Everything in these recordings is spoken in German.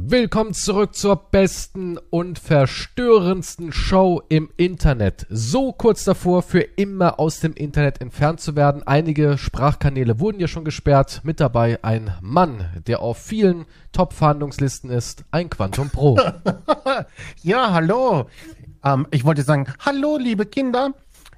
Willkommen zurück zur besten und verstörendsten Show im Internet. So kurz davor, für immer aus dem Internet entfernt zu werden. Einige Sprachkanäle wurden ja schon gesperrt. Mit dabei ein Mann, der auf vielen Top-Verhandlungslisten ist, ein Quantum Pro. Ja, hallo. Ähm, ich wollte sagen, hallo, liebe Kinder.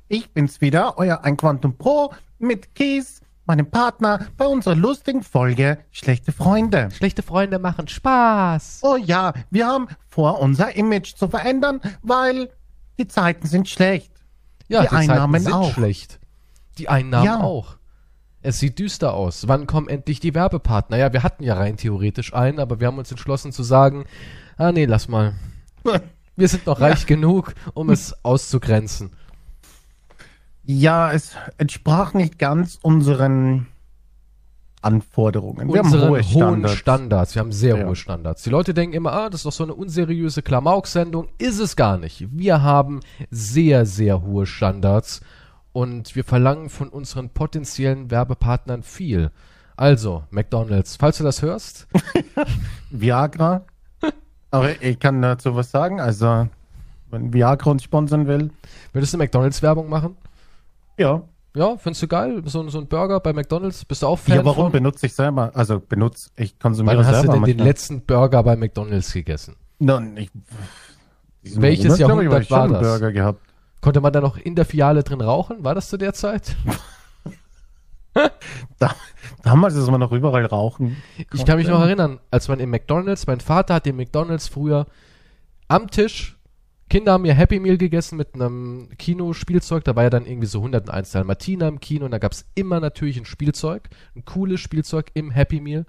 Ich bin's wieder, euer Ein Quantum Pro mit Kees, meinem Partner, bei unserer lustigen Folge Schlechte Freunde. Schlechte Freunde machen Spaß. Oh ja, wir haben vor, unser Image zu verändern, weil die Zeiten sind schlecht. Ja, Die die, Zeiten Einnahmen sind auch. schlecht. Die Einnahmen Ja. auch. Es sieht düster aus. Wann kommen endlich die Werbepartner? Ja, wir hatten ja rein theoretisch einen, aber wir haben uns entschlossen zu sagen, ah nee, lass mal. Wir sind noch reich genug, um es auszugrenzen. Ja, es entsprach nicht ganz unseren Anforderungen. Unseren hohe Standards. Standards. Wir haben sehr Ja. hohe Standards. Die Leute denken immer, ah, das ist doch so eine unseriöse Klamauk-Sendung. Ist es gar nicht. Wir haben sehr, sehr hohe Standards und wir verlangen von unseren potenziellen Werbepartnern viel. Also, McDonalds, falls du das hörst, Viagra. Aber ich kann dazu was sagen. Also, wenn Viagra uns sponsern will, würdest du McDonalds-Werbung machen? ja. Ja, findest du geil? So, ein- so ein Burger bei McDonalds? Bist du auch Fan Ja, warum von? benutze ich selber? Also benutze ich konsumiere Wann hast du selber denn den manchmal. letzten Burger bei McDonalds gegessen? Nein, ich, diesen Welches Monat, glaub Jahrhundert ich, hab war ich schon das? einen Burger gehabt. Konnte man da noch in der Filiale drin rauchen? War das zu der Zeit? Da, damals ist man noch überall rauchen. Ich kann mich noch erinnern, als man im McDonalds, mein Vater hat den McDonalds früher am Tisch, Kinder haben ihr Happy Meal gegessen mit einem Kinospielzeug, da war ja dann irgendwie so 101 Dalmatiner im Kino und da gab es immer natürlich ein Spielzeug, ein cooles Spielzeug im Happy Meal.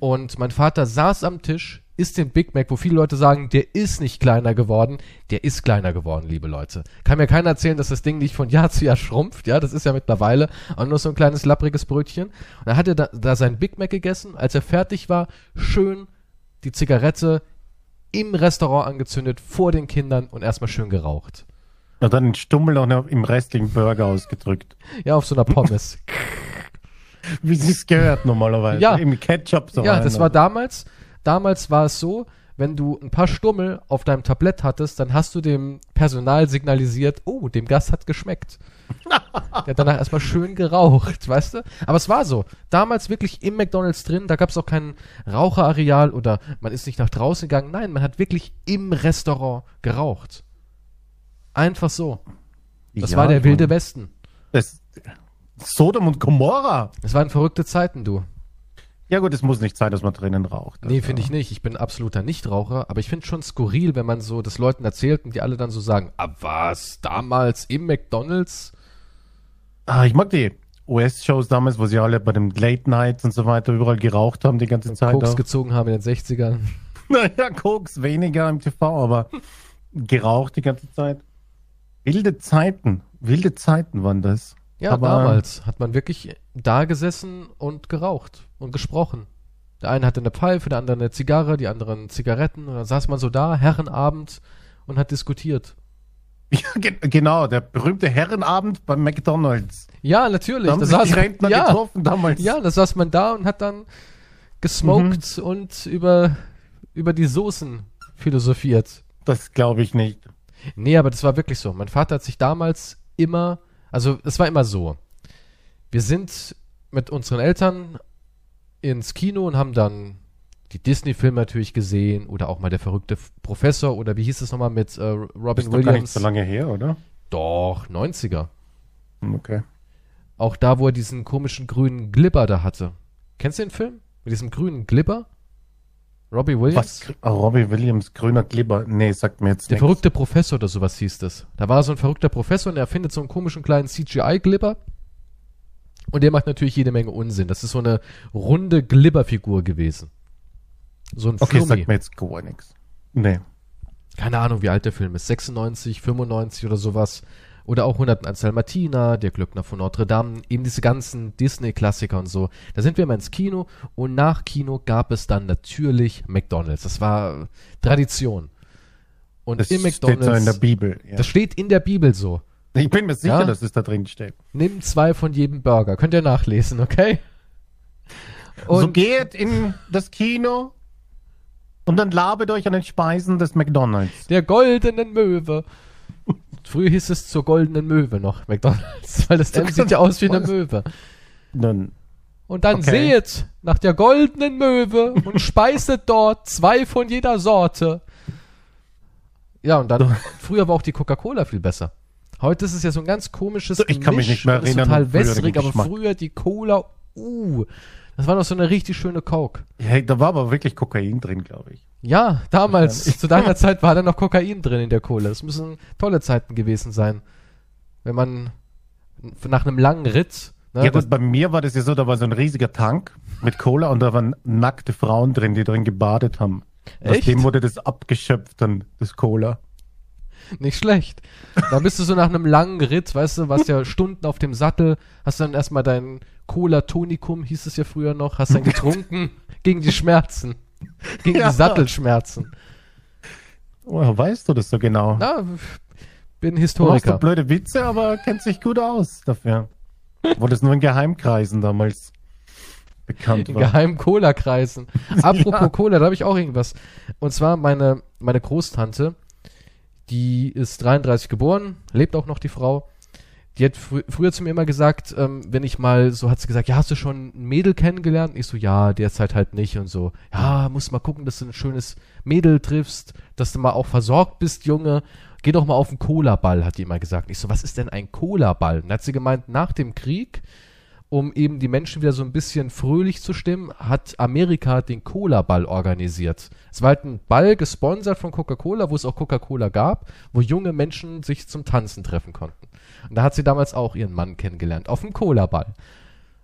Und mein Vater saß am Tisch, isst den Big Mac, wo viele Leute sagen, der ist nicht kleiner geworden. Der ist kleiner geworden, liebe Leute. Kann mir keiner erzählen, dass das Ding nicht von Jahr zu Jahr schrumpft. Ja, das ist ja mittlerweile auch nur so ein kleines lappriges Brötchen. Und dann hat er da, da sein Big Mac gegessen. Als er fertig war, schön die Zigarette im Restaurant angezündet, vor den Kindern und erstmal schön geraucht. Und dann den Stummel noch im restlichen Burger ausgedrückt. Ja, auf so einer Pommes. Wie sie es gehört normalerweise. Ja. Im Ketchup so Ja, rein, das war oder? damals. Damals war es so, wenn du ein paar Stummel auf deinem Tablett hattest, dann hast du dem Personal signalisiert, oh, dem Gast hat geschmeckt. Der hat danach erstmal schön geraucht, weißt du? Aber es war so. Damals wirklich im McDonalds drin, da gab es auch kein Raucherareal oder man ist nicht nach draußen gegangen. Nein, man hat wirklich im Restaurant geraucht. Einfach so. Das Ja, war der ich mein, wilde Westen. Das, Sodom und Gomorra. Es waren verrückte Zeiten, du. Ja gut, es muss nicht sein, dass man drinnen raucht. Nee, finde ich nicht. Ich bin absoluter Nichtraucher, aber ich finde schon skurril, wenn man so das Leuten erzählt und die alle dann so sagen, ah was, damals im McDonalds? Ah, ich mag die US-Shows damals, wo sie alle bei den Late Nights und so weiter überall geraucht haben die ganze Zeit. Koks auch. gezogen haben in den 60ern. Naja, Koks weniger im TV, aber geraucht die ganze Zeit. Wilde Zeiten, wilde Zeiten waren das. Ja, aber, damals hat man wirklich da gesessen und geraucht und gesprochen. Der eine hatte eine Pfeife, der andere eine Zigarre, die anderen Zigaretten. Und dann saß man so da, Herrenabend, und hat diskutiert. Ja, ge genau, der berühmte Herrenabend beim McDonalds. Ja, natürlich. Da haben da sich die saß- Rentner ja, getroffen damals. Mhm. Ja, da saß man da und hat dann gesmoked und über, über die Soßen philosophiert. Das glaube ich nicht. Nee, aber das war wirklich so. Mein Vater hat sich damals immer, also es war immer so. Wir sind mit unseren Eltern ins Kino und haben dann die Disney-Filme natürlich gesehen oder auch mal der verrückte F- Professor oder wie hieß es nochmal mit äh, Robin Ist doch gar nicht Williams? so lange her, oder? Doch, 90er. Hm, Okay. Auch da, wo er diesen komischen grünen Glibber da hatte. Kennst du den Film? Mit diesem grünen Glibber? Robbie Williams? Was? Gr- Oh, Robbie Williams, grüner Glibber. Nee, sagt mir jetzt Der nichts. verrückte Professor oder sowas hieß das. Da war so ein verrückter Professor und er findet so einen komischen kleinen CGI-Glibber. Und der macht natürlich jede Menge Unsinn. Das ist so eine runde Glibberfigur gewesen. So ein Okay, Flummi. sagt mir jetzt gar nichts. Nee. Keine Ahnung, wie alt der Film ist. 96, 95 oder sowas. Oder auch 101 Dalmatiner, Der Glöckner von Notre Dame. Eben diese ganzen Disney-Klassiker und so. Da sind wir mal ins Kino und nach Kino gab es dann natürlich McDonalds. Das war Tradition. Und Das im steht so in der McDonalds. Bibel. Ja. Das steht in der Bibel so. Ich bin mir sicher, Ja. dass es da drin steht. Nimm zwei von jedem Burger. Könnt ihr nachlesen, okay? so Und geht in das Kino Und dann labert euch an den Speisen des McDonalds. Der goldenen Möwe. Früher hieß es zur goldenen Möwe noch, McDonalds, weil das Ding sieht ja aus wie eine Was? Möwe. Dann Und dann Okay. sehet nach der goldenen Möwe und speiset dort zwei von jeder Sorte. Ja, und dann, früher war auch die Coca-Cola viel besser. Heute ist es ja so ein ganz komisches Ich kann mich Gemisch nicht mehr und ist erinnern total an früher den wässrig, aber Geschmack. früher die Cola, uh, das war noch so eine richtig schöne Coke. Ja, da war aber wirklich Kokain drin, glaube ich. Ja, damals, zu deiner Zeit war da noch Kokain drin in der Kohle. Es müssen tolle Zeiten gewesen sein. Wenn man nach einem langen Ritt, ne, Ja, das- gut, bei mir war das ja so, da war so ein riesiger Tank mit Cola und da waren nackte Frauen drin, die drin gebadet haben. Aus Echt? dem wurde das abgeschöpft, dann das Cola. Nicht schlecht. Da bist du so nach einem langen Ritt, weißt du, warst ja Stunden auf dem Sattel, hast dann erstmal dein Cola Tonicum, hieß es ja früher noch, hast dann getrunken gegen die Schmerzen. Gegen Ja. die Sattelschmerzen. Woher weißt du das so genau? Na, bin du machst Historiker. doch blöde Witze, aber kennt sich gut aus dafür. Wo das nur in Geheimkreisen damals bekannt In war. geheimen Cola-Kreisen. Apropos Ja. Cola, da habe ich auch irgendwas. Und zwar meine, meine Großtante, die ist 33 geboren, lebt auch noch die Frau. Die hat frü früher zu mir immer gesagt, ähm, wenn ich mal, so hat sie gesagt, ja, hast du schon ein Mädel kennengelernt? Ich so, ja, derzeit halt nicht und so. Ja, musst mal gucken, dass du ein schönes Mädel triffst, dass du mal auch versorgt bist, Junge. Geh doch mal auf den Cola-Ball, hat die immer gesagt. Ich so, was ist denn ein Cola-Ball? Und Dann hat sie gemeint, nach dem Krieg um eben die Menschen wieder so ein bisschen fröhlich zu stimmen, hat Amerika den Cola-Ball organisiert. Es war halt ein Ball gesponsert von Coca-Cola, wo es auch Coca-Cola gab, wo junge Menschen sich zum Tanzen treffen konnten. Und da hat sie damals auch ihren Mann kennengelernt, auf dem Cola-Ball.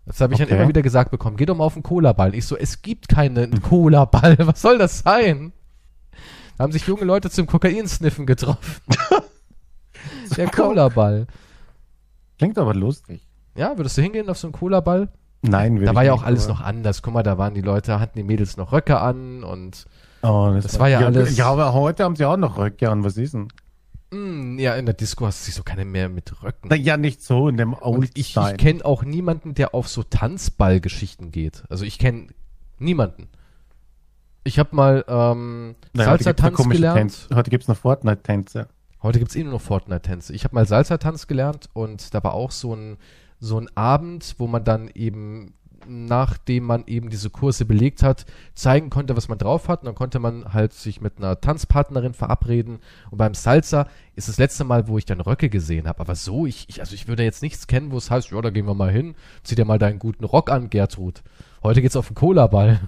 Das habe ich Okay. dann immer wieder gesagt bekommen, geh doch mal auf den Cola-Ball. Ich so, es gibt keinen Cola-Ball, was soll das sein? Da haben sich junge Leute zum Kokainsniffen getroffen. Der Cola-Ball. Klingt aber lustig. Ja, würdest du hingehen auf so einen Cola-Ball? Nein, will Da ich war ja nicht, auch alles aber- noch anders. Guck mal, da waren die Leute, hatten die Mädels noch Röcke an und Oh, das, Das war ja alles- Ja, aber heute haben sie auch noch Röcke an. Was ist denn? mh, hm, ja, in der Disco hast du so keine mehr mit Röcken. Na, ja, nicht so in dem und Old ich, ich Style. kenne auch niemanden, der auf so Tanzballgeschichten geht. Also ich kenne niemanden. Ich habe mal ähm, Nein, heute gibt's noch Salsa-Tanz komische gelernt. Tänze. Heute gibt es noch Fortnite-Tänze. Heute gibt's eh nur noch Fortnite-Tänze. Ich habe mal Salsa-Tanz gelernt und da war auch so ein, so ein Abend, wo man dann eben, nachdem man eben diese Kurse belegt hat, zeigen konnte, was man drauf hat. Und dann konnte man halt sich mit einer Tanzpartnerin verabreden. Und beim Salsa ist das letzte Mal, wo ich dann Röcke gesehen habe. Aber so, ich, ich, also ich würde jetzt nichts kennen, wo es heißt, ja, da gehen wir mal hin, zieh dir mal deinen guten Rock an, Gertrud. Heute geht's auf den Cola-Ball.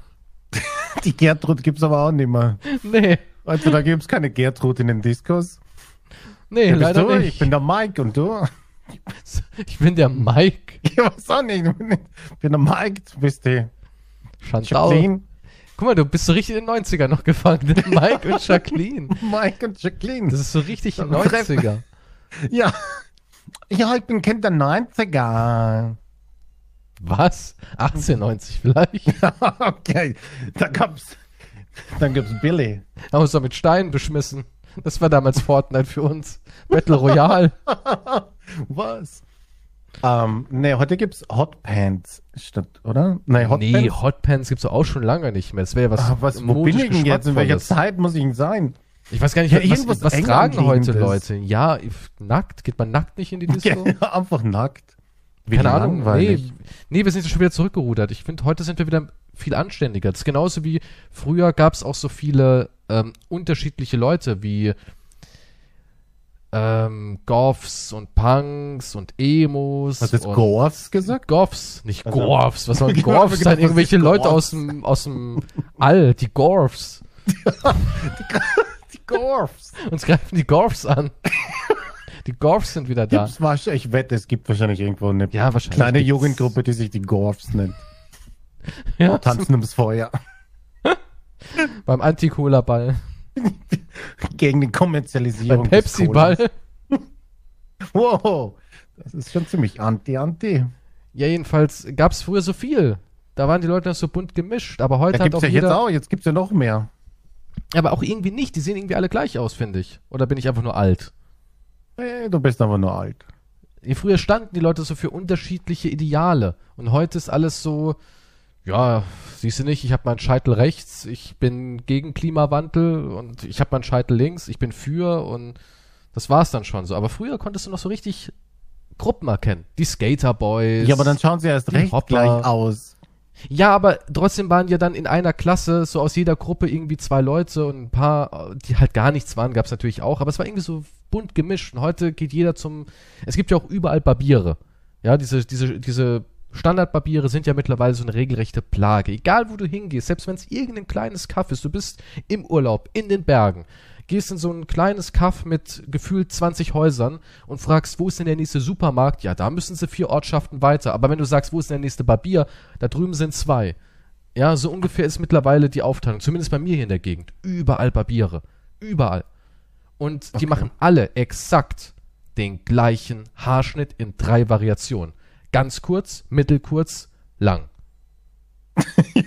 Die Gertrud gibt es aber auch nicht mehr. nee, Also da gibt es keine Gertrud in den Discos. nee, Wer bist leider du? nicht. Ich bin der Mike und du? ich bin der Mike. Ich weiß auch nicht. Ich bin der Mike, du bist die Chantal. Jacqueline. Guck mal, du bist so richtig in den 90er noch gefangen. ne? Mike und Jacqueline. Mike und Jacqueline. Das ist so richtig Treffen. 90er. ja. Ja, ich bin Kind der 90er. Was? 1890 vielleicht? okay. Da gab's. Dann gibt's Billy. Haben uns doch mit Steinen beschmissen. Das war damals Fortnite für uns. Battle Royale. Was? Ähm, nee, heute gibt's Hot Pants statt, oder? Nee, Hot nee, Pants. Hotpants gibt's doch auch schon lange nicht mehr. Das wäre ja was, Ah, was, wo bin modisch ich denn jetzt? In welcher Geschmackvolles. Zeit muss ich denn sein? Ich weiß gar nicht, Ja, was, irgendwas was eng tragen heute anliegendes. Leute? Ja, if- nackt? Geht man nackt nicht in die Ja, Disco? einfach nackt. Wie Keine Ahnung, langweilig. nee, nee, wir sind schon wieder zurückgerudert. Ich finde, heute sind wir wieder viel anständiger. Das ist genauso wie früher gab es auch so viele ähm, unterschiedliche Leute wie ähm, Goffs und Punks und Emos. Hast du jetzt und Gorfs gesagt? Goffs, nicht Also- Gorfs. Was sollen Ich hab mir Gorfs gedacht, sein? was Irgendwelche ist Leute Gorfs? aus dem, aus dem All, die Gorfs. Gorfs. Uns greifen die Gorfs an. Die Gorfs sind wieder da. Gibt's wahrscheinlich, ich wette, es gibt wahrscheinlich irgendwo eine Ja, wahrscheinlich kleine gibt's- Jugendgruppe, die sich die Gorfs nennt. Ja, Tanzen ums Feuer. beim Anti-Cola-Ball, Gegen die beim Kommerzialisierung. des Pepsi-Ball. Colas. Wow. Das ist schon ziemlich anti-anti. Ja, jedenfalls gab's früher so viel. Da waren die Leute noch so bunt gemischt, aber heute Da hat gibt's auch ja jetzt jeder, auch, jetzt gibt's ja noch mehr. aber auch irgendwie nicht, die sehen irgendwie alle gleich aus, finde ich. Oder bin ich einfach nur alt? Hey, du bist aber nur alt. Früher standen die Leute so für unterschiedliche Ideale und heute ist alles so ja, siehst du nicht, ich habe meinen Scheitel rechts, ich bin gegen Klimawandel und ich habe meinen Scheitel links, ich bin für und das war's dann schon so. Aber früher konntest du noch so richtig Gruppen erkennen. Die Skaterboys. Ja, aber dann schauen sie erst Die recht Hoppler. gleich aus. Ja, aber trotzdem waren ja dann in einer Klasse so aus jeder Gruppe irgendwie zwei Leute und ein paar, äh, die halt gar nichts waren, gab's natürlich auch, aber es war irgendwie so bunt gemischt. Und heute geht jeder zum. Es gibt ja auch überall Barbiere. Ja, diese, diese, diese Standardbarbiere sind ja mittlerweile so eine regelrechte Plage. Egal wo du hingehst, selbst wenn es irgendein kleines Kaff ist, du bist im Urlaub, in den Bergen, gehst in so ein kleines Kaff mit gefühlt 20 Häusern und fragst, wo ist denn der nächste Supermarkt? Ja, da müssen sie vier Ortschaften weiter. Aber wenn du sagst, wo ist denn der nächste Barbier, da drüben sind zwei. Ja, so ungefähr ist mittlerweile die Aufteilung, zumindest bei mir hier in der Gegend. Überall Barbiere. Überall. Und die machen alle exakt den gleichen Haarschnitt in drei Variationen. Ganz kurz, mittelkurz, lang.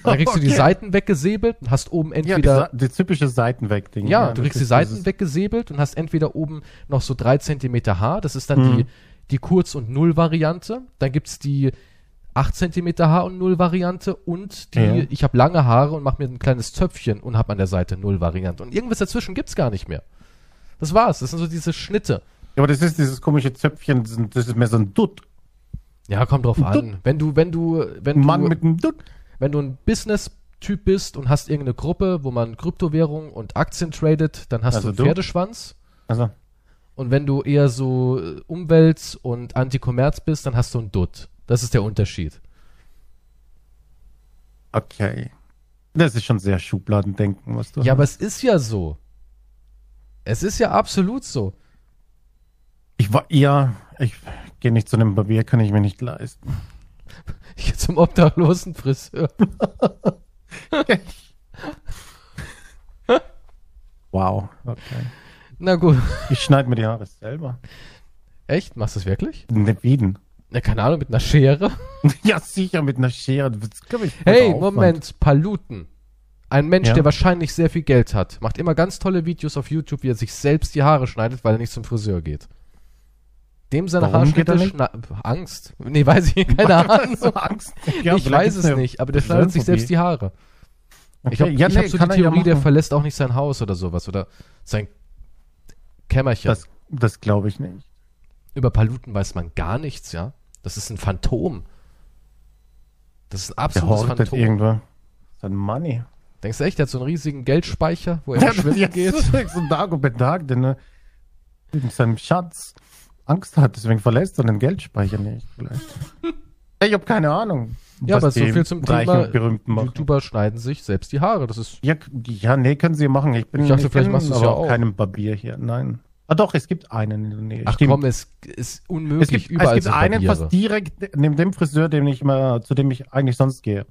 Dann kriegst du die okay. Seiten weggesäbelt und hast oben Ja, die, entweder Sa- die typische Seitenweg-Ding. ja, du kriegst die wirklich Seiten dieses- weggesäbelt und hast entweder oben noch so drei Zentimeter Haar, das ist Mhm. dann die, die Kurz- und Null-Variante. Dann gibt's die acht Zentimeter Haar- und Null-Variante und die, Ja. ich habe lange Haare und mache mir ein kleines Zöpfchen und habe an der Seite Null-Variante. Und irgendwas dazwischen gibt's gar nicht mehr. Das war's, das sind so diese Schnitte. Ja, aber das ist dieses komische Zöpfchen, das ist- das ist mehr so ein Dutt. Ja, kommt drauf an. Wenn du, wenn du, wenn Ein du, Mann mit einem Dutt. wenn du ein Business-Typ bist und hast irgendeine Gruppe, wo man Kryptowährung und Aktien tradet, dann hast Also du einen du? Pferdeschwanz. Also, Und wenn du eher so äh, Umwelt- und Antikommerz bist, dann hast du einen Dutt. Das ist der Unterschied. okay. Das ist schon sehr Schubladendenken, was du Ja, aber es ist ja so. Es ist ja absolut so. Ich war, ja, ich gehe nicht zu einem Barbier, kann ich mir nicht leisten. Ich geh zum obdachlosen Friseur. Wow. Okay. Na gut. Ich schneide mir die Haare selber. Echt? Machst du es wirklich? Mit Wieden. Na, keine Ahnung, mit einer Schere? Ja, sicher, mit einer Schere. Das kann ich Hey, Aufwand. Moment, Paluten. Ein Mensch, Ja. der wahrscheinlich sehr viel Geld hat, macht immer ganz tolle Videos auf YouTube, wie er sich selbst die Haare schneidet, weil er nicht zum Friseur geht. Dem seine Warum geht Haarschnitte er nicht? schna- Angst. Nee, weiß ich, keine Ahnung. So Angst. ich weiß es nicht, aber der schneidet sich selbst die Haare. Ich habe ja, ich nee, hab so kann die er ja Theorie, der machen. verlässt auch nicht sein Haus oder sowas oder sein Kämmerchen. Das, das glaube ich nicht. Über Paluten weiß man gar nichts, ja. Das ist ein Phantom. Das ist ein Der absolutes hortet Phantom. irgendwann. Sein Money. Denkst du echt, der hat so einen riesigen Geldspeicher, wo er immer schwimmen geht? so ein Dagobert Duck, der ne, mit seinem Schatz Angst hat, deswegen verlässt er den Geldspeicher nicht. Vielleicht. Ich habe keine Ahnung. Ja, was aber so die viel zum Reichen Thema. und Berühmten machen. YouTuber schneiden sich selbst die Haare. Das ist Ja, k- ja, nee, können sie machen. Ich bin Ich dachte, ich vielleicht kenn machst du's aber ja auch. keinem Barbier hier. Nein. Ah doch, es gibt einen in der Nähe. Ach Stimmt. komm, es ist unmöglich. es gibt, es überall gibt sind einen Barbiere. fast direkt neben dem Friseur, dem ich immer, zu dem ich eigentlich sonst gehe.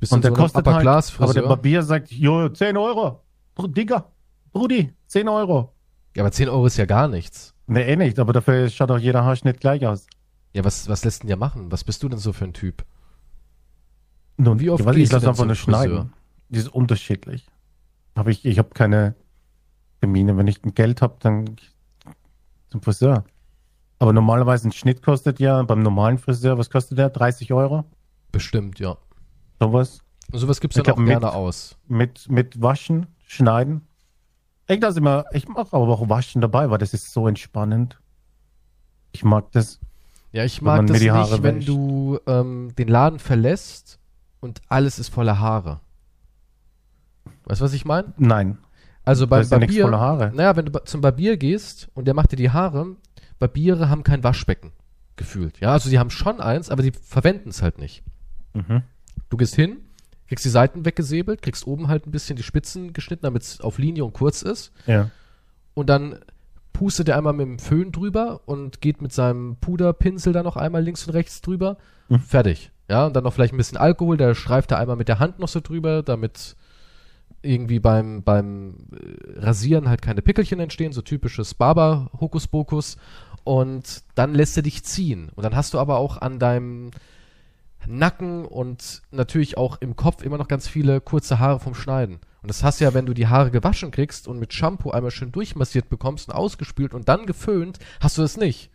Bist Und du der in so kostet einem Upper halt, Class aber der Friseur? Barbier sagt, jo, 10 Euro. Br- Digga, Brudi, 10 Euro. Ja, aber 10 Euro ist ja gar nichts. Nee, eh nicht, aber dafür schaut auch jeder Haarschnitt gleich aus. Ja, was, was lässt denn dir machen? Was bist du denn so für ein Typ? Nun, Wie oft ich weiß, gehst ich du lasse denn einfach zum nur Friseur? schneiden. Die ist unterschiedlich. Aber ich, ich habe keine Termine. Wenn ich Geld habe, dann geh ich zum Friseur. Aber normalerweise ein Schnitt kostet ja beim normalen Friseur, was kostet der? 30 Euro? Bestimmt, ja. Sowas. Und sowas gibst du Ich dann auch glaub, mit- gerne aus. Mit, mit Waschen, Schneiden. Ich lasse immer, ich mache aber auch Waschen dabei, weil das ist so entspannend. Ich mag das. Ja, ich Wenn mag man mir das die nicht, Haare wenn wäscht. du ähm, den Laden verlässt und alles ist voller Haare. Weißt du, was ich meine? Nein, Also da beim ist ja nichts voller Barbier, Haare. naja, wenn du ba- zum Barbier gehst und der macht dir die Haare, Barbiere haben kein Waschbecken gefühlt. Ja, also die haben schon eins, aber die verwenden es halt nicht. Mhm. Du gehst hin, kriegst die Seiten weggesäbelt, kriegst oben halt ein bisschen die Spitzen geschnitten, damit es auf Linie und kurz ist. Ja. und dann pustet er einmal mit dem Föhn drüber und geht mit seinem Puderpinsel da noch einmal links und rechts drüber. Fertig. Ja, und dann noch vielleicht ein bisschen Alkohol, da streift er einmal mit der Hand noch so drüber, damit irgendwie beim, beim äh, Rasieren halt keine Pickelchen entstehen, so typisches Barber-Hokuspokus. Und dann lässt er dich ziehen. Und dann hast du aber auch an deinem Nacken und natürlich auch im Kopf immer noch ganz viele kurze Haare vom Schneiden. Und das hast du ja, wenn du die Haare gewaschen kriegst und mit Shampoo einmal schön durchmassiert bekommst und ausgespült und dann geföhnt, hast du das nicht.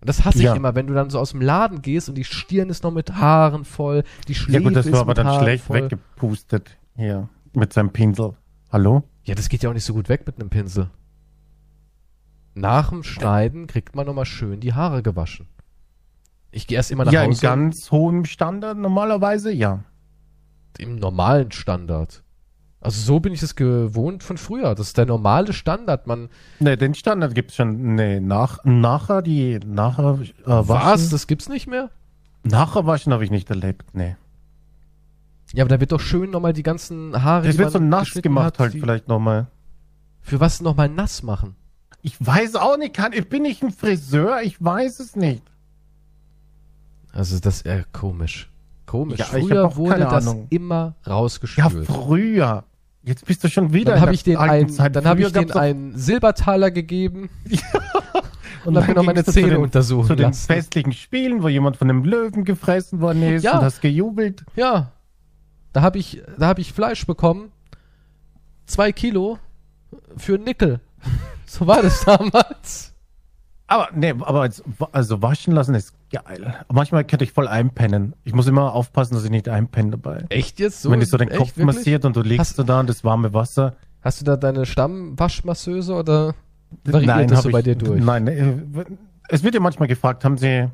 Und das hasse Ja. ich immer, wenn du dann so aus dem Laden gehst und die Stirn ist noch mit Haaren voll, die Schläfe Ja gut, das ist war aber mit dann Haaren schlecht voll. weggepustet. Ja, mit seinem Pinsel. Hallo? Ja, das geht ja auch nicht so gut weg mit einem Pinsel. Nach dem Schneiden kriegt man nochmal schön die Haare gewaschen. Ich gehe erst immer nach ja, in Hause ganz hohem Standard normalerweise, ja. im normalen Standard. Also so bin ich es gewohnt von früher. Das ist der normale Standard. Man Ne, den Standard gibt's schon. Ne, nach, nachher die nachher äh, was? waschen. Das gibt's nicht mehr? Nachher waschen habe ich nicht erlebt, ne. Ja, aber da wird doch schön nochmal die ganzen Haare. Das die wird so man nass geschnitten gemacht hat, halt die- vielleicht nochmal. Für was nochmal nass machen? Ich weiß auch nicht, kann, ich bin nicht ein Friseur, ich weiß es nicht. Also das ist äh, komisch. Komisch. Ja, ich hab Früher auch wurde keine das Ahnung. immer Ja, rausgespült. früher. Jetzt bist du schon wieder dann in habe der ich den alten einen, Zeit. dann habe Früher ich den gab's doch- einen Silbertaler gegeben und dann habe mir noch meine gingst du zu Zähne den- Zu untersuchen den lassen. festlichen Spielen, wo jemand von einem Löwen gefressen worden ist Ja. und hast gejubelt. Ja, da habe ich, da habe ich Fleisch bekommen, zwei Kilo für einen Nickel. So war das damals. Aber nee, aber jetzt, wa- also waschen lassen ist geil. Manchmal könnte ich voll einpennen. Ich muss immer aufpassen, dass ich nicht einpenne dabei. Echt jetzt? So, Wenn dich so den echt, Kopf wirklich? massiert und du liegst Hast- so da und das warme Wasser. Hast du da deine Stammwaschmasseuse oder variiert das hab so bei dir durch? Nein, äh, es wird ja manchmal gefragt, haben Sie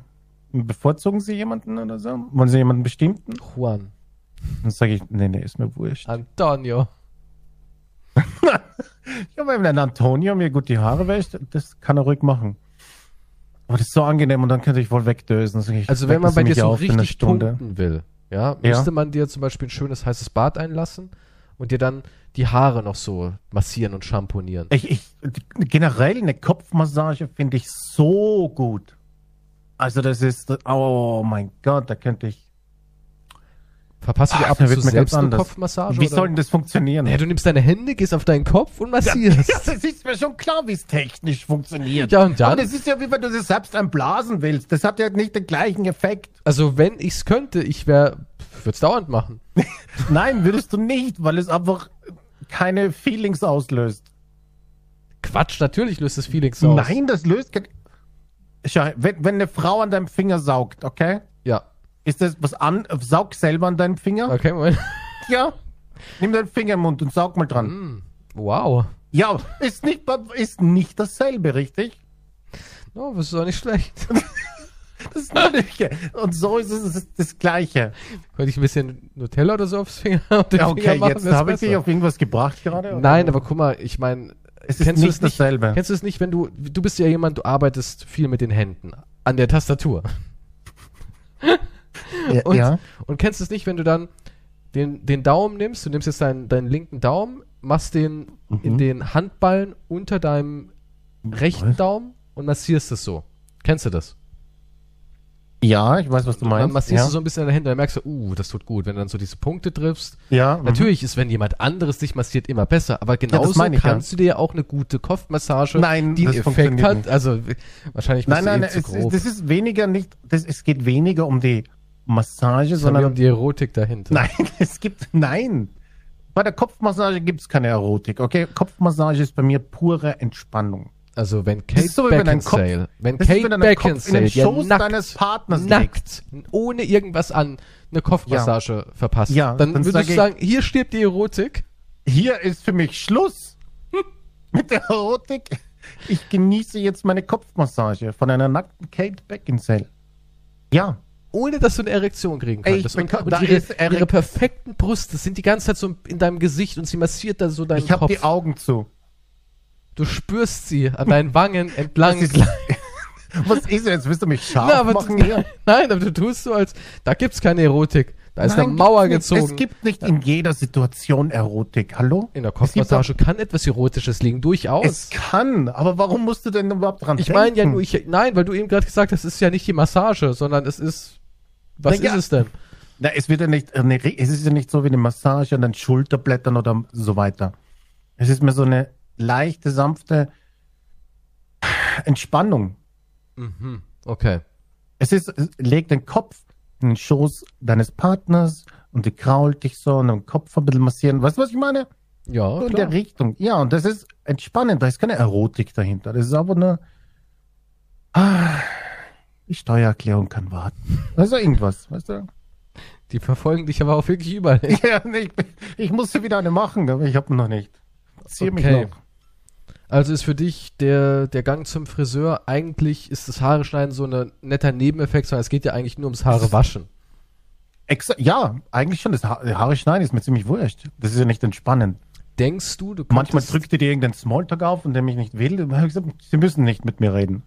bevorzugen Sie jemanden oder so? Wollen Sie jemanden bestimmten? Juan, Dann sage ich, nee, nee, ist mir wurscht. Antonio. Ja, wenn ein Antonio mir gut die Haare wäscht, das kann er ruhig machen. Aber das ist so angenehm und dann könnte ich wohl wegdösen. Dann sag ich, Also wenn weck man das bei dir mich so auf in einer richtig Stunde. tunken will, ja, Ja. müsste man dir zum Beispiel ein schönes heißes Bad einlassen und dir dann die Haare noch so massieren und schamponieren. Ich, ich, generell eine Kopfmassage finde ich so gut. Also das ist, oh mein Gott, da könnte ich. Verpasst du dir Ach, ab da und wird zu mir ganz selbst eine anders. Kopfmassage? Wie oder? soll denn das funktionieren? Naja, du nimmst deine Hände, gehst auf deinen Kopf und massierst. Ja, das ist mir schon klar, wie es technisch funktioniert. Ja, und dann? Aber das ist ja wie wenn du dir selbst einblasen willst. Das hat ja nicht den gleichen Effekt. Also wenn ich's könnte, ich wäre, würde es dauernd machen. Nein, würdest du nicht, weil es einfach keine Feelings auslöst. Quatsch, natürlich löst das Feelings aus. Nein, das löst kein. Schau, wenn, wenn eine Frau an deinem Finger saugt, okay? Ja, Ist das was an. Saug selber an deinem Finger? okay, Moment. Ja. Nimm deinen Finger im Mund und saug mal dran. Hm, wow. Ja, ist nicht, ist nicht dasselbe, richtig? No, Oh, das ist doch nicht schlecht. Das ist nicht, und so ist es es ist das Gleiche. Könnte ich ein bisschen Nutella oder so aufs Finger auf den Ja, Finger okay, machen, jetzt wär's habe ich dich besser. auf irgendwas gebracht gerade. Nein, aber guck mal, ich meine, Es ist kennst du nicht es nicht? dasselbe. Kennst du es nicht, wenn du, du bist ja jemand, du arbeitest viel mit den Händen an der Tastatur. Ja, Und, ja. und kennst du es nicht, wenn du dann den, den Daumen nimmst, du nimmst jetzt deinen, deinen linken Daumen, machst den Mhm. in den Handballen unter deinem rechten Was? Daumen und massierst es so. Kennst du das? ja, ich weiß, was du Dann meinst. massierst Ja, du so ein bisschen an den Händen, dann merkst du, uh, das tut gut, wenn du dann so diese Punkte triffst. ja mhm. Natürlich ist, wenn jemand anderes dich massiert, immer besser, aber genauso meine ich, ja. kannst du dir ja auch eine gute Kopfmassage, Nein, die einen das Effekt funktioniert hat. nicht. Also w- wahrscheinlich bist Nein, nein, du eh nein zu es, grob. ist- das ist weniger nicht. Das, es geht weniger um die Massage, sondern sondern um die Erotik dahinter. Nein, es gibt. Nein. Bei der Kopfmassage gibt es keine Erotik, okay? Kopfmassage ist bei mir pure Entspannung. Also wenn Kate Das ist so, wie wenn dein Kopf- Beckinsale, wenn das ist, Kate wenn dein Kopf in Beckinsale den dir Schoß nackt, deines Partners nackt, ohne irgendwas an, eine Kopfmassage verpasst, Ja, dann, dann würdest sag du ich- sagen, hier stirbt die Erotik. Hier ist für mich Schluss mit der Erotik. Ich genieße jetzt meine Kopfmassage von einer nackten Kate Beckinsale. Ja, Ohne dass du eine Erektion kriegen Ey, ich könntest. bin und ka- und da ihre, ist Erek- ihre perfekten Brüste sind die ganze Zeit so in deinem Gesicht und sie massiert da so deinen ich habe Kopf. die Augen zu. Du spürst sie an deinen Wangen entlang. Das ist le- Was ist jetzt? Willst du mich scharf Na, aber machen hier? Nein, aber du tust so als, da gibt's keine Erotik. Da ist Nein, eine Mauer gibt's nicht. gezogen. Es gibt nicht in jeder Situation Erotik. Hallo? in der Es gibt doch- Kopfmassage kann etwas Erotisches liegen, durchaus. Es kann, aber warum musst du denn überhaupt dran Ich denken? meine ja nur, ich, nein, weil du eben gerade gesagt hast, es ist ja nicht die Massage, sondern es ist, was Na ja. ist es denn? Na, es wird ja nicht, eine, Re- es ist ja nicht so wie eine Massage an den Schulterblättern oder so weiter. Es ist mehr so eine leichte, sanfte Entspannung. Mhm. Okay. Es ist, es- leg den Kopf in den Schoß deines Partners und die krault dich so und den Kopf ein bisschen massieren. Weißt du, was ich meine? Ja, So in klar. der Richtung. Ja, und das ist entspannend. Da ist keine Erotik dahinter. Das ist aber eine. Ah, die Steuererklärung kann warten. Also irgendwas, weißt du? Die verfolgen dich aber auch wirklich überall. hin. Ja, nee, ich, bin- ich musste wieder eine machen, aber ich habe noch nicht. Zieh mich Okay. noch. Also ist für dich der, der Gang zum Friseur, eigentlich ist das Haare schneiden so ein netter Nebeneffekt, sondern es geht ja eigentlich nur ums Haare waschen. Exa ja, eigentlich schon. Das ha Haare schneiden ist mir ziemlich wurscht. Das ist ja nicht entspannend. Denkst du, du Manchmal könntest- drückt ihr dir irgendeinen Smalltalk auf und der mich nicht will. Dann hab ich gesagt, Sie müssen nicht mit mir reden.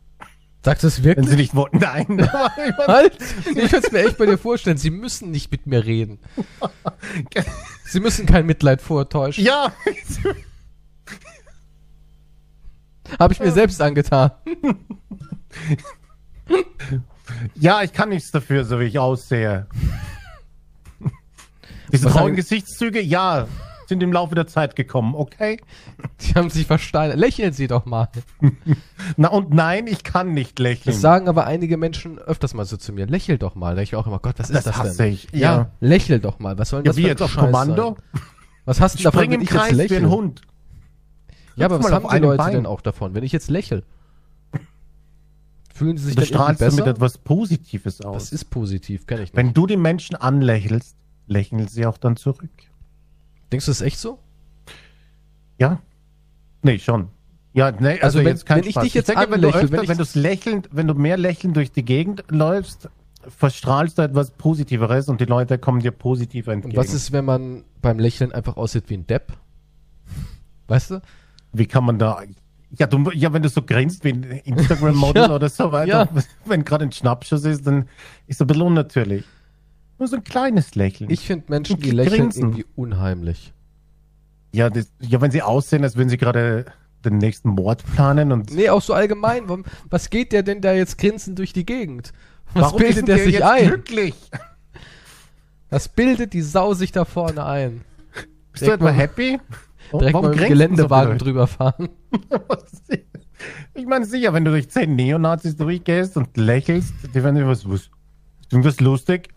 Sagst du es Wenn wirklich? Sie nicht wollten. Nein. Ich war- Halt! Ich würde es mir echt bei dir vorstellen, sie müssen nicht mit mir reden. Sie müssen kein Mitleid vortäuschen. ja. Habe ich mir selbst angetan. ja, ich kann nichts dafür, so wie ich aussehe. Diese Was traurigen haben- Gesichtszüge, ja, sind im Laufe der Zeit gekommen, okay? Die haben sich versteinert. Lächeln Sie doch mal. Na und nein, ich kann nicht Das lächeln. sagen aber einige Menschen öfters mal so zu mir. Lächel doch mal. Da denke ich mir auch immer, Gott, was ist das, Das hasse denn? ich, Ja. ja. lächel doch mal. Was soll denn ja, das wie für ein jetzt auf Scheiß Kommando? Sein? Was hast du denn davon, Spring wenn im ich jetzt Kreis wie ein lächle? Hund. Ja, aber Hüpf was mal auf haben die einem Leute Bein. denn auch davon, wenn ich jetzt lächel? Fühlen sie sich dann irgendwie Bestrahlst du mit besser? etwas Positives aus. Das ist positiv, kenne ich nicht. Wenn du die Menschen anlächelst, lächeln sie auch dann zurück. Denkst du, das ist echt so? Ja? Nee, schon. Ja, nee, also, Also wenn- jetzt kein wenn ich Spaß. dich jetzt denke, wenn du anlächel, öfter, wenn wenn, ich- du es lächelnd, wenn du mehr lächelnd durch die Gegend läufst, verstrahlst du etwas Positiveres und die Leute kommen dir positiver Und entgegen. was ist, wenn man beim Lächeln einfach aussieht wie ein Depp? Weißt du? Wie kann man da. Ja, du, ja, wenn du so grinst wie ein Instagram-Model Ja, oder so weiter, wenn gerade ein Schnappschuss ist, dann ist es ein bisschen unnatürlich. Nur so ein kleines Lächeln. Ich finde Menschen, die Und lächeln, grinsen. irgendwie unheimlich. ja, das, ja, wenn sie aussehen, als würden sie gerade den nächsten Mord planen und Nee, auch so allgemein. Warum- Was geht der denn da jetzt grinsend durch die Gegend? Was Warum ist bildet der der sich jetzt ein? glücklich? Was bildet die Sau sich da vorne ein? Bist du etwa happy? Direkt mal mit dem grinst Geländewagen du drüber fahren. so blöd? Ich meine, sicher, wenn du durch zehn Neonazis durchgehst und lächelst, die werden dir was, was, irgendwas lustig.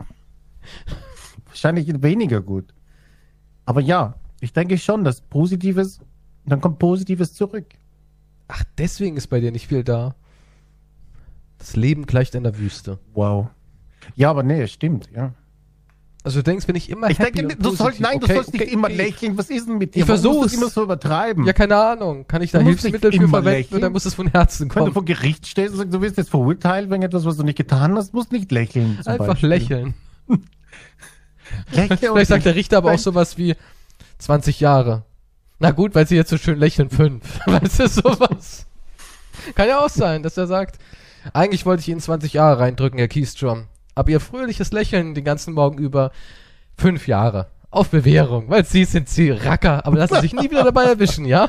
Wahrscheinlich weniger gut. Aber ja, ich denke schon, dass Positives, dann kommt Positives zurück. Ach, deswegen ist bei dir nicht viel da. Das Leben gleicht in der Wüste. Wow. Ja, aber nee, stimmt, ja. Also du denkst, bin ich immer Ich happy denke, und du positiv. sollst, nein, Okay, du sollst okay, nicht immer okay. lächeln. Was ist denn mit dir? Ich Warum musst du versuch's. immer so übertreiben. Ja, keine Ahnung. Kann ich da Du musst Hilfsmittel nicht für immer verwenden lächeln. oder muss es von Herzen Wenn du kommen? vor Gericht stehst und sagst, du wirst jetzt verurteilt wegen etwas, was du nicht getan hast, musst nicht lächeln. zum Einfach Beispiel. lächeln. Lächeln und Vielleicht sagt der Richter aber auch Vielleicht- sowas wie 20 Jahre. Na gut, weil sie jetzt so schön lächeln, fünf. Weißt du, sowas. Kann ja auch sein, dass er sagt, eigentlich wollte ich Ihnen 20 Jahre reindrücken, Herr Keystrom. Aber Ihr fröhliches Lächeln den ganzen Morgen über fünf Jahre. Auf Bewährung, weil Sie sind Sie Racker, aber lassen Sie sich nie wieder dabei erwischen, ja?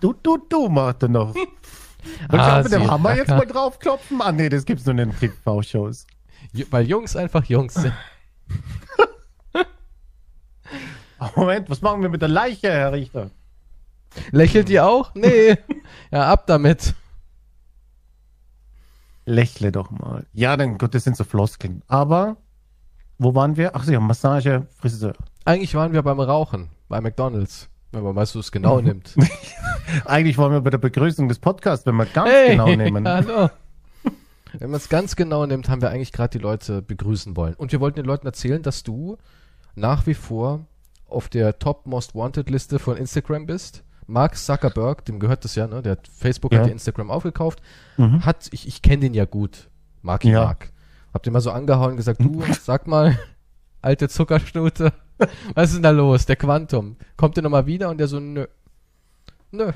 Du, du, du, macht er noch. Willst du Ah, auch mit dem Sie Hammer jetzt Racker. mal draufklopfen? Ah, nee, das gibt's nur in den TV-Shows. Ju- Weil Jungs einfach Jungs sind. Moment, was machen wir mit der Leiche, Herr Richter? Lächelt ihr auch? Nee. Ja, ab damit. Lächle doch mal. Ja, dann Gott, das sind so Floskeln. Aber, wo waren wir? Ach so, ja, Massage, Friseur. Eigentlich waren wir beim Rauchen, bei McDonalds. Wenn man weiß, wo es genau nimmt. Eigentlich waren wir bei der Begrüßung des Podcasts, wenn wir ganz Hey, genau nehmen. Hallo. Wenn man es ganz genau nimmt, haben wir eigentlich gerade die Leute begrüßen wollen. Und wir wollten den Leuten erzählen, dass du nach wie vor auf der Top Most Wanted Liste von Instagram bist. Mark Zuckerberg, dem gehört das ja, ne? Der hat Facebook Ja. hat ja Instagram aufgekauft. Hat, ich, ich kenne den ja gut, Marky Ja. Mark. Hab den mal so angehauen und gesagt, du, sag mal, alte Zuckerschnute, was ist denn da los? Der Quantum. Kommt der nochmal wieder? Und der so, nö. Nö.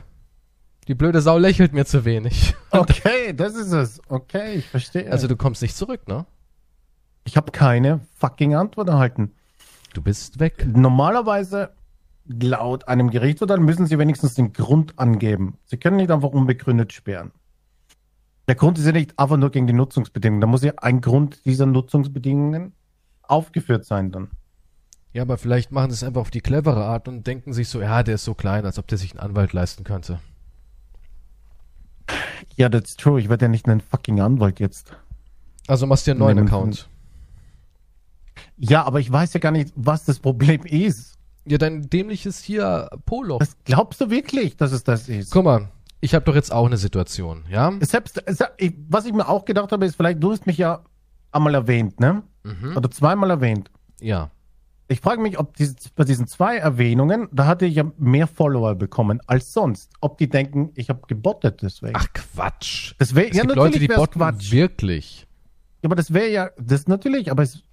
Die blöde Sau lächelt mir zu wenig. Okay, das ist es. Okay, ich verstehe. Also du kommst nicht zurück, ne? Ich habe keine fucking Antwort erhalten. Du bist weg. Normalerweise laut einem Gerichtsurteil müssen Sie wenigstens den Grund angeben. Sie können nicht einfach unbegründet sperren. Der Grund ist ja nicht einfach nur gegen die Nutzungsbedingungen. Da muss ja ein Grund dieser Nutzungsbedingungen aufgeführt sein dann. Ja, aber vielleicht machen sie es einfach auf die clevere Art und denken sich so, ja, der ist so klein, als ob der sich einen Anwalt leisten könnte. Ja, that's true. Ich werde ja nicht einen fucking Anwalt jetzt. Also machst dir einen neuen Nee, man- Account. Ja, aber ich weiß ja gar nicht, was das Problem ist. Ja, dein dämliches hier Polo. Was glaubst du wirklich, dass es das ist? Guck mal, ich habe doch jetzt auch eine Situation, ja? Selbst, se- ich- was ich mir auch gedacht habe, ist vielleicht, du hast mich ja einmal erwähnt, ne? Mhm. Oder zweimal erwähnt. Ja. Ich frage mich, ob diese, bei diesen zwei Erwähnungen, da hatte ich ja mehr Follower bekommen als sonst. Ob die denken, ich habe gebottet deswegen. Ach Quatsch. deswegen Es gibt Leute, die wär's botten wirklich. Ja, aber das wäre ja, das natürlich, aber es,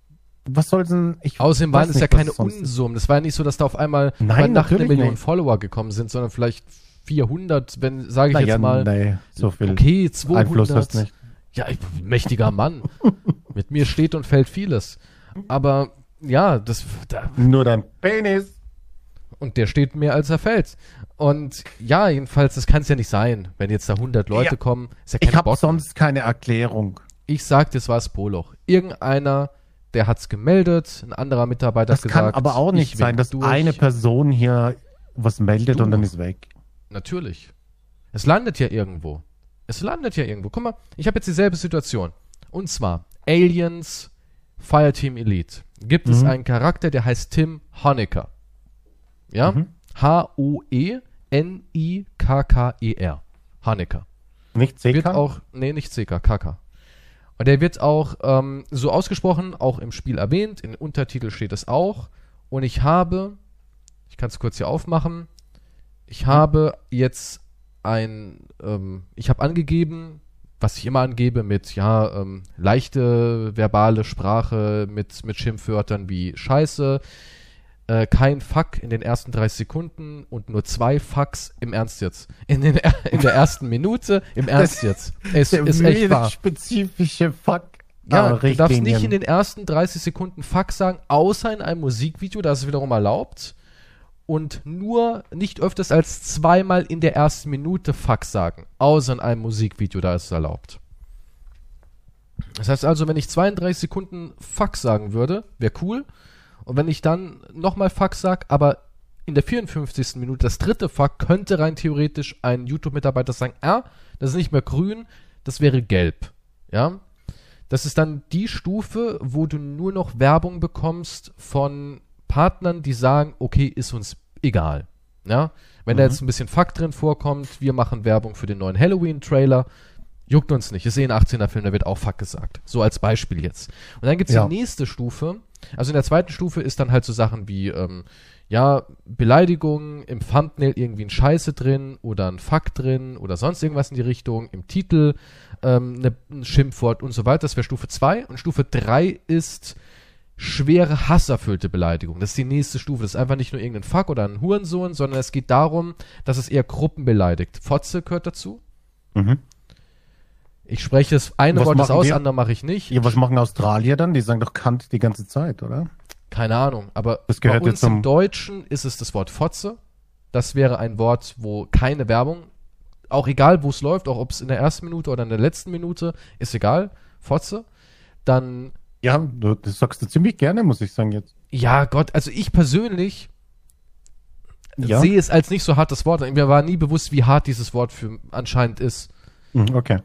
was soll's denn, ich Außerdem weiß waren es nicht, ja was keine sonst ist. Unsummen. Es war ja nicht so, dass da auf einmal Nein, über Nacht eine natürlich Million nicht. Follower gekommen sind, sondern vielleicht 400, wenn, sage ich Na jetzt ja, mal. Nee, so viel Okay, 200. Einfluss hast nicht. Ja, ich bin ein mächtiger Mann. Mit mir steht und fällt vieles. Aber ja, das, da, Nur dein Penis. und der steht mehr als er fällt. Und ja, jedenfalls, das kann es ja nicht sein, wenn jetzt da 100 Leute Ja. kommen. Ist ja kein Ich habe Bock. sonst keine Erklärung. Ich sag, das war das Poloch. Irgendeiner, der hat's gemeldet, ein anderer Mitarbeiter Das hat gesagt. kann aber auch ich nicht wink sein, dass durch. eine Person hier was meldet Du. und dann ist weg. Natürlich. Es landet ja irgendwo. Es landet ja irgendwo. Guck mal, ich habe jetzt dieselbe Situation. Und zwar Aliens Fireteam Elite. Gibt es einen Charakter, der heißt Tim Honecker. Ja? E H-O-E-N-I-K-K-E-R. E Honecker. Nicht Wird CK? auch, nee, nicht CK, KK. Und der wird auch ähm, so ausgesprochen, auch im Spiel erwähnt, in Untertitel steht es auch. Und ich habe, ich kann es kurz hier aufmachen, ich habe jetzt ein, ähm, ich habe angegeben, was ich immer angebe mit, ja, ähm, leichte verbale Sprache mit, mit Schimpfwörtern wie Scheiße, äh, kein Fuck in den ersten 30 Sekunden und nur zwei Fucks im Ernst jetzt. In, den, in der ersten Minute, im Ernst jetzt. Es Der ist echt wahr. spezifische Fuck. Ja, Aber du darfst nicht Richtlinien. in den ersten 30 Sekunden Fuck sagen, außer in einem Musikvideo, das ist wiederum erlaubt. Und nur nicht öfters als zweimal in der ersten Minute Fuck sagen, außer in einem Musikvideo, da ist es erlaubt. Das heißt also, wenn ich 32 Sekunden Fuck sagen würde, wäre cool. Und wenn ich dann nochmal Fuck sag, aber in der 54. Minute das dritte Fuck, könnte rein theoretisch ein YouTube-Mitarbeiter sagen, ah, das ist nicht mehr grün, das wäre gelb. Ja, das ist dann die Stufe, wo du nur noch Werbung bekommst von Partnern, die sagen, okay, ist uns egal. Ja? Wenn da jetzt ein bisschen Fakt drin vorkommt, wir machen Werbung für den neuen Halloween-Trailer, juckt uns nicht. Ist eh ein 18er-Film, da wird auch Fuck gesagt. So als Beispiel jetzt. Und dann gibt es Ja. die nächste Stufe. Also in der zweiten Stufe ist dann halt so Sachen wie, ähm, ja, Beleidigungen, im Thumbnail irgendwie ein Scheiße drin oder ein Fuck drin oder sonst irgendwas in die Richtung, im Titel ähm, ne, ein Schimpfwort und so weiter. Das wäre Stufe 2. Und Stufe 3 ist schwere hasserfüllte Beleidigung. Das ist die nächste Stufe. Das ist einfach nicht nur irgendein Fuck oder ein Hurensohn, sondern es geht darum, dass es eher Gruppen beleidigt. Fotze gehört dazu. Mhm. Ich spreche das eine Was Wort das machen aus, wir? andere mache ich nicht. Ja, was machen Australier dann? Die sagen doch Kant die ganze Zeit, oder? Keine Ahnung, aber Das gehört bei uns jetzt zum- im Deutschen ist es das Wort Fotze. Das wäre ein Wort, wo keine Werbung, auch egal wo es läuft, auch ob es in der ersten Minute oder in der letzten Minute, ist egal, Fotze. Dann, Ja, du, das sagst du ziemlich gerne, muss ich sagen jetzt. ja Gott, also ich persönlich Ja. sehe es als nicht so hartes Wort. Mir war nie bewusst, wie hart dieses Wort für anscheinend ist. Mhm, okay.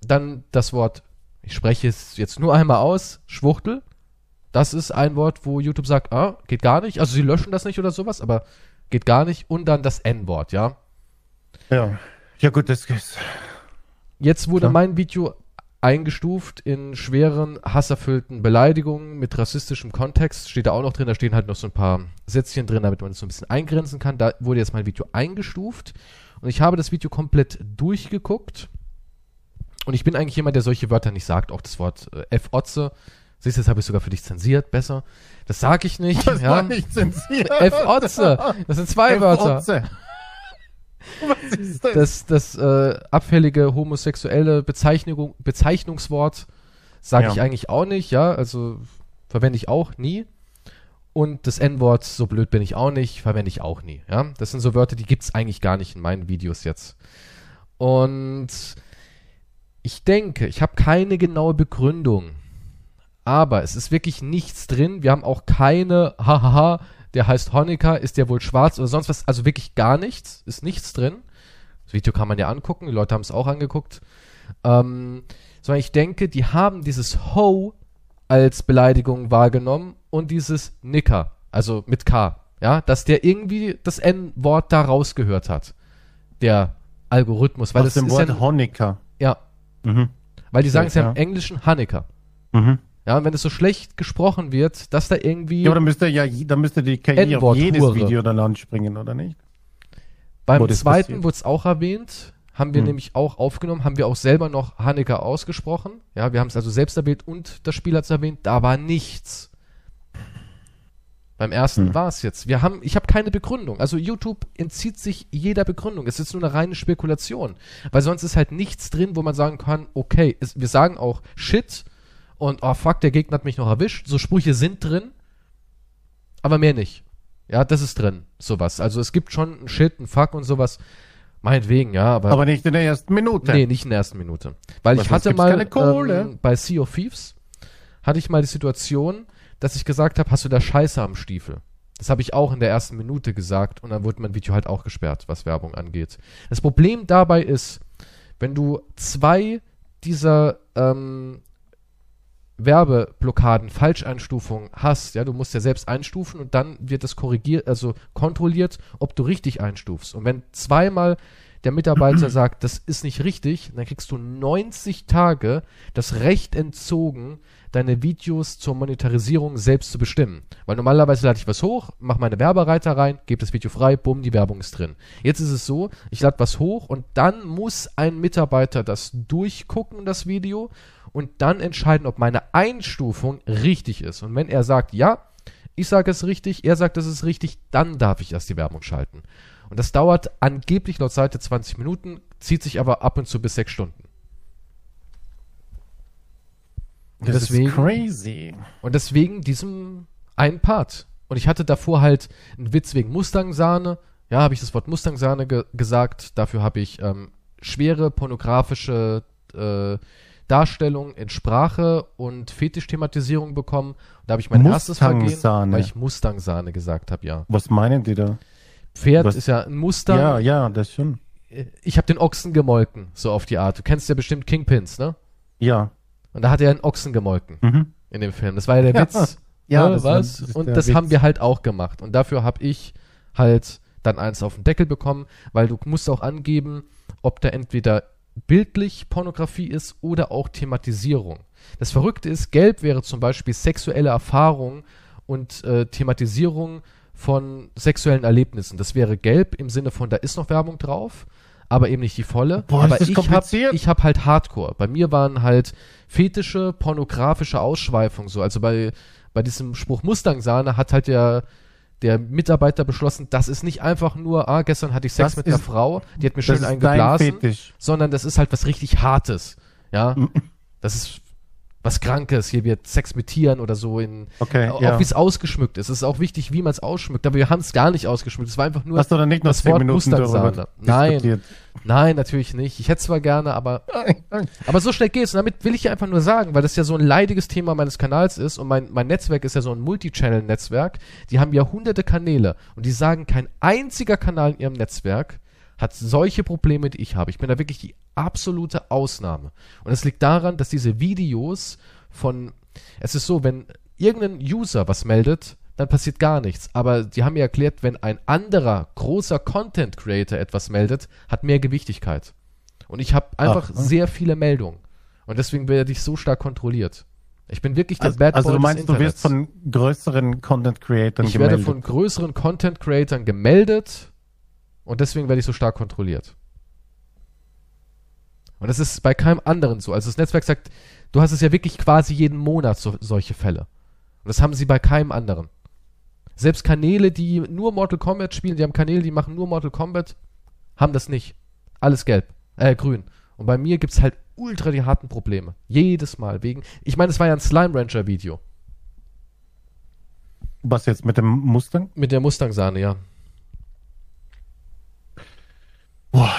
Dann das Wort, ich spreche es jetzt nur einmal aus, Schwuchtel. Das ist ein Wort, wo YouTube sagt, ah, geht gar nicht. Also sie löschen das nicht oder sowas, aber geht gar nicht. Und dann das N-Wort, ja. Ja. Ja, gut, das ist. Jetzt wurde Klar. mein Video eingestuft in schweren, hasserfüllten Beleidigungen mit rassistischem Kontext. Steht da auch noch drin, da stehen halt noch so ein paar Sätzchen drin, damit man es so ein bisschen eingrenzen kann. Da wurde jetzt mein Video eingestuft und ich habe das Video komplett durchgeguckt. Und ich bin eigentlich jemand, der solche Wörter nicht sagt. Auch das Wort äh, F-Otze. Siehst du, das habe ich sogar für dich zensiert. Besser. Das sage ich nicht. Das ja. war nicht zensiert. F-Otze. Das sind zwei Wörter F-Otze. Was ist das, das? das äh, abfällige homosexuelle Bezeichnung, Bezeichnungswort sage Ja. ich eigentlich auch nicht, ja, also verwende ich auch nie. Und das N-Wort, so blöd bin ich auch nicht, verwende ich auch nie, ja. Das sind so Wörter, die gibt's eigentlich gar nicht in meinen Videos jetzt. Und ich denke, ich habe keine genaue Begründung, aber es ist wirklich nichts drin. Wir haben auch keine, hahaha, der heißt Honecker, ist der wohl schwarz oder sonst was, also wirklich gar nichts, ist nichts drin. Das Video kann man ja angucken, die Leute haben es auch angeguckt. Ähm, sondern ich denke, die haben dieses Ho als Beleidigung wahrgenommen und dieses Nicker, also mit K. Ja, dass der irgendwie das N-Wort da rausgehört hat. Der Algorithmus, weil Aus das dem ist Wort ja, Honecker. ja, Mhm. weil die sagen es ja, im Ja. Englischen Hanecker. Mhm. Ja, und wenn es so schlecht gesprochen wird, dass da irgendwie Ja, aber dann müsste ja, je- dann müsste die KI auf N-Wort, jedes Hure. Video dann anspringen, oder nicht? beim wurde es zweiten passiert. wurde es auch erwähnt, haben wir Hm. nämlich auch aufgenommen, haben wir auch selber noch Hanecker ausgesprochen. Ja, wir haben es also selbst erwähnt und das Spiel hat es erwähnt, da war nichts. Beim ersten Hm. war es jetzt. Wir haben, ich habe keine Begründung. Also YouTube entzieht sich jeder Begründung. Es ist nur eine reine Spekulation, weil sonst ist halt nichts drin, wo man sagen kann, okay, es, wir sagen auch Shit und oh fuck, der Gegner hat mich noch erwischt. So Sprüche sind drin, aber mehr nicht. Ja, das ist drin, sowas. Also es gibt schon ein Shit, ein Fuck und sowas. Meinetwegen, ja, aber, Aber nicht in der ersten Minute. nee, nicht in der ersten Minute. Weil Weil ich sonst hatte gibt's mal keine Kohle. Ähm, bei Sea of Thieves hatte ich mal die Situation, dass ich gesagt habe, hast du da Scheiße am Stiefel? Das habe ich auch in der ersten Minute gesagt und dann wurde mein Video halt auch gesperrt, was Werbung angeht. Das Problem dabei ist, wenn du zwei dieser ähm, Werbeblockaden, Falscheinstufungen hast, ja, du musst ja selbst einstufen und dann wird das korrigiert, also kontrolliert, ob du richtig einstufst. Und wenn zweimal der Mitarbeiter sagt, das ist nicht richtig, dann kriegst du 90 Tage das Recht entzogen, deine Videos zur Monetarisierung selbst zu bestimmen. Weil normalerweise lade ich was hoch, mache meine Werbereiter rein, gebe das Video frei, bumm, die Werbung ist drin. Jetzt ist es so, ich lade was hoch und dann muss ein Mitarbeiter das durchgucken, das Video, und dann entscheiden, ob meine Einstufung richtig ist. Und wenn er sagt, ja, ich sage es richtig, er sagt, es ist richtig, dann darf ich erst die Werbung schalten. Und das dauert angeblich laut Seite 20 Minuten, zieht sich aber ab und zu bis 6 Stunden. das deswegen- ist crazy. Und deswegen diesem einen Part. Und ich hatte davor halt einen Witz wegen Mustang-Sahne. Ja, habe ich das Wort Mustang-Sahne ge gesagt. Dafür habe ich ähm, schwere pornografische äh, Darstellung in Sprache und Fetischthematisierung bekommen. Und da habe ich mein erstes Vergehen, Mustang-Sahne. weil ich Mustang-Sahne gesagt habe, ja. Was meinen die da? Pferd Was- ist ja ein Mustang. Äh, ja, ja, das schon. Ich habe den Ochsen gemolken, so auf die Art. Du kennst ja bestimmt Kingpins, ne? Ja. Und da hat er einen Ochsen gemolken Mhm. in dem Film. Das war ja der Ja. Witz. Ja, Ja, das Ne, was? ist- das ist und der das Witz. haben wir halt auch gemacht. Und dafür habe ich halt dann eins auf den Deckel bekommen, weil du musst auch angeben, ob da entweder bildlich Pornografie ist oder auch Thematisierung. Das Verrückte ist, gelb wäre zum Beispiel sexuelle Erfahrung und äh, Thematisierung von sexuellen Erlebnissen. Das wäre gelb im Sinne von, da ist noch Werbung drauf, aber eben nicht die volle. Boah, aber ist das ich kompliziert. Hab, ich habe halt Hardcore. Bei mir waren halt fetische, pornografische Ausschweifungen so. Also bei, bei diesem Spruch Mustang-Sahne hat halt der, der Mitarbeiter beschlossen, das ist nicht einfach nur, ah, gestern hatte ich Sex Das mit ist- einer Frau, die hat mir schön Das ist dein eingeblasen Fetisch. sondern das ist halt was richtig Hartes. Ja, das ist was Krankes. Hier wird Sex mit Tieren oder so in. Okay, Auch Äh, ja. wie es ausgeschmückt ist. Es ist auch wichtig, wie man es ausschmückt. Aber wir haben es gar nicht ausgeschmückt. Es war einfach nur. Hast du dann nicht noch das zehn Wort Minuten darüber Mustang-Sahne. Nein. diskutiert? Also, Nein, natürlich nicht. Ich hätte es zwar gerne, aber. Aber so schnell geht's. Und damit will ich ja einfach nur sagen, weil das ja so ein leidiges Thema meines Kanals ist und mein, mein Netzwerk ist ja so ein Multichannel-Netzwerk. Die haben ja hunderte Kanäle und die sagen, kein einziger Kanal in ihrem Netzwerk hat solche Probleme, die ich habe. Ich bin da wirklich die absolute Ausnahme. Und es liegt daran, dass diese Videos von, es ist so, wenn irgendein User was meldet, dann passiert gar nichts. Aber die haben mir erklärt, wenn ein anderer großer Content Creator etwas meldet, hat mehr Gewichtigkeit. Und ich habe einfach Ach, ne? sehr viele Meldungen. Und deswegen werde ich so stark kontrolliert. Ich bin wirklich der Also, Bad Boy also du des meinst, du wirst Internets. von größeren Content-Creatern Ich gemeldet? werde von größeren Content Creatern gemeldet und deswegen werde ich so stark kontrolliert. Und das ist bei keinem anderen so. Also das Netzwerk sagt, du hast es ja wirklich quasi jeden Monat so, solche Fälle. Und das haben sie bei keinem anderen. Selbst Kanäle, die nur Mortal Kombat spielen, die haben Kanäle, die machen nur Mortal Kombat, haben das nicht. Alles gelb, äh, grün. Und bei mir gibt's halt ultra die harten Probleme. Jedes Mal wegen. Ich meine, es war ja ein Slime Rancher Video. Was jetzt mit dem Mustang? Mit der Mustang-Sahne, ja. Boah.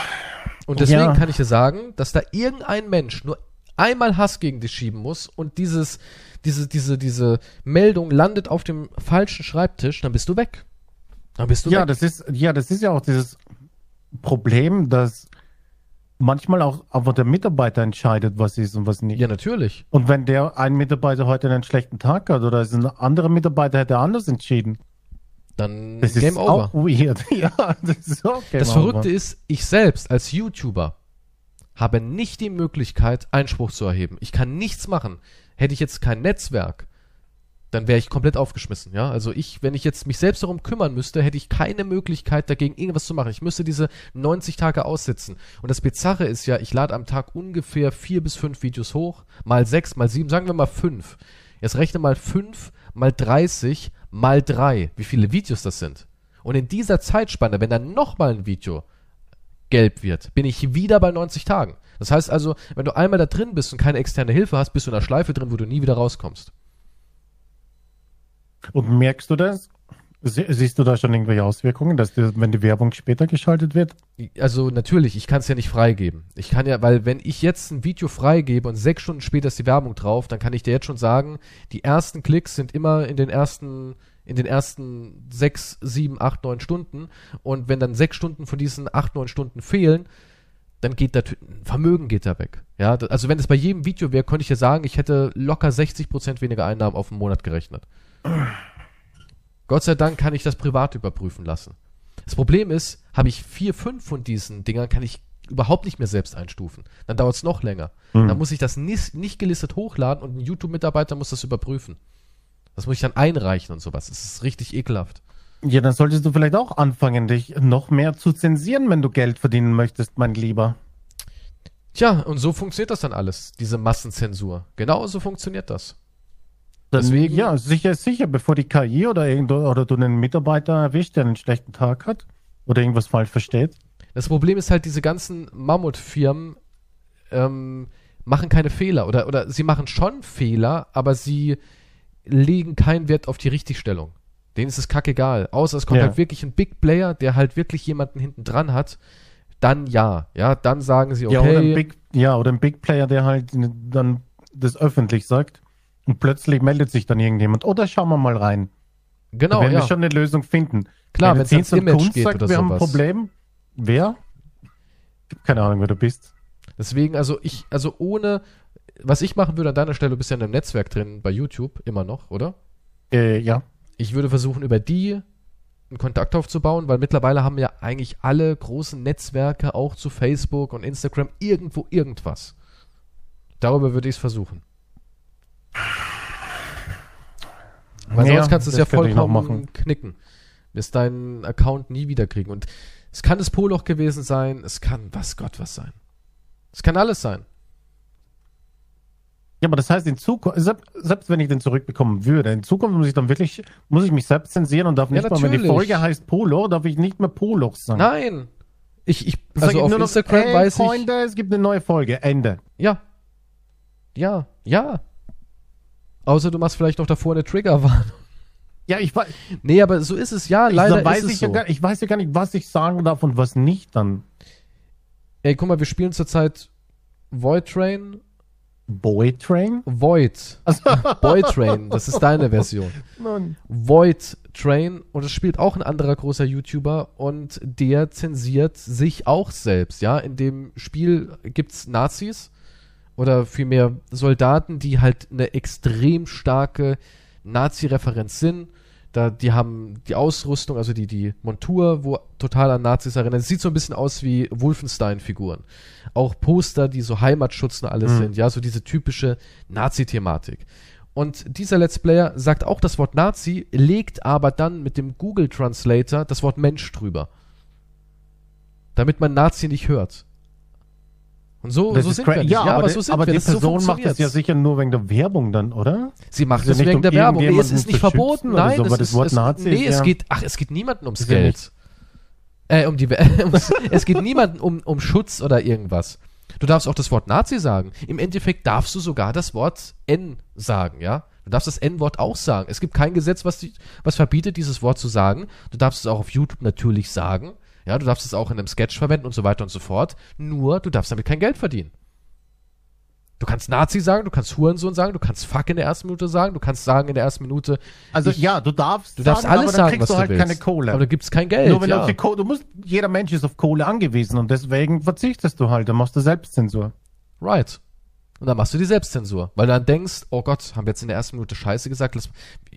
Und deswegen Ja. kann ich dir sagen, dass da irgendein Mensch nur einmal Hass gegen dich schieben muss und dieses, diese, diese, diese Meldung landet auf dem falschen Schreibtisch, dann bist du weg. Dann bist du ja, weg. das ist, ja, das ist ja auch dieses Problem, dass manchmal auch einfach der Mitarbeiter entscheidet, was ist und was nicht. ja, natürlich. Und wenn der ein Mitarbeiter heute einen schlechten Tag hat oder ist ein anderer Mitarbeiter hätte anders entschieden. Dann Das ist Game Over. auch weird. Ja, das ist auch Game Das Over. Verrückte ist, ich selbst als YouTuber habe nicht die Möglichkeit, Einspruch zu erheben. Ich kann nichts machen. Hätte ich jetzt kein Netzwerk, dann wäre ich komplett aufgeschmissen, ja. Also ich, wenn ich jetzt mich selbst darum kümmern müsste, hätte ich keine Möglichkeit, dagegen irgendwas zu machen. Ich müsste diese 90 Tage aussitzen. Und das Bizarre ist ja, ich lade am Tag ungefähr vier bis fünf Videos hoch, mal sechs, mal sieben, sagen wir mal fünf. Jetzt rechne mal fünf, mal 30, mal drei, wie viele Videos das sind. Und in dieser Zeitspanne, wenn dann nochmal ein Video gelb wird, bin ich wieder bei 90 Tagen. Das heißt also, wenn du einmal da drin bist und keine externe Hilfe hast, bist du in einer Schleife drin, wo du nie wieder rauskommst. Und merkst du das? Sie- Siehst du da schon irgendwelche Auswirkungen, dass die, wenn die Werbung später geschaltet wird? Also natürlich, ich kann es ja nicht freigeben. Ich kann ja, weil wenn ich jetzt ein Video freigebe und sechs Stunden später ist die Werbung drauf, dann kann ich dir jetzt schon sagen, die ersten Klicks sind immer in den ersten in den ersten sechs, sieben, acht, neun Stunden. Und wenn dann sechs Stunden von diesen acht, neun Stunden fehlen, dann geht da Vermögen geht da weg. Ja, da- also wenn es bei jedem Video wäre, könnte ich dir sagen, ich hätte locker 60 Prozent weniger Einnahmen auf den Monat gerechnet. Gott sei Dank kann ich das privat überprüfen lassen. Das Problem ist, habe ich vier, fünf von diesen Dingern, kann ich überhaupt nicht mehr selbst einstufen. Dann dauert es noch länger. Dann muss ich das nicht, nicht gelistet hochladen und ein YouTube-Mitarbeiter muss das überprüfen. Das muss ich dann einreichen und sowas. Es ist richtig ekelhaft. Ja, dann solltest du vielleicht auch anfangen, dich noch mehr zu zensieren, wenn du Geld verdienen möchtest, mein Lieber. Tja, und so funktioniert das dann alles, diese Massenzensur. Genau so funktioniert das. Dann, Deswegen- Ja, sicher, ist sicher, bevor die KI oder, irgend, oder du einen Mitarbeiter erwischt, der einen schlechten Tag hat oder irgendwas falsch versteht. Das Problem ist halt, diese ganzen Mammutfirmen ähm, machen keine Fehler oder, oder sie machen schon Fehler, aber sie legen keinen Wert auf die Richtigstellung. Denen ist es kackegal. Außer es kommt Ja. halt wirklich ein Big Player, der halt wirklich jemanden hinten dran hat, dann ja. Ja, dann sagen sie, okay. Ja, oder ein Big, ja, oder ein Big Player, der halt dann das öffentlich sagt. Und plötzlich meldet sich dann irgendjemand. Oder schauen wir mal rein. genau, werden ja. wir schon eine Lösung finden. Klar, Wenn wenn's ans Dienst und Image Kunst geht sagt, oder wir haben ein sowas. Problem. Wer? Ich hab keine Ahnung, wer du bist. Deswegen, also ich, also ohne, was ich machen würde an deiner Stelle, du bist ja in einem Netzwerk drin, bei YouTube, immer noch, oder? Äh, ja. ich würde versuchen, über die einen Kontakt aufzubauen, weil mittlerweile haben ja eigentlich alle großen Netzwerke auch zu Facebook und Instagram irgendwo irgendwas. Darüber würde ich es versuchen. Weil Ja, sonst kannst du es das ja könnte ich noch vollkommen machen. knicken. Wirst deinen Account nie wiederkriegen. Und es kann das Poloch gewesen sein, es kann was Gott was sein. Es kann alles sein. Ja, aber das heißt, in Zukunft, selbst, selbst wenn ich den zurückbekommen würde, in Zukunft muss ich dann wirklich, muss ich mich selbst zensieren und darf Ja, nicht mal, wenn die natürlich. Folge heißt Polo, darf ich nicht mehr Poloch sagen. Nein! Ich, ich, Dann sag also ich auf nur noch, Instagram ey, weiß ich. Freunde, es gibt eine neue Folge. Ende. Ja. Ja. Ja. Außer du machst vielleicht noch davor eine Triggerwarnung. Ja, ich, wei- Nee, aber so ist es. Ja, ich, leider dann weiß ist es ich, so. ja gar, ich weiß ja gar nicht, was ich sagen darf und was nicht dann. Ey, guck mal, wir spielen zurzeit Void Train. Boy Train? Void. Boy Train. Das ist deine Version. Nein. Void Train. Und es spielt auch ein anderer großer YouTuber. Und der zensiert sich auch selbst. Ja, in dem Spiel gibt's Nazis. oder vielmehr Soldaten, die halt eine extrem starke Nazi-Referenz sind. Da, die haben die Ausrüstung, also die, die Montur, wo total an Nazis erinnert. Es sieht so ein bisschen aus wie Wolfenstein-Figuren. Auch Poster, die so Heimatschutz und alles Mhm. sind, ja, so diese typische Nazi-Thematik. Und dieser Let's Player sagt auch das Wort Nazi, legt aber dann mit dem Google Translator das Wort Mensch drüber. Damit man Nazi nicht hört. Und so, Das so ist sind cra- wir nicht. Ja, aber, so die- sind aber wir. die Das- so Person macht das funktioniert's. ja sicher nur wegen der Werbung dann, oder? Sie macht Also es nicht, wegen um der Werbung. Nee, es irgendjemanden ist nicht zu verboten. schützen oder Nein, so, es aber das ist, Wort es, Nazi nee, ist es ja- geht, ach, es geht niemanden ums Ist ja Geld. Äh, um die, We- ums, es geht niemanden um, um Schutz oder irgendwas. Du darfst auch das Wort Nazi sagen. Im Endeffekt darfst du sogar das Wort N sagen, ja? Du darfst das N-Wort auch sagen. Es gibt kein Gesetz, was, die, was verbietet, dieses Wort zu sagen. Du darfst es auch auf YouTube natürlich sagen. Ja, du darfst es auch in einem Sketch verwenden und so weiter und so fort. Nur, du darfst damit kein Geld verdienen. Du kannst Nazi sagen, du kannst Hurensohn sagen, du kannst Fuck in der ersten Minute sagen, du kannst sagen in der ersten Minute, Also ja, du darfst du darfst alles aber dann sagen, kriegst was du halt du willst. keine Kohle. Aber du gibst kein Geld. Nur wenn du, ja. auf die Kohle, du musst, jeder Mensch ist auf Kohle angewiesen und deswegen verzichtest du halt, dann machst du Selbstzensur. Right. Und dann machst du die Selbstzensur, weil du dann denkst, oh Gott, haben wir jetzt in der ersten Minute Scheiße gesagt, lass,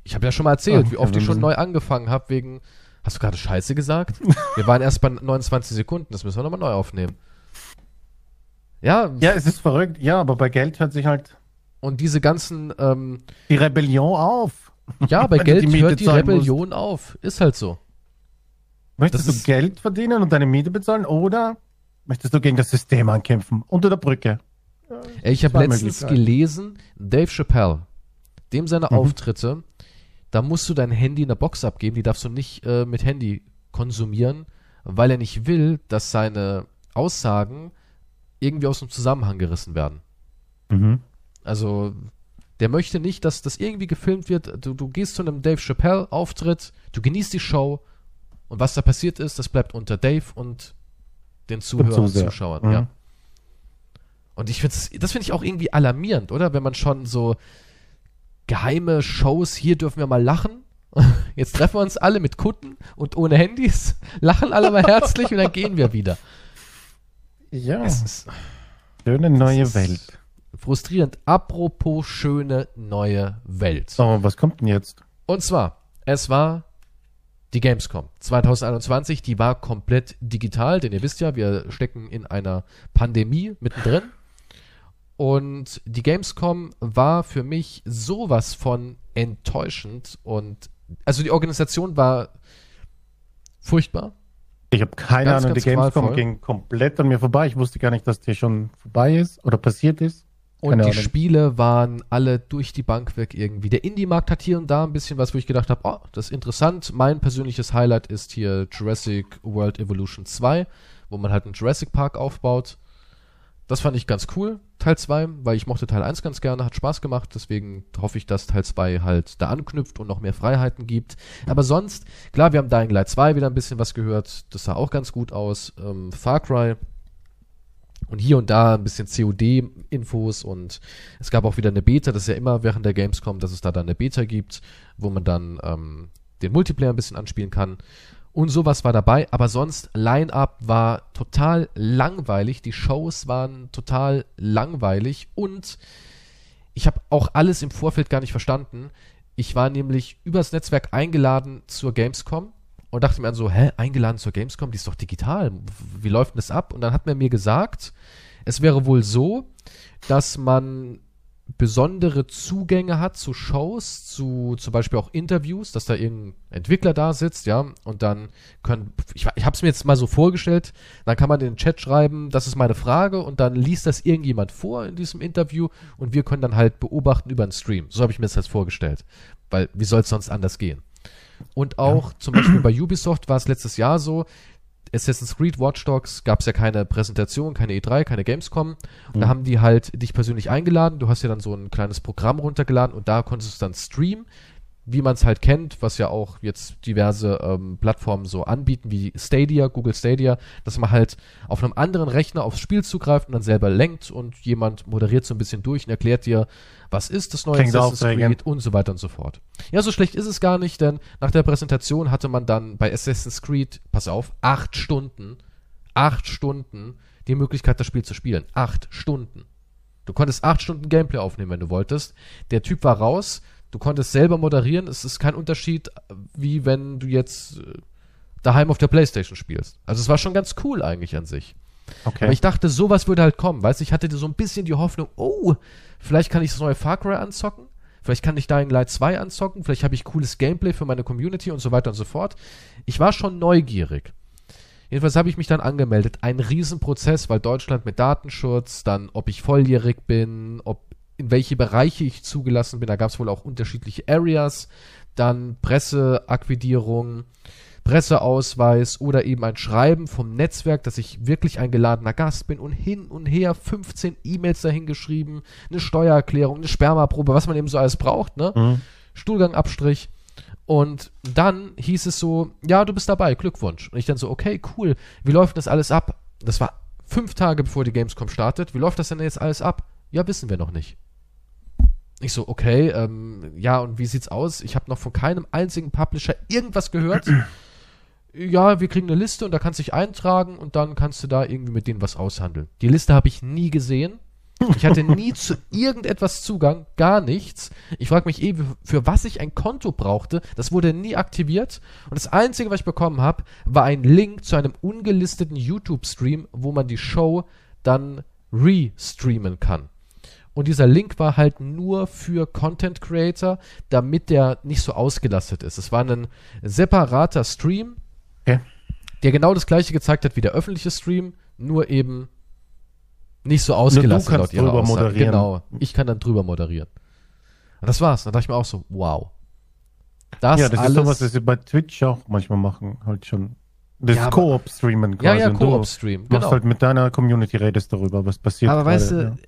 Ich habe ja schon mal erzählt, Ah, wie oft ja, ich schon Wahnsinn. neu angefangen habe wegen. Hast du gerade Scheiße gesagt? Wir waren erst bei 29 Sekunden, das müssen wir nochmal neu aufnehmen. Ja, Ja, es ist verrückt. Ja, aber bei Geld hört sich halt und diese ganzen, ähm, die Rebellion auf. ja, bei Wenn du die Geld Miete hört die zahlen Rebellion auf. Ist halt so. Möchtest Das du ist- Geld verdienen und deine Miete bezahlen oder möchtest du gegen das System ankämpfen? Unter der Brücke. Ey, Ich habe Zwei letztens Möglichkeiten. gelesen, Dave Chappelle, dem seine Mhm. Auftritte, da musst du dein Handy in der Box abgeben, die darfst du nicht äh, mit Handy konsumieren, weil er nicht will, dass seine Aussagen irgendwie aus dem Zusammenhang gerissen werden. Mhm. Also der möchte nicht, dass das irgendwie gefilmt wird. Du, du gehst zu einem Dave Chappelle-Auftritt, du genießt die Show und was da passiert ist, das bleibt unter Dave und den Zuhörern und Zuseher. Zuschauern. Mhm. Ja. Und ich find's, das finde ich auch irgendwie alarmierend, oder? Wenn man schon so geheime Shows, hier dürfen wir mal lachen. Jetzt treffen wir uns alle mit Kutten und ohne Handys, lachen alle mal herzlich und dann gehen wir wieder. Ja, Es ist schöne neue ist- Welt. frustrierend. Apropos schöne neue Welt. So, was kommt denn jetzt? Und zwar, es war die Gamescom 2021, die war komplett digital, denn ihr wisst ja, wir stecken in einer Pandemie mittendrin. Und die Gamescom war für mich sowas von enttäuschend und also die Organisation war furchtbar. Ich habe keine Ganz, Ahnung, ganz die Gamescom qualvoll. ging komplett an mir vorbei. Ich wusste gar nicht, dass die schon vorbei ist oder passiert ist. Und Keine die Ahnung. Spiele waren alle durch die Bank weg irgendwie. Der Indie-Markt hat hier und da ein bisschen was, wo ich gedacht habe, oh, das ist interessant. Mein persönliches Highlight ist hier Jurassic World Evolution 2, wo man halt einen Jurassic Park aufbaut. Das fand ich ganz cool, Teil 2, weil ich mochte Teil 1 ganz gerne, hat Spaß gemacht. Deswegen hoffe ich, dass Teil 2 halt da anknüpft und noch mehr Freiheiten gibt. Aber sonst, klar, wir haben Dying Light 2 wieder ein bisschen was gehört. Das sah auch ganz gut aus. Ähm, Far Cry und hier und da ein bisschen COD-Infos und es gab auch wieder eine Beta, das ist ja immer während der Gamescom, dass es da dann eine Beta gibt, wo man dann ähm, den Multiplayer ein bisschen anspielen kann. Und sowas war dabei, aber sonst Line-Up war total langweilig, die Shows waren total langweilig und ich habe auch alles im Vorfeld gar nicht verstanden. Ich war nämlich übers Netzwerk eingeladen zur Gamescom und dachte mir dann so, hä, eingeladen zur Gamescom, die ist doch digital. Wie läuft denn das ab? Und dann hat man mir gesagt, es wäre wohl so, dass man besondere Zugänge hat zu Shows, zu zum Beispiel auch Interviews, dass da irgendein Entwickler da sitzt, ja, und dann können, ich, wa- ich habe es mir jetzt mal so vorgestellt, dann kann man in den Chat schreiben, das ist meine Frage und dann liest das irgendjemand vor in diesem Interview und wir können dann halt beobachten über den Stream. So habe ich mir das jetzt vorgestellt, weil wie soll es sonst anders gehen? Und auch zum Beispiel bei Ubisoft war es letztes Jahr so, Assassin's Creed Watch Dogs gab es ja keine Präsentation, keine E3, keine Gamescom. Und Mhm. Da haben die halt dich persönlich eingeladen. Du hast ja dann so ein kleines Programm runtergeladen und da konntest du es dann streamen, wie man es halt kennt, was ja auch jetzt diverse ähm, Plattformen so anbieten, wie Stadia, Google Stadia, dass man halt auf einem anderen Rechner aufs Spiel zugreift und dann selber lenkt und jemand moderiert so ein bisschen durch und erklärt dir, was ist das neue Klingt aufregend. und so weiter und so fort. Ja, so schlecht ist es gar nicht, denn nach der Präsentation hatte man dann bei Assassin's Creed, pass auf, acht Stunden, acht Stunden die Möglichkeit, das Spiel zu spielen. Acht Stunden. Du konntest acht Stunden Gameplay aufnehmen, wenn du wolltest. Der Typ war raus, du konntest selber moderieren. Es ist kein Unterschied, wie wenn du jetzt äh, daheim auf der Playstation spielst. Also es war schon ganz cool eigentlich an sich. Okay. Aber ich dachte, sowas würde halt kommen. Weißt du, ich hatte so ein bisschen die Hoffnung, oh, vielleicht kann ich das neue Far Cry anzocken. Vielleicht kann ich Dying Light 2 anzocken. Vielleicht habe ich cooles Gameplay für meine Community und so weiter und so fort. Ich war schon neugierig. Jedenfalls habe ich mich dann angemeldet. Ein Riesenprozess, weil Deutschland mit Datenschutz, dann ob ich volljährig bin, ob in welche Bereiche ich zugelassen bin. Da gab es wohl auch unterschiedliche Areas. Dann Presseakquidierung, Presseausweis oder eben ein Schreiben vom Netzwerk, dass ich wirklich ein geladener Gast bin und hin und her 15 E-Mails dahin geschrieben, eine Steuererklärung, eine Spermaprobe, was man eben so alles braucht, ne? Mhm. Stuhlgangabstrich. Und dann hieß es so, ja, du bist dabei, Glückwunsch. Und ich dann so, okay, cool, wie läuft das alles ab? Das war fünf Tage bevor die Gamescom startet. Wie läuft das denn jetzt alles ab? Ja, wissen wir noch nicht. Ich so, okay, ähm, ja, und wie sieht's aus? Ich habe noch von keinem einzigen Publisher irgendwas gehört. ja, wir kriegen eine Liste und da kannst du dich eintragen und dann kannst du da irgendwie mit denen was aushandeln. Die Liste habe ich nie gesehen. Ich hatte nie zu irgendetwas Zugang, gar nichts. Ich frage mich eh, für was ich ein Konto brauchte. Das wurde nie aktiviert. Und das Einzige, was ich bekommen habe, war ein Link zu einem ungelisteten YouTube-Stream, wo man die Show dann restreamen kann. Und dieser Link war halt nur für Content Creator, damit der nicht so ausgelastet ist. Es war ein separater Stream, Okay. der genau das gleiche gezeigt hat wie der öffentliche Stream, nur eben nicht so du ausgelassen kannst ihrer drüber Aussage. moderieren. Genau, ich kann dann drüber moderieren. Und das war's. Da dachte ich mir auch so, wow. Das, ja, das alles, ist sowas, das sie bei Twitch auch manchmal machen, halt schon. Das Ja, ist aber- Koop-Streamen ja, quasi. ja, und du Koop-Stream, Machst genau. halt mit deiner Community, redest darüber, was passiert. Aber weißt du, gerade, ja.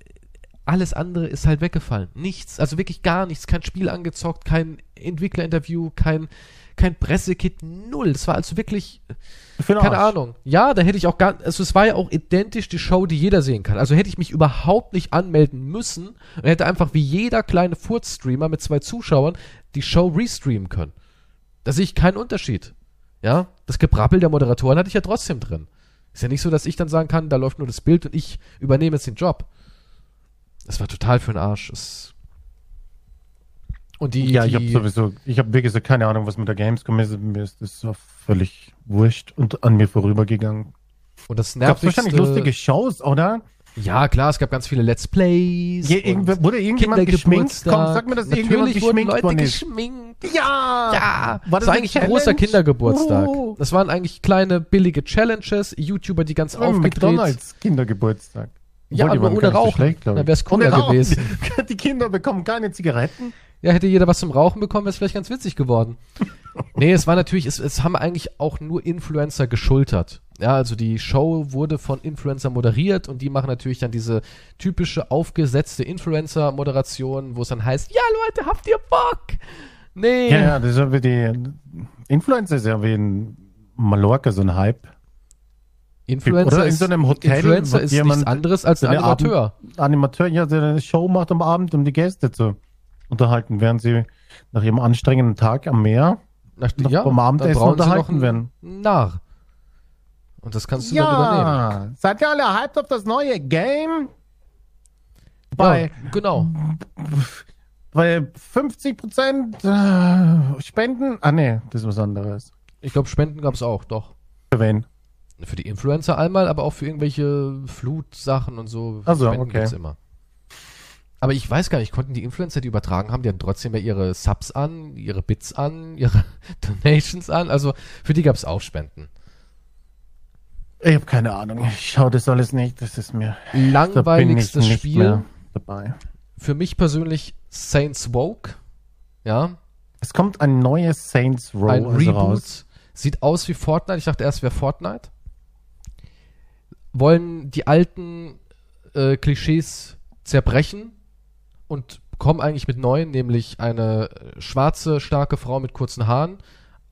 alles andere ist halt weggefallen. Nichts, also wirklich gar nichts. Kein Spiel angezockt, kein Entwicklerinterview, kein, kein Pressekit, null. Das war also wirklich, Für den keine Arsch. Ahnung. Ja, da hätte ich auch gar, also es war ja auch identisch die Show, die jeder sehen kann. Also hätte ich mich überhaupt nicht anmelden müssen und hätte einfach wie jeder kleine Furz-Streamer mit zwei Zuschauern die Show restreamen können. Da sehe ich keinen Unterschied. Ja, das Gebrabbel der Moderatoren hatte ich ja trotzdem drin. Ist ja nicht so, dass ich dann sagen kann, da läuft nur das Bild und ich übernehme jetzt den Job. Das war total für den Arsch. Es und die, Ja, die ich habe sowieso, ich habe wie gesagt keine Ahnung, was mit der Gamescom ist. Mir ist das so völlig wurscht und an mir vorübergegangen. und das Gab es nervigste, wahrscheinlich lustige Shows, oder? Ja, klar, es gab ganz viele Let's Plays. Je, und- irgendwer, wurde irgendjemand geschminkt? Kindergeburtstag. Komm, sag mir, dass irgendjemand Natürlich wurden geschminkt Leute worden ist. geschminkt. Ja! Ja, War das war eigentlich ein eine großer Challenge? Kindergeburtstag. Oh, Das waren eigentlich kleine billige Challenges, YouTuber, die ganz oh, aufgedreht. McDonalds Kindergeburtstag. Ja, Obwohl, die aber waren ohne gar nicht so Rauchen. schlecht, glaub Dann ich. wär's cooler Ohne Rauchen. gewesen. Die, die Kinder bekommen keine Zigaretten. Ja, hätte jeder was zum Rauchen bekommen, wäre es vielleicht ganz witzig geworden. nee, es war natürlich, es, es haben eigentlich auch nur Influencer geschultert. Ja, also die Show wurde von Influencer moderiert und die machen natürlich dann diese typische aufgesetzte Influencer-Moderation, wo es dann heißt, ja Leute, habt ihr Bock? Nee. Ja, ja, das ist ja wie die Influencer ist ja wie in Mallorca so ein Hype. Influencer Oder in ist, so einem Hotel Influencer wird ist jemand- nichts anderes als so ein eine Animateur. Animateur, ja, der eine Show macht am Abend, um die Gäste zu unterhalten, während sie nach ihrem anstrengenden Tag am Meer Nach, noch beim Abendessen unterhalten werden. Narr. Und das kannst du dann übernehmen. seid ihr alle hyped auf das neue Game? Ja, Bei, genau. bei 50% äh, Spenden? Ah, nee, das ist was anderes. Ich glaube, Spenden gab es auch, doch. Für wen? Für die Influencer einmal, aber auch für irgendwelche Flutsachen und so. Ach so, Spenden okay. gibt's immer. Aber ich weiß gar nicht, konnten die Influencer, die übertragen haben, die hatten trotzdem ja ihre Subs an, ihre Bits an, ihre Donations an. Also für die gab es auch Spenden. Ich habe keine Ahnung. Ich schaue das alles nicht. Das ist mir. Da bin ich Langweiligstes nicht Spiel. mehr dabei. Für mich persönlich Saints Woke. Ja, Es kommt ein neues Saints Row ein also Reboot. raus. Sieht aus wie Fortnite. Ich dachte erst, wäre Fortnite. Wollen die alten äh, Klischees zerbrechen und kommen eigentlich mit neuen, nämlich eine äh, schwarze, starke Frau mit kurzen Haaren,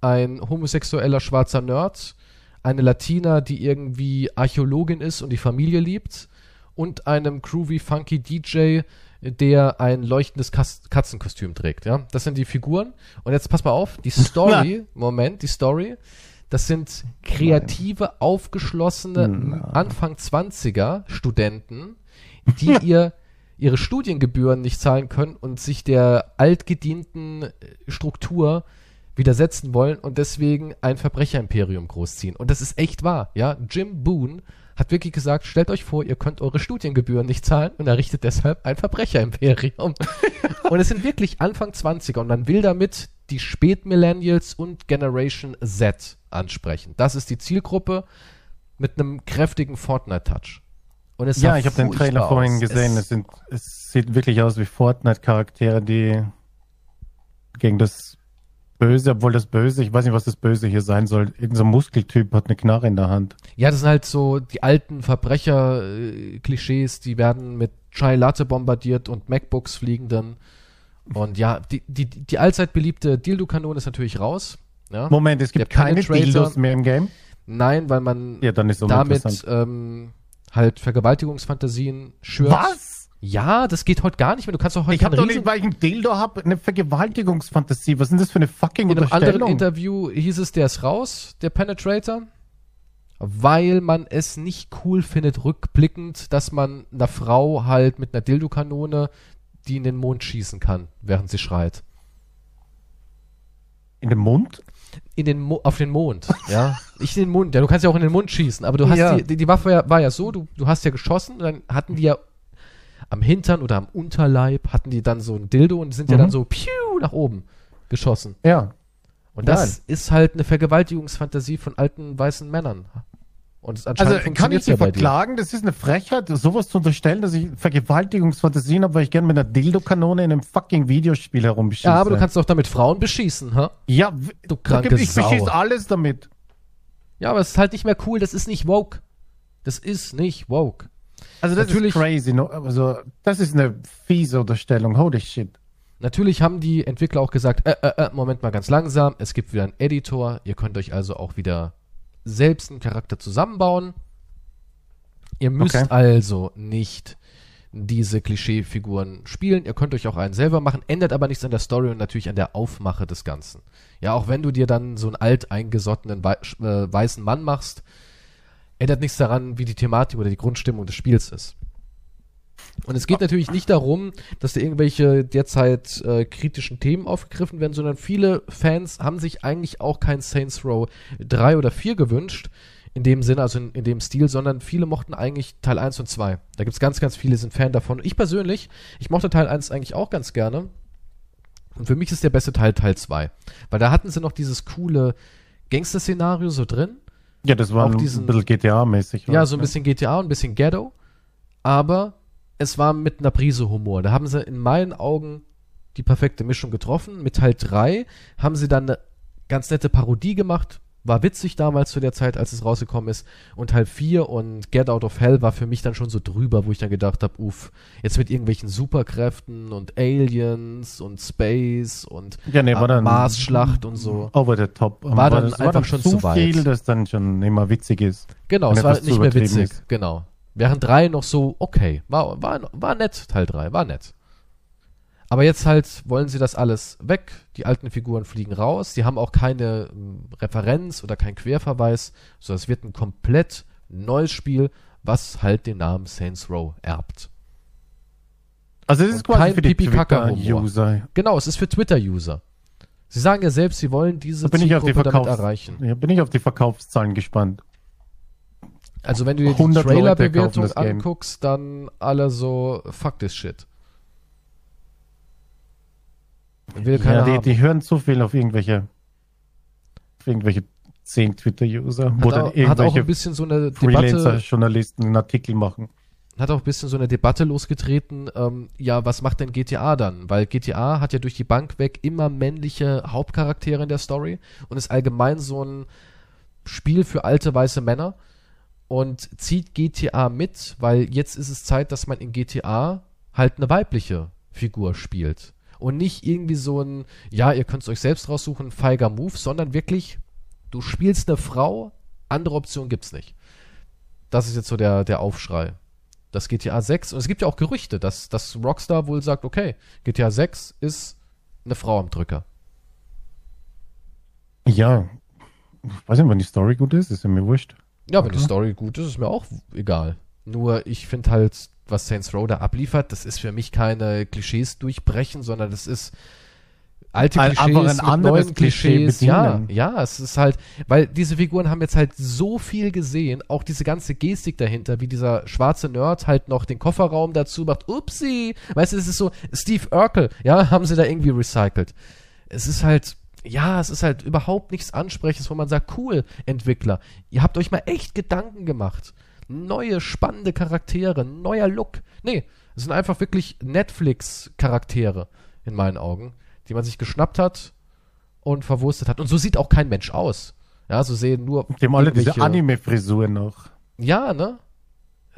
ein homosexueller schwarzer Nerd, eine Latina, die irgendwie Archäologin ist und die Familie liebt und einem groovy, funky DJ, der ein leuchtendes Kas Katzenkostüm trägt. Ja, das sind die Figuren. Und jetzt pass mal auf, die Story, Moment, die Story. Das sind kreative, aufgeschlossene Anfang 20er Studenten, die ihr ihre Studiengebühren nicht zahlen können und sich der altgedienten äh, Struktur widersetzen wollen und deswegen ein Verbrecherimperium großziehen. Und das ist echt wahr, ja. Jim Boone hat wirklich gesagt, stellt euch vor, ihr könnt eure Studiengebühren nicht zahlen und errichtet deshalb ein Verbrecherimperium. und es sind wirklich Anfang 20er und man will damit die Spätmillennials und Generation Z ansprechen. Das ist die Zielgruppe mit einem kräftigen Fortnite-Touch. Und es Ja, sah ich habe den furchtbar Trailer vorhin aus. gesehen. Es- Es, sind, es sieht wirklich aus wie Fortnite-Charaktere, die gegen das Böse, obwohl das Böse, ich weiß nicht, was das Böse hier sein soll. Irgend so ein Muskeltyp hat eine Knarre in der Hand. Ja, das sind halt so die alten Verbrecher-Klischees, die werden mit Chai Latte bombardiert und MacBooks fliegen dann. Und ja, die, die, die allzeit beliebte Dildo-Kanone ist natürlich raus. Ja? Moment, es gibt Der keine Penetrator- Dildos mehr im Game. Nein, weil man Ja, dann ist es damit ähm, halt Vergewaltigungsfantasien schürt. Was? Ja, das geht heute gar nicht mehr. Du kannst auch heute Ich habe keinen doch nicht, riesen- weil ich einen Dildo habe, eine Vergewaltigungsfantasie. Was ist denn das für eine fucking In einem anderen Unterstellung? Interview hieß es, der ist raus, der Penetrator. weil man es nicht cool findet, rückblickend, dass man einer Frau halt mit einer Dildo-Kanone die in den Mond schießen kann, während sie schreit. In den Mund? In den Mo auf den Mond, ja. Nicht in den Mund, ja, du kannst ja auch in den Mund schießen, aber du hast Ja. die, die, die Waffe ja, war ja so, du, du hast ja geschossen, dann hatten die ja am Hintern oder am Unterleib hatten die dann so ein Dildo und sind ja Mhm. dann so piu nach oben geschossen. Ja. Und das ist halt eine Vergewaltigungsfantasie von alten weißen Männern. Und es anscheinend Also kann ich funktioniert's ja dir bei dir. verklagen, das ist eine Frechheit, sowas zu unterstellen, dass ich Vergewaltigungsfantasien habe, weil ich gerne mit einer Dildo-Kanone in einem fucking Videospiel herumschieße. Ja, aber du kannst doch damit Frauen beschießen, ha? Ja, w- Du kranke vergib- Ich Sau. beschieße alles damit. Ja, aber es ist halt nicht mehr cool, das ist nicht woke. Das ist nicht woke. Also das Natürlich- ist crazy. No? Also das ist eine fiese Unterstellung. Holy shit. Natürlich haben die Entwickler auch gesagt, äh, äh, äh, Moment mal ganz langsam, es gibt wieder einen Editor, ihr könnt euch also auch wieder selbst einen Charakter zusammenbauen. Ihr müsst Okay. also nicht diese Klischeefiguren spielen, ihr könnt euch auch einen selber machen, ändert aber nichts an der Story und natürlich an der Aufmache des Ganzen. Ja, auch wenn du dir dann so einen alt eingesottenen wei sch- äh, weißen Mann machst, ändert nichts daran, wie die Thematik oder die Grundstimmung des Spiels ist. Und es geht natürlich nicht darum, dass da irgendwelche derzeit äh, kritischen Themen aufgegriffen werden, sondern viele Fans haben sich eigentlich auch kein Saints Row 3 oder 4 gewünscht, in dem Sinne, also in, in dem Stil, sondern viele mochten eigentlich Teil 1 und 2. Da gibt's ganz, ganz viele, sind Fan davon. Ich persönlich, ich mochte Teil 1 eigentlich auch ganz gerne. Und für mich ist der beste Teil Teil 2. Weil da hatten sie noch dieses coole Gangster-Szenario so drin. Ja, das war Auch ein diesen- bisschen GTA-mäßig. Ja, so ein bisschen GTA und ein bisschen Ghetto. Aber es war mit einer Prise Humor. Da haben sie in meinen Augen die perfekte Mischung getroffen. Mit Teil 3 haben sie dann eine ganz nette Parodie gemacht. War witzig damals zu der Zeit, als es rausgekommen ist. Und Teil 4 und Get Out of Hell war für mich dann schon so drüber, wo ich dann gedacht habe, uff, jetzt mit irgendwelchen Superkräften und Aliens und Space und Ja, nee, war dann Marsschlacht und so. over the top. War dann das einfach schon zu zu weit. viel, das dann schon immer witzig ist. Genau, Wenn es war etwas zu nicht mehr übertrieben witzig. ist. Genau. Während 3 noch so, okay, war, war, war nett, Teil 3, war nett. Aber jetzt halt wollen sie das alles weg. Die alten Figuren fliegen raus. Die haben auch keine ähm, Referenz oder keinen Querverweis. So, es wird ein komplett neues Spiel, was halt den Namen Saints Row erbt. Also das Und ist quasi kein für die Pipi-Kaka-Humor. Twitter-User. Genau, es ist für Twitter-User. Sie sagen ja selbst, sie wollen diese Da bin ich auf die damit Verkaufs erreichen. Ja, bin ich auf die Verkaufszahlen gespannt. Also wenn du dir die 100 Leute kaufen Trailer-Bewertung das Game. anguckst, dann alle so, fuck this shit. Will keiner Ja, die, haben. die hören zu viel auf irgendwelche, auf irgendwelche zehn Twitter-User, wo hat, auch, hat dann auch ein irgendwelche bisschen so eine Debatte, Freelancer-Journalisten einen Artikel machen. hat auch ein bisschen so eine Debatte losgetreten, ähm, ja, was macht denn GTA dann? Weil GTA hat ja durch die Bank weg immer männliche Hauptcharaktere in der Story und ist allgemein so ein Spiel für alte weiße Männer und zieht GTA mit, weil jetzt ist es Zeit, dass man in GTA halt eine weibliche Figur spielt. Und nicht irgendwie so ein, ja, ihr könnt es euch selbst raussuchen, feiger Move, sondern wirklich, du spielst eine Frau, andere Option gibt's nicht. Das ist jetzt so der, der Aufschrei. Das GTA 6, und es gibt ja auch Gerüchte, dass, dass Rockstar wohl sagt, okay, GTA 6 ist eine Frau am Drücker. Ja, ich weiß nicht, wenn die Story gut ist, ist ja mir wurscht. Ja, Mhm. wenn die Story gut ist, ist mir auch egal. Nur ich finde halt, was Saints Row da abliefert, das ist für mich keine Klischees durchbrechen, sondern das ist alte Ein- Klischees aber ein mit anderes neuen Klischee Klischees. Ja, bedienen. ja, es ist halt, weil diese Figuren haben jetzt halt so viel gesehen, auch diese ganze Gestik dahinter, wie dieser schwarze Nerd halt noch den Kofferraum dazu macht. Upsi, weißt du, es ist so Steve Urkel, ja, haben sie da irgendwie recycelt. Es ist halt ja, es ist halt überhaupt nichts Ansprechendes, wo man sagt, cool, Entwickler, ihr habt euch mal echt Gedanken gemacht. Neue, spannende Charaktere, neuer Look. Nee, es sind einfach wirklich Netflix-Charaktere, in meinen Augen, die man sich geschnappt hat und verwurstet hat. Und so sieht auch kein Mensch aus. Ja, so sehen nur. Die haben alle diese irgendwelche- Anime-Frisuren noch. Ja, ne?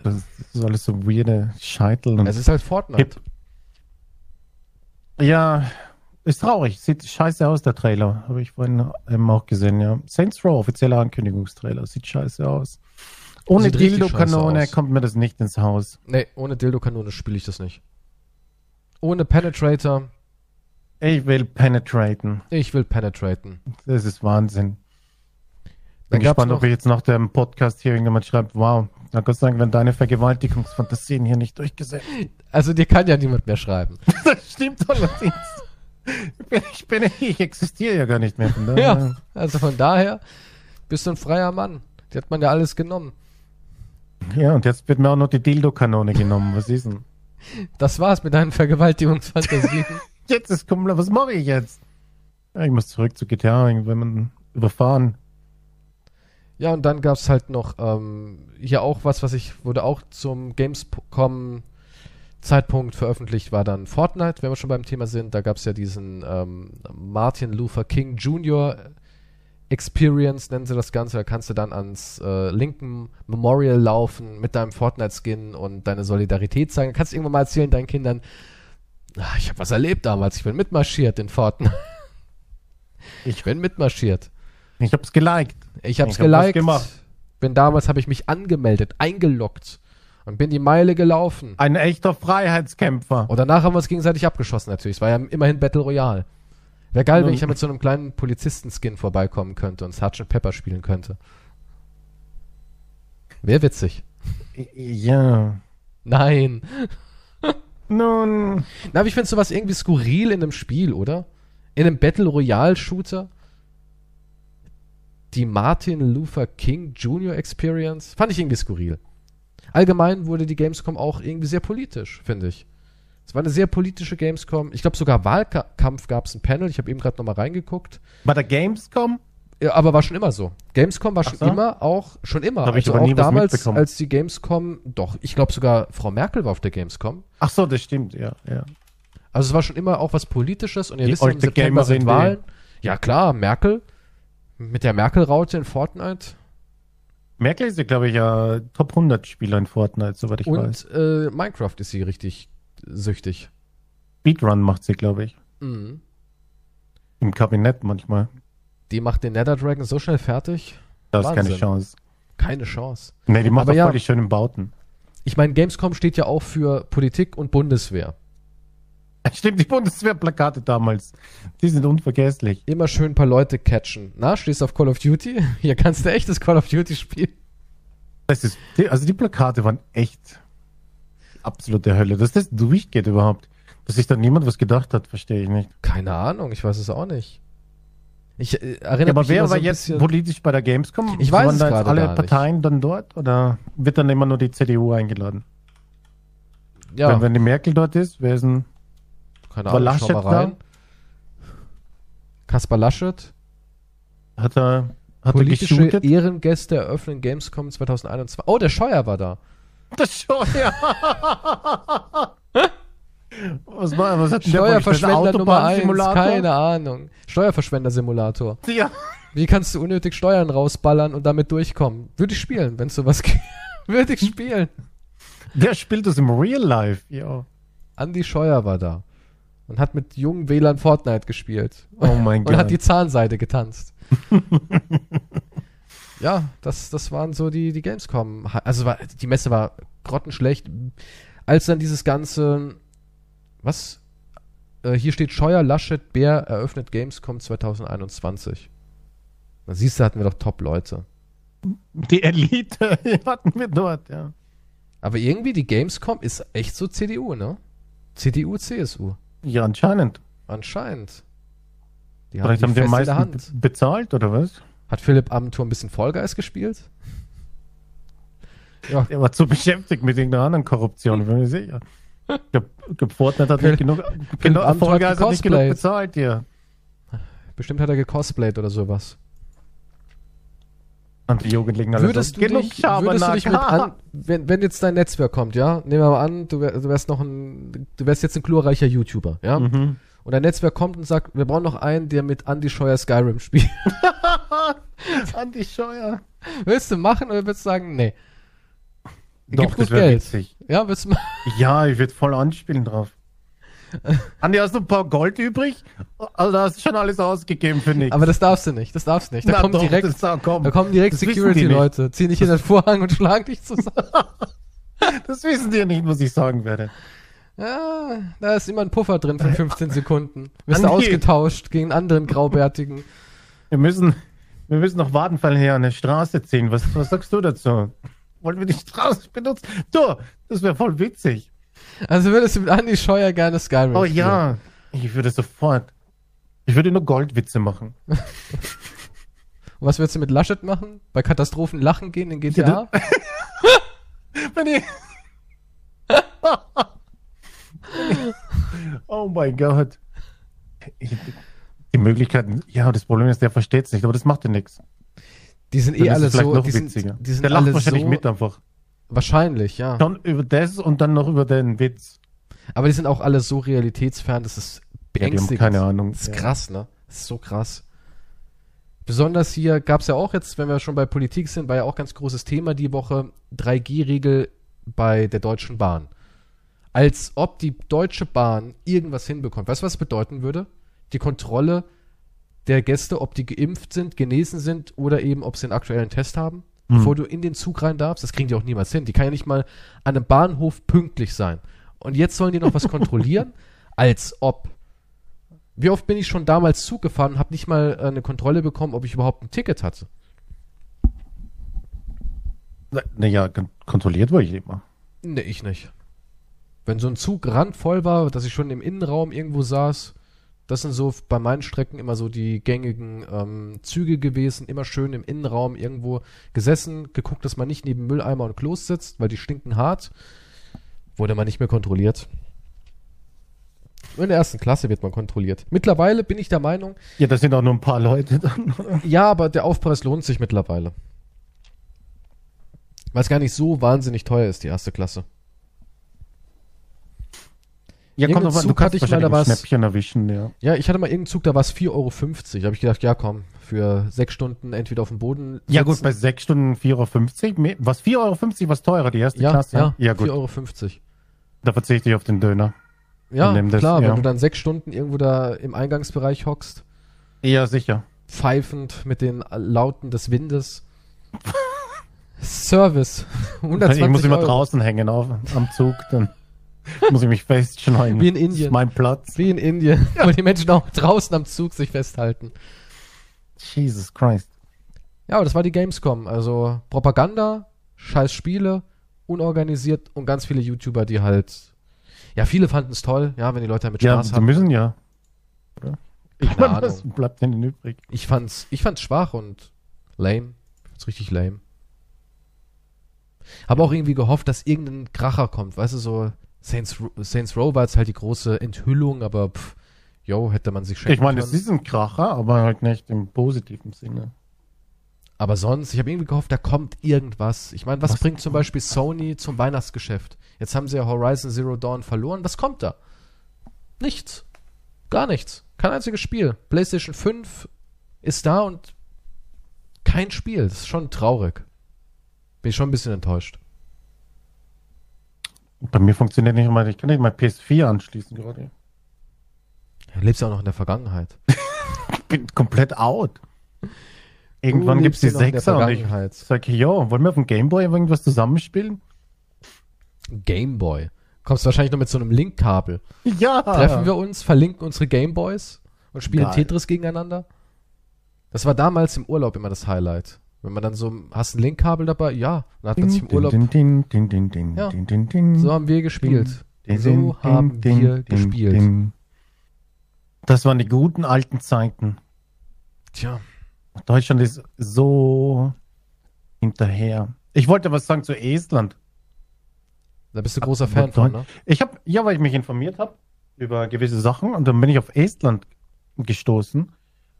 Das ist alles so weirde Scheitel. Und Es ist halt Fortnite. ja, ist traurig. Sieht scheiße aus, der Trailer. Habe ich vorhin eben auch gesehen, ja. Saints Row, offizieller Ankündigungstrailer. Sieht scheiße aus. Ohne Sieht richtig scheiße Dildo-Kanone aus. kommt mir das nicht ins Haus. Nee, ohne Dildo-Kanone spiele ich das nicht. Ohne Penetrator, Ich will penetraten. ich will penetraten. Das ist Wahnsinn. Dann bin gab's gespannt, noch- ob wir jetzt nach dem Podcast hier irgendjemand schreibt, wow, na Gott sei Dank werden deine Vergewaltigungsfantasien hier nicht durchgesetzt. Also dir kann ja niemand mehr schreiben. das stimmt allerdings. Ich bin- Ich, bin, ich existiere ja gar nicht mehr. Von daher- Ja, also von daher bist du ein freier Mann. Die hat man ja alles genommen. ja, und jetzt wird mir auch noch die Dildo-Kanone genommen. Was ist denn? Das war's mit deinen Vergewaltigungsfantasien. Jetzt ist Kummler, was mache ich jetzt? Ja, ich muss zurück zu GTA, wenn man überfahren. ja, und dann gab's halt noch ähm, hier auch was, was ich wurde auch zum Gamescom Zeitpunkt veröffentlicht, war dann Fortnite, wenn wir schon beim Thema sind. Da gab's ja diesen ähm, Martin Luther King Jr. Experience, nennen sie das Ganze. Da kannst du dann ans äh, Lincoln Memorial laufen mit deinem Fortnite-Skin und deine Solidarität zeigen. Kannst du irgendwann mal erzählen deinen Kindern, "Ah, ich habe was erlebt damals, ich bin mitmarschiert in Fortnite. Ich bin mitmarschiert. Ich hab's geliked. Ich hab's Ich hab was geliked. gemacht. Bin damals, habe ich mich angemeldet, eingeloggt und bin die Meile gelaufen. Ein echter Freiheitskämpfer. Und danach haben wir uns gegenseitig abgeschossen natürlich. Es war ja immerhin Battle Royale. Wäre geil, wenn Nun- ich ja mit so einem kleinen Polizisten-Skin vorbeikommen könnte und Sergeant Pepper spielen könnte. Wäre witzig. Ja. Nein. Nun, Na, aber ich finde sowas irgendwie skurril in einem Spiel, oder? In einem Battle Royale-Shooter? Die Martin Luther King Jr. Experience? Fand ich irgendwie skurril. Allgemein wurde die Gamescom auch irgendwie sehr politisch, finde ich. Es war eine sehr politische Gamescom. Ich glaube, sogar Wahlkampf gab es ein Panel. Ich habe eben gerade nochmal reingeguckt. bei der Gamescom? Ja, aber war schon immer so. Gamescom war schon so. immer auch, schon immer. Also Hab ich aber auch nie was damals, mitbekommen. als die Gamescom, doch, ich glaube sogar Frau Merkel war auf der Gamescom. Ach so, das stimmt, ja, ja. Also es war schon immer auch was Politisches und ihr Die wisst ja, im alte September Gamerin, sind die- Wahlen. Ja klar, Merkel. Mit der Merkel-Raute in Fortnite. Merkel ist ja, glaube ich, ja Top 100 Spieler in Fortnite, soweit ich weiß. und äh, Minecraft ist sie richtig süchtig. Speedrun macht sie, glaube ich. Mhm. Im Kabinett manchmal. Die macht den Nether Dragon so schnell fertig. Da ist Wahnsinn. keine Chance. Keine Chance. Nee, die macht Aber auch ja. voll die schönen Bauten. Ich meine, Gamescom steht ja auch für Politik und Bundeswehr. Stimmt, die Bundeswehrplakate damals. Die sind unvergesslich. Immer schön ein paar Leute catchen. Na, stehst du auf Call of Duty? Hier kannst du echtes Call of Duty spielen. Das ist, die, also die Plakate waren echt absolute Hölle, dass das durchgeht überhaupt. Dass sich da niemand was gedacht hat, verstehe ich nicht. Keine Ahnung, ich weiß es auch nicht. Ich äh, Ja, erinnere aber mich wer immer so war ein jetzt bisschen- politisch bei der Gamescom? Ich weiß Waren es da jetzt gerade alle gar nicht. Parteien dann dort oder wird dann immer nur die CDU eingeladen? ja, Wenn, wenn die Merkel dort ist, wer ist denn? Keine War Ahnung, schau mal Laschet da? rein. Kaspar Laschet, Hat er, hat er politische geshootet? Ehrengäste eröffnen Gamescom 2021. Oh, der Scheuer war da. Das schon, ja. was, war, was hat denn der Steuerverschwender Nummer 1, Autobahnsimulator? keine Ahnung. Steuerverschwender-Simulator. Ja. Wie kannst du unnötig Steuern rausballern und damit durchkommen? Würde ich spielen, wenn es sowas gibt. Würde ich spielen. Wer spielt das im Real Life? Ja. Andi Scheuer war da und hat mit jungen Wählern Fortnite gespielt. Oh mein und hat Gott. die Zahnseide getanzt. ja, das, das waren so die, die Gamescom. Also war, die Messe war grottenschlecht. Als dann dieses ganze, was? Äh, hier steht Scheuer, Laschet, Bär eröffnet Gamescom 2021. Da siehst du, hatten wir doch Top-Leute. Die Elite hatten wir dort, ja. Aber irgendwie, die Gamescom ist echt so CDU, ne? CDU, CSU. Ja, anscheinend. Anscheinend. Die haben Vielleicht die haben die fest am in der meisten Hand. be- bezahlt, oder was? Hat Philipp Amthor ein bisschen Vollgeist gespielt? Ja, Der war zu beschäftigt mit irgendeiner anderen Korruption, bin mir sicher. Ich glaub, ich glaub, Fortnite hat nicht genug, Philipp genau, Amthor Vollgas hat hat nicht genug gecosplayt. bezahlt, ja. bestimmt hat er gecosplayt oder sowas. Und die Jugendlichen alle Würdest so, du, dich, würdest du dich mit an, wenn, wenn jetzt dein Netzwerk kommt, ja? Nehmen wir mal an, du, wär, du wärst noch ein, du wärst jetzt ein glorreicher YouTuber, ja? Mhm. Und dein Netzwerk kommt und sagt, wir brauchen noch einen, der mit Andy Scheuer Skyrim spielt. Andi Scheuer. willst du machen oder willst du sagen, nee? Doch, gut das wäre Geld. witzig. Ja, willst du machen? Ja, ich würde voll anspielen drauf. Andi, hast du ein paar Gold übrig? Also, da hast du schon alles ausgegeben, finde ich. Aber das darfst du nicht, das darfst du nicht. Da Na kommt doch, direkt das soll kommen. Da kommen direkt Das wissen die Security-Leute, ziehen dich in den Vorhang und schlagen dich zusammen. Das wissen die ja nicht, was ich sagen werde. ja, da ist immer ein Puffer drin von 15 Sekunden. Wirst du Andi. ausgetauscht gegen einen anderen Graubärtigen. Wir müssen, Wir müssen noch Wadenfall her an der Straße ziehen. Was, was sagst du dazu? Wollen wir die Straße benutzen? Du, das wäre voll witzig. Also würdest du mit Andy Scheuer gerne Skyrim Oh ja, ich würde sofort. Ich würde nur Goldwitze machen. Und was würdest du mit Laschet machen? Bei Katastrophen lachen gehen in GTA? Wenn ich. oh mein Gott. Ich, die Möglichkeiten. Ja, das Problem ist, der versteht es nicht, aber das macht ja nichts. Die sind Dann eh ist alle es vielleicht so, noch die witziger. sind, die sind der lacht alle wahrscheinlich so, mit einfach. wahrscheinlich, ja. Dann über das und dann noch über den Witz. Aber die sind auch alle so realitätsfern, das ist Ja, die beängstigend. haben keine Ahnung. Das ist Ja. krass, ne? Das ist so krass. Besonders hier gab es ja auch jetzt, wenn wir schon bei Politik sind, war ja auch ganz großes Thema die Woche 3G-Regel bei der Deutschen Bahn. Als ob die Deutsche Bahn irgendwas hinbekommt. Weißt du, was das bedeuten würde? Die Kontrolle der Gäste, ob die geimpft sind, genesen sind oder eben, ob sie einen aktuellen Test haben, bevor du in den Zug rein darfst. Das kriegen die auch niemals hin. Die kann ja nicht mal an einem Bahnhof pünktlich sein. Und jetzt sollen die noch was kontrollieren? Als ob. Wie oft bin ich schon damals Zug gefahren und habe nicht mal äh, eine Kontrolle bekommen, ob ich überhaupt ein Ticket hatte? Naja, kon- kontrolliert wurde ich immer. Nee, ich nicht. Wenn so ein Zug randvoll war, dass ich schon im Innenraum irgendwo saß, das sind so bei meinen Strecken immer so die gängigen ähm, Züge gewesen, immer schön im Innenraum irgendwo gesessen, geguckt, dass man nicht neben Mülleimer und Klos sitzt, weil die stinken hart. Wurde man nicht mehr kontrolliert. Nur in der ersten Klasse wird man kontrolliert. Mittlerweile bin ich der Meinung, Ja, das sind auch nur ein paar Leute dann. Ja, aber der Aufpreis lohnt sich mittlerweile. Weil es gar nicht so wahnsinnig teuer ist, die erste Klasse. Ja, Irgendeinen kommt drauf an, du Zug hatte kannst ich mal, wahrscheinlich da ein war's- Schnäppchen erwischen, ja. Ja, ich hatte mal irgendeinen Zug, da war es 4,50 Euro. Da habe ich gedacht, ja komm, für sechs Stunden entweder auf dem Boden. Ja gut, sitzen- bei 6 Stunden 4,50 Euro. Was 4,50 Euro was teurer, die erste ja, Klasse? ja, ja gut, 4,50 Euro. da verzichte ich auf den Döner. Ja, Nimm das, klar, ja. wenn du dann sechs Stunden irgendwo da im Eingangsbereich hockst, Ja, sicher. pfeifend mit den Lauten des Windes. Service. 120 ich muss immer Euro. draußen hängen auf, am Zug, dann muss ich mich festschneiden. Wie in Das Indien. ist mein Platz. Wie in Indien, wo die Menschen auch draußen am Zug sich festhalten. Jesus Christ. Ja, aber das war die Gamescom. Also Propaganda, scheiß Spiele, unorganisiert und ganz viele YouTuber, die halt. Ja, viele fanden es toll, ja, wenn die Leute damit Ja, Spaß sie hatten. müssen ja. Oder? Ich Keine meine, was bleibt denn übrig? Ich fand's, ich fand's schwach und lame. Ich fand's richtig lame. Habe auch irgendwie gehofft, dass irgendein Kracher kommt, weißt du, so Saints, Ro- Saints Row war jetzt halt die große Enthüllung, aber pff, yo, hätte man sich schenken Ich meine, können. es ist ein Kracher, aber halt nicht im positiven Sinne. Aber sonst, ich habe irgendwie gehofft, da kommt irgendwas. Ich meine, was, Was- bringt zum Beispiel Sony zum Weihnachtsgeschäft? Jetzt haben sie ja Horizon Zero Dawn verloren. Was kommt da? Nichts. Gar nichts. Kein einziges Spiel. PlayStation 5 ist da und kein Spiel. Das ist schon traurig. Bin ich schon ein bisschen enttäuscht. Bei mir funktioniert nicht mal, ich kann nicht mal PS4 anschließen gerade. Du lebst ja auch noch in der Vergangenheit. Ich bin komplett out. Irgendwann Du gibt's die lebst ja noch in der Sechser und ich Vergangenheit. sag, yo, wollen wir auf dem Gameboy irgendwas zusammenspielen? Gameboy. Kommst wahrscheinlich nur mit so einem Linkkabel. Ja! treffen wir uns, verlinken unsere Gameboys und spielen Ah. Geil. Tetris gegeneinander. Das war damals im Urlaub immer das Highlight. Wenn man dann so, hast du ein Linkkabel dabei? Ja. Dann hat man sich im Urlaub, Din, din, din, din, din, Ja. din, din, din. so haben wir gespielt. Din, din, So haben din, wir din, gespielt. din. Das waren die guten alten Zeiten. Tja, Deutschland ist so hinterher. Ich wollte was sagen zu Estland. da bist du großer Fan von, ne? Ich habe, ja, weil ich mich informiert habe über gewisse Sachen und dann bin ich auf Estland gestoßen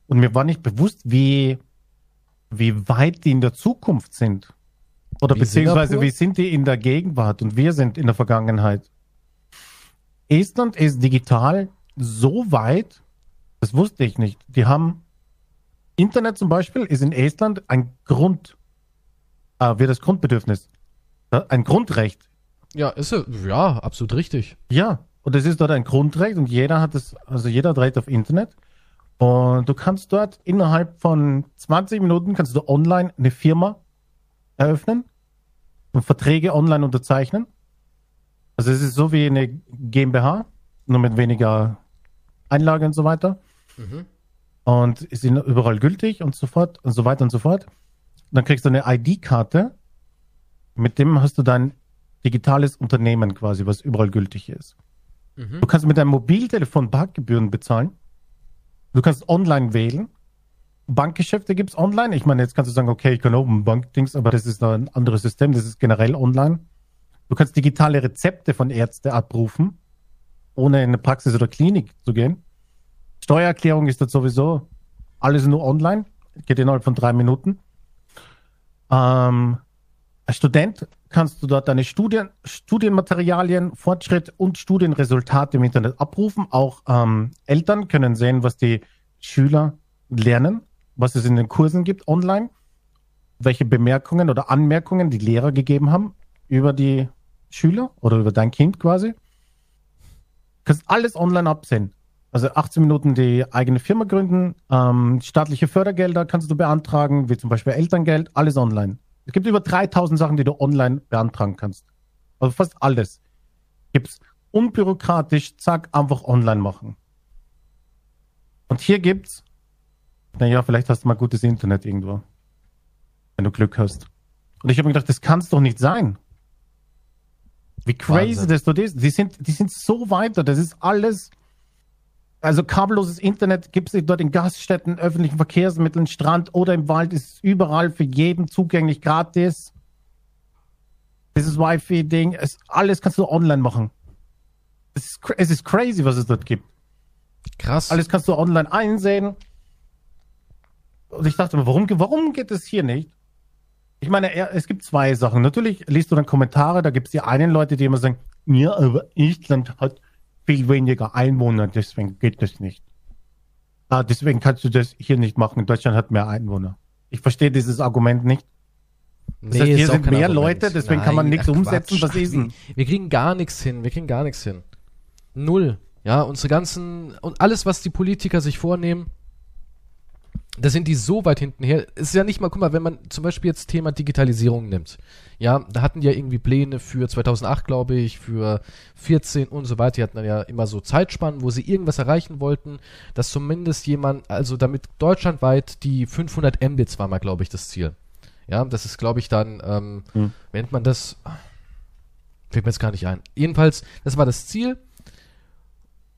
und mir war nicht bewusst, wie, wie weit die in der Zukunft sind. Oder Wie beziehungsweise, Singapur? wie sind die in der Gegenwart und wir sind in der Vergangenheit. Estland ist digital so weit, das wusste ich nicht. Die haben Internet zum Beispiel ist in Estland ein Grund, äh, wird das Grundbedürfnis, äh, ein Grundrecht. Ja, ist er, ja, absolut richtig. Ja, und es ist dort ein Grundrecht und jeder hat es, also jeder hat Recht auf Internet. Und du kannst dort innerhalb von 20 Minuten kannst du online eine Firma eröffnen und Verträge online unterzeichnen. Also es ist so wie eine GmbH, nur mit weniger Einlage und so weiter. und ist ihnen überall gültig und so fort und so weiter und so fort. Und dann kriegst du eine ID-Karte, mit dem hast du dein digitales Unternehmen quasi, was überall gültig ist. Mhm. Du kannst mit deinem Mobiltelefon Parkgebühren bezahlen. Du kannst online wählen. Bankgeschäfte gibt's online. Ich meine, jetzt kannst du sagen, okay, ich kann Open Bank-Dings, aber das ist noch ein anderes System, das ist generell online. Du kannst digitale Rezepte von Ärzte abrufen, ohne in eine Praxis oder Klinik zu gehen. Steuererklärung ist das sowieso alles nur online, geht innerhalb von drei Minuten. Ähm, als Student kannst du dort deine Studien, Studienmaterialien, Fortschritt und Studienresultate im Internet abrufen. Auch ähm, Eltern können sehen, was die Schüler lernen, was es in den Kursen gibt online, welche Bemerkungen oder Anmerkungen die Lehrer gegeben haben über die Schüler oder über dein Kind quasi. Du kannst alles online absehen. Also 18 Minuten die eigene Firma gründen, ähm, staatliche Fördergelder kannst du beantragen, wie zum Beispiel Elterngeld, alles online. Es gibt über 3000 Sachen, die du online beantragen kannst. Also fast alles. Gibt's unbürokratisch, zack, einfach online machen. Und hier gibt's, naja, vielleicht hast du mal gutes Internet irgendwo. Wenn du Glück hast. Und ich habe mir gedacht, das kann's doch nicht sein. Wie crazy Wahnsinn. das dort ist. Die sind, die sind so weiter. Das ist alles. Also kabelloses Internet gibt es dort in Gaststätten, öffentlichen Verkehrsmitteln, Strand oder im Wald. Ist überall für jeden zugänglich, gratis. Dieses Wi-Fi-Ding, es- alles kannst du online machen. Es ist, cra- es ist crazy, was es dort gibt. Krass. Alles kannst du online einsehen. Und ich dachte mir, warum, warum geht es hier nicht? Ich meine, er- es gibt zwei Sachen. Natürlich liest du dann Kommentare, da gibt es die einen Leute, die immer sagen, ja, aber Island hat viel weniger Einwohner, deswegen geht das nicht. Ah, deswegen kannst du das hier nicht machen. Deutschland hat mehr Einwohner. Ich verstehe dieses Argument nicht. Das heißt, hier ist auch sind kein mehr Argument. Leute, deswegen kann man Nein, nichts ach, umsetzen. Quatsch. Was ist denn? Wir kriegen gar nichts hin, wir kriegen gar nichts hin. Null. Ja, unsere ganzen, und alles, was die Politiker sich vornehmen, da sind die so weit hinten her. Es ist ja nicht mal, guck mal, wenn man zum Beispiel jetzt Thema Digitalisierung nimmt. Ja, da hatten die ja irgendwie Pläne für 2008, glaube ich, für 14 und so weiter. Die hatten dann ja immer so Zeitspannen, wo sie irgendwas erreichen wollten, dass zumindest jemand, also damit deutschlandweit die 500 Mbits war mal, glaube ich, das Ziel. Ja, das ist, glaube ich, dann, ähm, Hm. wie nennt man das? Fällt mir jetzt gar nicht ein. Jedenfalls, das war das Ziel.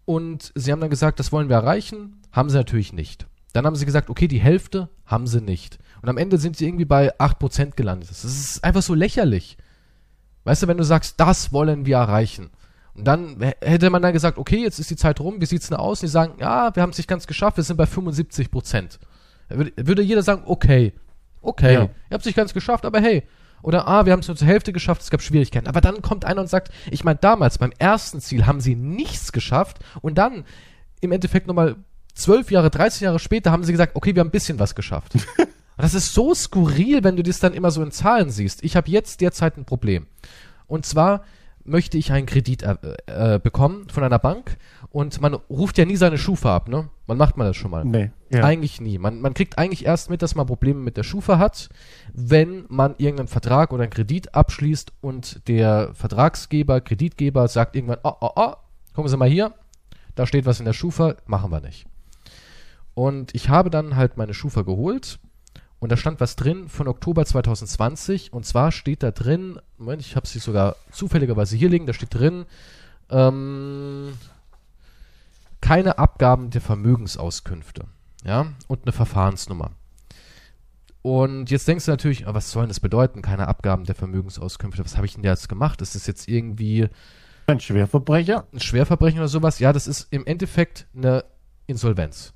Und sie haben dann gesagt, das wollen wir erreichen. Haben sie natürlich nicht. Dann haben sie gesagt, okay, die Hälfte haben sie nicht. Und am Ende sind sie irgendwie bei 8% gelandet. Das ist einfach so lächerlich. Weißt du, wenn du sagst, das wollen wir erreichen. Und dann h- hätte man dann gesagt, okay, jetzt ist die Zeit rum, wie sieht's denn aus? Und die sagen, ja, wir haben es nicht ganz geschafft, wir sind bei 75 Prozent. Würde, würde jeder sagen, okay, okay, Ja. ihr habt es nicht ganz geschafft, aber hey. Oder, ah, wir haben es nur zur Hälfte geschafft, es gab Schwierigkeiten. Aber dann kommt einer und sagt, ich meine, damals beim ersten Ziel haben sie nichts geschafft und dann im Endeffekt nochmal zwölf Jahre, 30 Jahre später haben sie gesagt, okay, wir haben ein bisschen was geschafft. Und Das ist so skurril, wenn du das dann immer so in Zahlen siehst. Ich habe jetzt derzeit ein Problem. Und zwar möchte ich einen Kredit äh, äh, bekommen von einer Bank und man ruft ja nie seine Schufa ab, ne? Man macht mal das schon mal. Nee. Ja. Eigentlich nie. Man, man kriegt eigentlich erst mit, dass man Probleme mit der Schufa hat, wenn man irgendeinen Vertrag oder einen Kredit abschließt und der Vertragsgeber, Kreditgeber sagt irgendwann, oh, oh, oh, kommen Sie mal hier, da steht was in der Schufa, machen wir nicht. Und ich habe dann halt meine Schufa geholt und da stand was drin von Oktober 2020 und zwar steht da drin, Moment, ich habe sie sogar zufälligerweise hier liegen, da steht drin, ähm, keine Abgaben der Vermögensauskünfte. Ja, und eine Verfahrensnummer. Und jetzt denkst du natürlich, ah, was soll denn das bedeuten? Keine Abgaben der Vermögensauskünfte. Was habe ich denn da jetzt gemacht? Ist das jetzt irgendwie Ein Schwerverbrecher? ein Schwerverbrechen oder sowas? Ja, das ist im Endeffekt eine Insolvenz.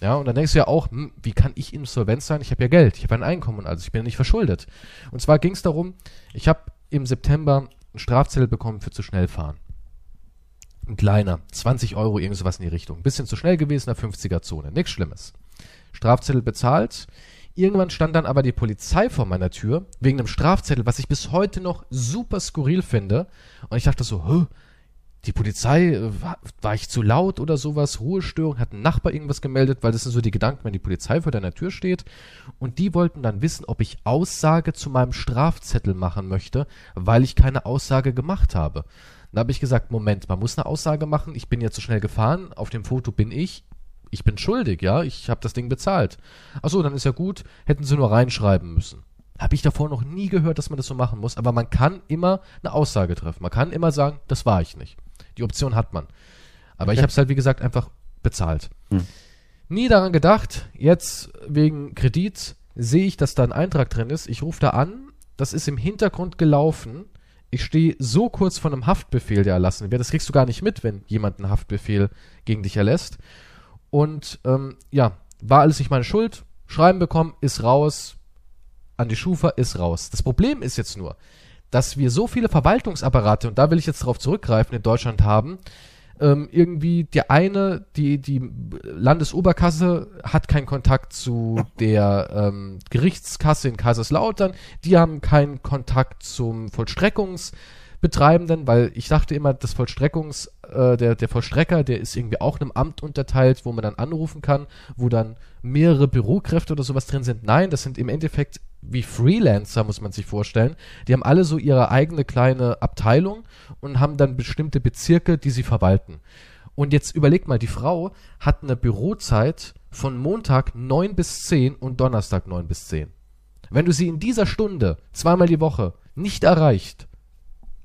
Ja, und dann denkst du ja auch, hm, wie kann ich insolvent sein? Ich habe ja Geld, ich habe ein Einkommen, also ich bin ja nicht verschuldet. Und zwar ging es darum, ich habe im September einen Strafzettel bekommen für zu schnell fahren. Ein kleiner, 20 Euro, irgend sowas in die Richtung. Bisschen zu schnell gewesen, in der 50er-Zone, nichts Schlimmes. Strafzettel bezahlt. Irgendwann stand dann aber die Polizei vor meiner Tür wegen einem Strafzettel, was ich bis heute noch super skurril finde. Und ich dachte so, Hö, die Polizei, äh, war, war ich zu laut oder sowas? Ruhestörung, hat ein Nachbar irgendwas gemeldet, weil das sind so die Gedanken, wenn die Polizei vor deiner Tür steht. Und die wollten dann wissen, ob ich Aussage zu meinem Strafzettel machen möchte, weil ich keine Aussage gemacht habe. Dann habe ich gesagt, Moment, man muss eine Aussage machen, ich bin ja zu schnell gefahren, auf dem Foto bin ich, ich bin schuldig, ja, ich habe das Ding bezahlt. Achso, dann ist ja gut, hätten sie nur reinschreiben müssen. Habe ich davor noch nie gehört, dass man das so machen muss, aber man kann immer eine Aussage treffen. Man kann immer sagen, das war ich nicht. Die Option hat man. Aber ich habe es halt, wie gesagt, einfach bezahlt. Hm. Nie daran gedacht, jetzt wegen Kredit sehe ich, dass da ein Eintrag drin ist. Ich rufe da an, das ist im Hintergrund gelaufen. Ich stehe so kurz vor einem Haftbefehl, der erlassen wird. Das kriegst du gar nicht mit, wenn jemand einen Haftbefehl gegen dich erlässt. Und ähm, ja, war alles nicht meine Schuld. Schreiben bekommen, ist raus. An die Schufa ist raus. Das Problem ist jetzt nur, dass wir so viele Verwaltungsapparate, und da will ich jetzt darauf zurückgreifen, in Deutschland haben, ähm, irgendwie der eine, die, die Landesoberkasse hat keinen Kontakt zu der ähm, Gerichtskasse in Kaiserslautern, die haben keinen Kontakt zum Vollstreckungsbetreibenden, weil ich dachte immer, das Vollstreckungs, äh, der, der Vollstrecker, der ist irgendwie auch einem Amt unterteilt, wo man dann anrufen kann, wo dann mehrere Bürokräfte oder sowas drin sind. Nein, das sind im Endeffekt wie Freelancer, muss man sich vorstellen. Die haben alle so ihre eigene kleine Abteilung und haben dann bestimmte Bezirke, die sie verwalten. Und jetzt überlegt mal, die Frau hat eine Bürozeit von Montag 9 bis 10 und Donnerstag 9 bis 10. Wenn du sie in dieser Stunde, zweimal die Woche, nicht erreicht,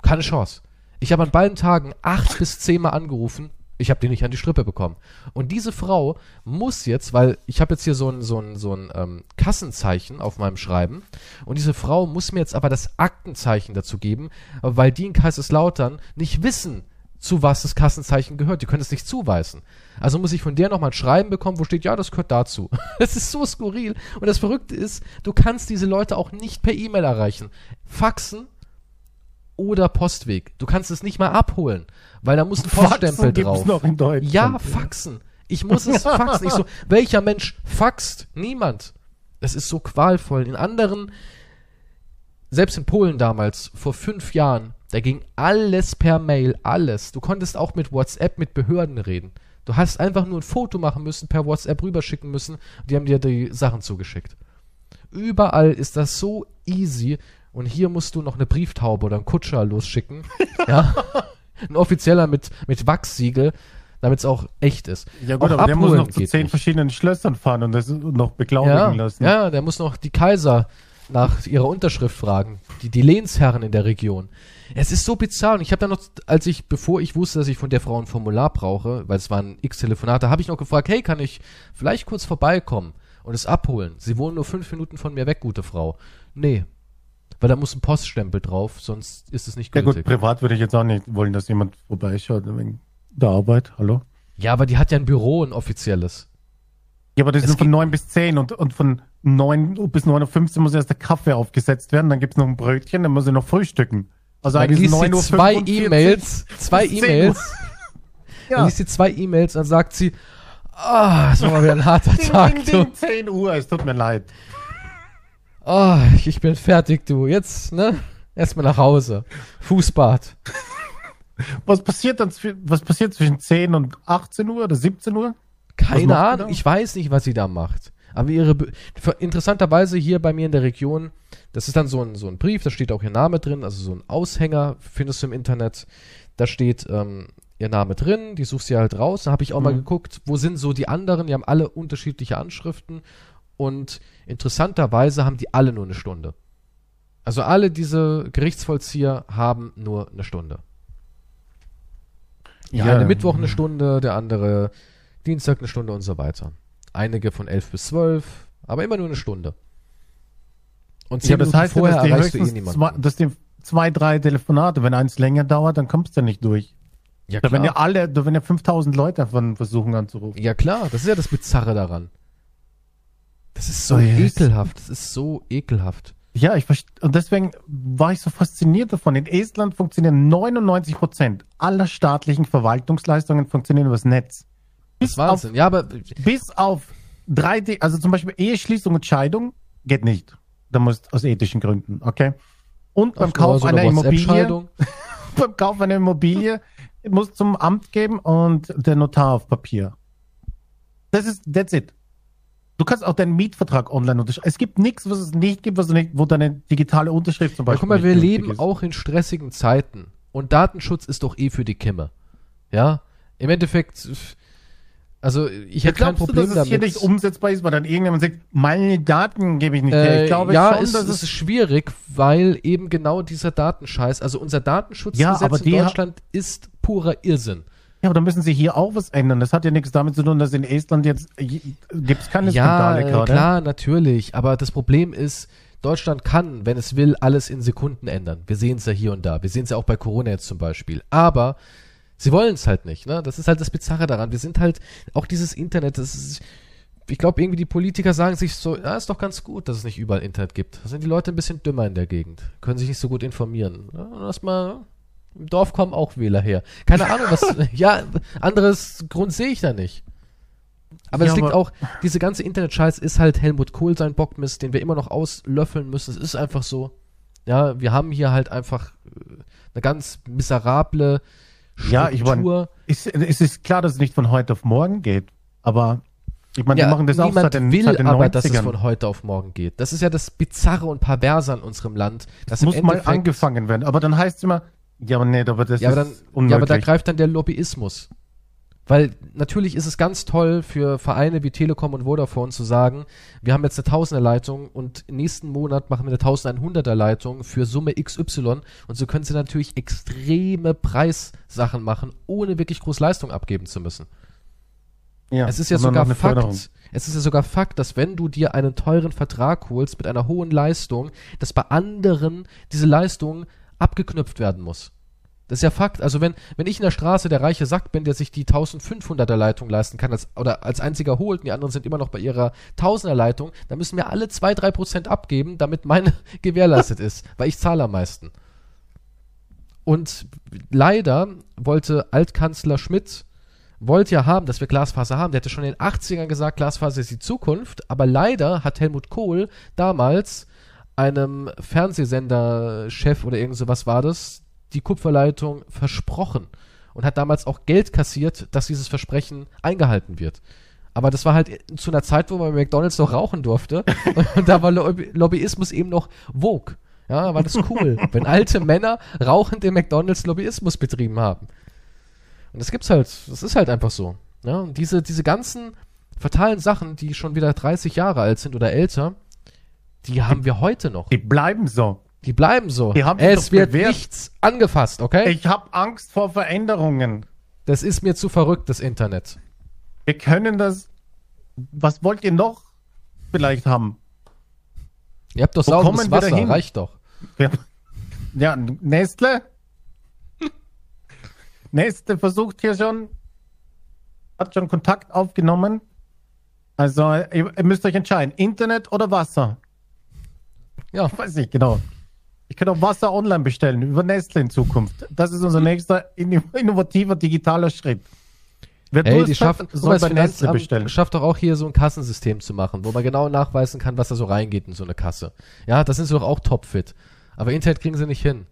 keine Chance. Ich habe an beiden Tagen acht bis zehnmal angerufen, ich habe die nicht an die Strippe bekommen. Und diese Frau muss jetzt, weil ich habe jetzt hier so ein, so ein, so ein ähm, Kassenzeichen auf meinem Schreiben, und diese Frau muss mir jetzt aber das Aktenzeichen dazu geben, weil die in Kaiserslautern nicht wissen, zu was das Kassenzeichen gehört. Die können es nicht zuweisen. Also muss ich von der nochmal ein Schreiben bekommen, wo steht, ja, das gehört dazu. Das ist so skurril. Und das Verrückte ist, du kannst diese Leute auch nicht per E-Mail erreichen. Faxen oder Postweg. Du kannst es nicht mal abholen, weil da muss ein Poststempel Faxen gibt's drauf. noch in Deutschland. Ja, faxen. Ich muss es faxen. Ich so, welcher Mensch faxt? Niemand. Das ist so qualvoll. In anderen, selbst in Polen damals, vor fünf Jahren, da ging alles per Mail, alles. Du konntest auch mit WhatsApp mit Behörden reden. Du hast einfach nur ein Foto machen müssen, per WhatsApp rüberschicken müssen. Die haben dir die Sachen zugeschickt. Überall ist das so easy. Und hier musst du noch eine Brieftaube oder einen Kutscher losschicken. ja. Ein offizieller mit, mit Wachssiegel, damit es auch echt ist. Ja gut, Auch aber der muss abholen noch zu geht zehn nicht. verschiedenen Schlössern fahren und das noch beglaubigen ja, lassen. Ja, der muss noch die Kaiser nach ihrer Unterschrift fragen, die, die Lehnsherren in der Region. Es ist so bizarr und ich habe dann noch, als ich, bevor ich wusste, dass ich von der Frau ein Formular brauche, weil es war ein X-Telefonat, da habe ich noch gefragt, hey, kann ich vielleicht kurz vorbeikommen und es abholen? Sie wohnen nur fünf Minuten von mir weg, gute Frau. Nee, weil da muss ein Poststempel drauf, sonst ist es nicht Ja gut, gültig. privat würde ich jetzt auch nicht wollen, dass jemand vorbeischaut wegen der Arbeit. Hallo? ja, aber die hat ja ein Büro, ein offizielles. Ja, aber das Es ist von gibt- 9 9 bis 10 und, und von 9 Uhr bis 9.15 Uhr muss erst der Kaffee aufgesetzt werden, dann gibt's noch ein Brötchen, dann muss ich noch frühstücken. Also Dann eigentlich ist liest sie 9 Uhr zwei E-Mails, zwei bis 10 Uhr. E-Mails Dann Ja. liest sie zwei E-Mails, dann sagt sie, ah, das war mal wieder ein harter Ding, Tag, ding, du. ding, 10 Uhr, es tut mir leid. Ah, ich bin fertig, du. Jetzt, ne? Erstmal nach Hause. Fußbad. Was passiert dann, zwi- was passiert zwischen 10 und 18 Uhr oder 17 Uhr? Was Keine macht die Ahnung, da? ich weiß nicht, was sie da macht. Aber ihre, Be- ver- interessanterweise hier bei mir in der Region, das ist dann so ein, so ein Brief, da steht auch ihr Name drin, also so ein Aushänger findest du im Internet. Da steht ähm, ihr Name drin, die suchst du ja halt raus. Da habe ich auch mal Mhm. geguckt, wo sind so die anderen, die haben alle unterschiedliche Anschriften. Und interessanterweise haben die alle nur eine Stunde. Also alle diese Gerichtsvollzieher haben nur eine Stunde. Ja, eine Mittwoch eine Stunde, der andere Dienstag eine Stunde und so weiter. Einige von 11 bis 12, aber immer nur eine Stunde. Und zehn Ja, das Minuten heißt, ja, vorher dass, die erreichst du eh höchstens zwei, niemanden. dass die zwei, drei Telefonate, wenn eins länger dauert, dann kommst du nicht durch. Ja Da werden ja klar. alle, da werden ja 5000 Leute davon versuchen anzurufen. ja, klar. Das ist ja das Bizarre daran. Das ist so Oh, yes. ekelhaft. Das ist so ekelhaft. Ja, ich verstehe. Und deswegen war ich so fasziniert davon. In Estland funktionieren 99 Prozent aller staatlichen Verwaltungsleistungen funktionieren übers Netz. Das ist Wahnsinn. Ja, aber Auf, bis auf drei, D- also zum Beispiel Eheschließung und Scheidung geht nicht. Da musst aus ethischen Gründen, okay? Und beim Ach, nur Kauf so eine einer Immobilie, WhatsApp-Scheidung. beim Kauf einer Immobilie muss zum Amt geben und der Notar auf Papier. Das ist, that's it. Du kannst auch deinen Mietvertrag online unterschreiben. Es gibt nichts, was es nicht gibt, was du nicht, wo deine digitale Unterschrift zum Ja, Beispiel. guck mal, nicht wir gültig leben ist. auch in stressigen Zeiten. Und Datenschutz ist doch eh für die Kimme. Ja? Im Endeffekt, pf, Also ich hätte kein Glaubst Problem du, dass es damit. hier nicht umsetzbar ist, weil dann irgendjemand sagt, meine Daten gebe ich nicht her. äh, Ich glaube ja, schon, ist, dass ist es schwierig, weil eben genau dieser Datenscheiß, also unser Datenschutzgesetz Ja, aber in die ha- Deutschland ist purer Irrsinn. Ja, aber dann müssen sie hier auch was ändern. Das hat ja nichts damit zu tun, dass in Estland jetzt gibt es keine Ja, Skandale äh, gerade. klar, natürlich. Aber das Problem ist, Deutschland kann, wenn es will, alles in Sekunden ändern. Wir sehen es ja hier und da. Wir sehen es ja auch bei Corona jetzt zum Beispiel. Aber sie wollen es halt nicht. Ne? Das ist halt das Bizarre daran. Wir sind halt auch dieses Internet. Das ist, ich glaube, irgendwie die Politiker sagen sich so, ja, ist doch ganz gut, dass es nicht überall Internet gibt. Da sind die Leute ein bisschen dümmer in der Gegend. Können sich nicht so gut informieren. Ja, und erstmal, im Dorf kommen auch Wähler her. Keine Ahnung, was, ja, anderes Grund sehe ich da nicht. Aber Ja, es liegt aber- auch, diese ganze Internet-Scheiß ist halt Helmut Kohl sein Bockmist, den wir immer noch auslöffeln müssen. Es ist einfach so. Ja, wir haben hier halt einfach äh, eine ganz miserable Struktur. Ja, ich mein, Ist, es ist klar, dass es nicht von heute auf morgen geht. Aber ich meine, Ja, die machen das auch niemand seit den, will seit den aber, 90ern. dass es von heute auf morgen geht. Das ist ja das Bizarre und Perverse an unserem Land. Das muss mal angefangen werden. Aber dann heißt es immer, ja, aber nee, aber das ja, aber ist dann, unmöglich. ja, aber da greift dann der Lobbyismus. Weil natürlich ist es ganz toll für Vereine wie Telekom und Vodafone zu sagen, wir haben jetzt eine Tausender-Leitung und nächsten Monat machen wir eine 1100er-Leitung für Summe XY und so können sie natürlich extreme Preissachen machen, ohne wirklich groß Leistung abgeben zu müssen. Ja, Es ist ja und dann sogar noch eine Fakt. Förderung. Es ist ja sogar Fakt, dass wenn du dir einen teuren Vertrag holst mit einer hohen Leistung, dass bei anderen diese Leistung abgeknüpft werden muss. Das ist ja Fakt. Also wenn, wenn ich in der Straße der reiche Sack bin, der sich die 1500er Leitung leisten kann als, oder als einziger holt und die anderen sind immer noch bei ihrer 1000er Leitung, dann müssen wir alle 2-3% Prozent abgeben, damit meine gewährleistet ist, weil ich zahle am meisten. Und leider wollte Altkanzler Schmidt wollte ja haben, dass wir Glasfaser haben. Der hatte schon in den 80ern gesagt, Glasfaser ist die Zukunft. Aber leider hat Helmut Kohl damals einem Fernsehsenderchef oder irgend sowas war das, die Kupferleitung versprochen. Und hat damals auch Geld kassiert, dass dieses Versprechen eingehalten wird. Aber das war halt zu einer Zeit, wo man bei McDonalds noch rauchen durfte. Und da war Lobby Lobbyismus eben noch vogue. Ja, war das cool, wenn alte Männer rauchend im McDonalds Lobbyismus betrieben haben. Und das gibt's halt, das ist halt einfach so. Ja, und diese, diese ganzen fatalen Sachen, die schon wieder 30 Jahre alt sind oder älter, die haben wir heute noch. Die bleiben so. Die bleiben so. Die haben sich es doch wird bewährt. nichts angefasst, okay? Ich habe Angst vor Veränderungen. das ist mir zu verrückt, das Internet. Wir können das. Was wollt ihr noch vielleicht haben? Ihr habt doch Wo sauberes kommen wir da Wasser, hin? reicht doch. Ja, ja Nestle? Nestle versucht hier schon, hat schon Kontakt aufgenommen. Also, ihr, ihr müsst euch entscheiden: Internet oder Wasser? Ja, Ich weiß nicht genau. Ich kann auch Wasser online bestellen über Nestle in Zukunft. Das ist Hm. unser nächster in- innovativer digitaler Schritt. Wer ey, Durst die hat, schaffen, guck mal, soll das bei Nestle bestellen. Finanzamt schafft doch auch hier so ein Kassensystem zu machen, wo man genau nachweisen kann, was da so reingeht in so eine Kasse. Ja, das sind sie doch auch topfit. Aber Internet kriegen sie nicht hin.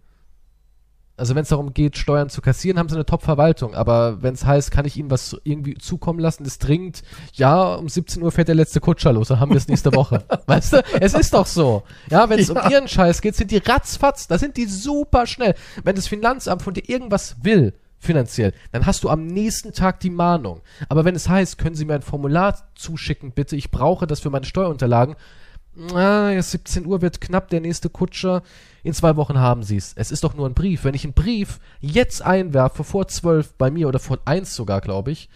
Also wenn es darum geht, Steuern zu kassieren, haben sie eine Top-Verwaltung. Aber wenn es heißt, kann ich ihnen was irgendwie zukommen lassen, ist dringend, ja, um 17 Uhr fährt der letzte Kutscher los, dann haben wir es nächste Woche. Weißt du, es ist doch so. Ja, wenn es um ihren Scheiß geht, sind die ratzfatz, da sind die super schnell. Wenn das Finanzamt von dir irgendwas will, finanziell, dann hast du am nächsten Tag die Mahnung. Aber wenn es heißt, können Sie mir ein Formular zuschicken, bitte, ich brauche das für meine Steuerunterlagen, na, jetzt 17 Ah, Uhr wird knapp, der nächste Kutscher. In zwei Wochen haben sie es. Es ist doch nur ein Brief. Wenn ich einen Brief jetzt einwerfe, vor 12 bei mir oder vor 1 sogar, glaube ich,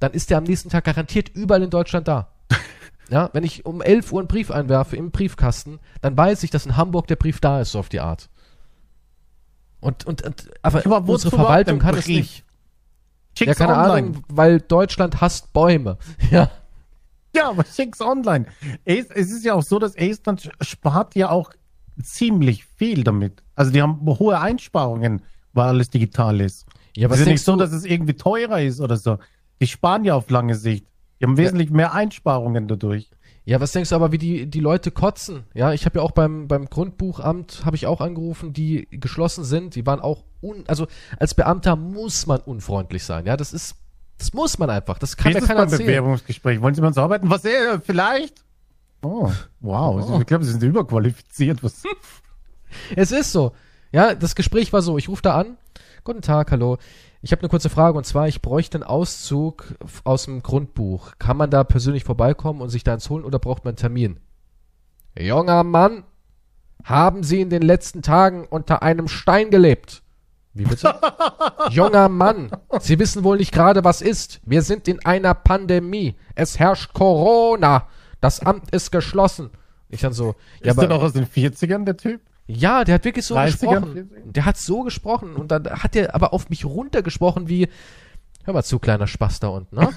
dann ist der am nächsten Tag garantiert überall in Deutschland da. Ja, wenn ich um 11 Uhr einen Brief einwerfe im Briefkasten, dann weiß ich, dass in Hamburg der Brief da ist, so auf die Art. Und, und, und aber Aber wozu unsere überhaupt Verwaltung ein hat es Brief? nicht. Ja, Schick's keine online. Ahnung, weil Deutschland hasst Bäume. Ja. Ja, aber schick's online. Es, es ist ja auch so, dass Estland sch- spart ja auch ziemlich viel damit. Also die haben hohe Einsparungen, weil alles digital ist. Ja, es ist ja nicht so, dass es irgendwie teurer ist oder so. Die sparen ja auf lange Sicht. Die haben wesentlich mehr Einsparungen dadurch. Ja, was denkst du aber, wie die, die Leute kotzen? Ja, ich habe ja auch beim, beim Grundbuchamt, habe ich auch angerufen, die geschlossen sind, die waren auch, un, also als Beamter muss man unfreundlich sein, ja, das ist, das muss man einfach, das kann Wie mir ist es keiner beim erzählen. Bewerbungsgespräch? Wollen Sie mit uns arbeiten? Was, äh, vielleicht? Oh, wow. Oh. Ich glaube, Sie sind überqualifiziert. Was, Es ist so, Ja, das Gespräch war so, ich rufe da an. Guten Tag, hallo. Ich habe eine kurze Frage und zwar, ich bräuchte einen Auszug f- aus dem Grundbuch. Kann man da persönlich vorbeikommen und sich da eins holen oder braucht man einen Termin? Junger Mann, haben Sie in den letzten Tagen unter einem Stein gelebt? Wie bitte? Junger Mann, Sie wissen wohl nicht gerade, was ist. Wir sind in einer Pandemie. Es herrscht Corona. Das Amt ist geschlossen. Ich dann so, ja, ist der noch aus den 40ern, der Typ? ja, der hat wirklich so 30er, gesprochen. Der hat so gesprochen und dann hat der aber auf mich runtergesprochen wie, hör mal zu, kleiner Spaß da unten, ne?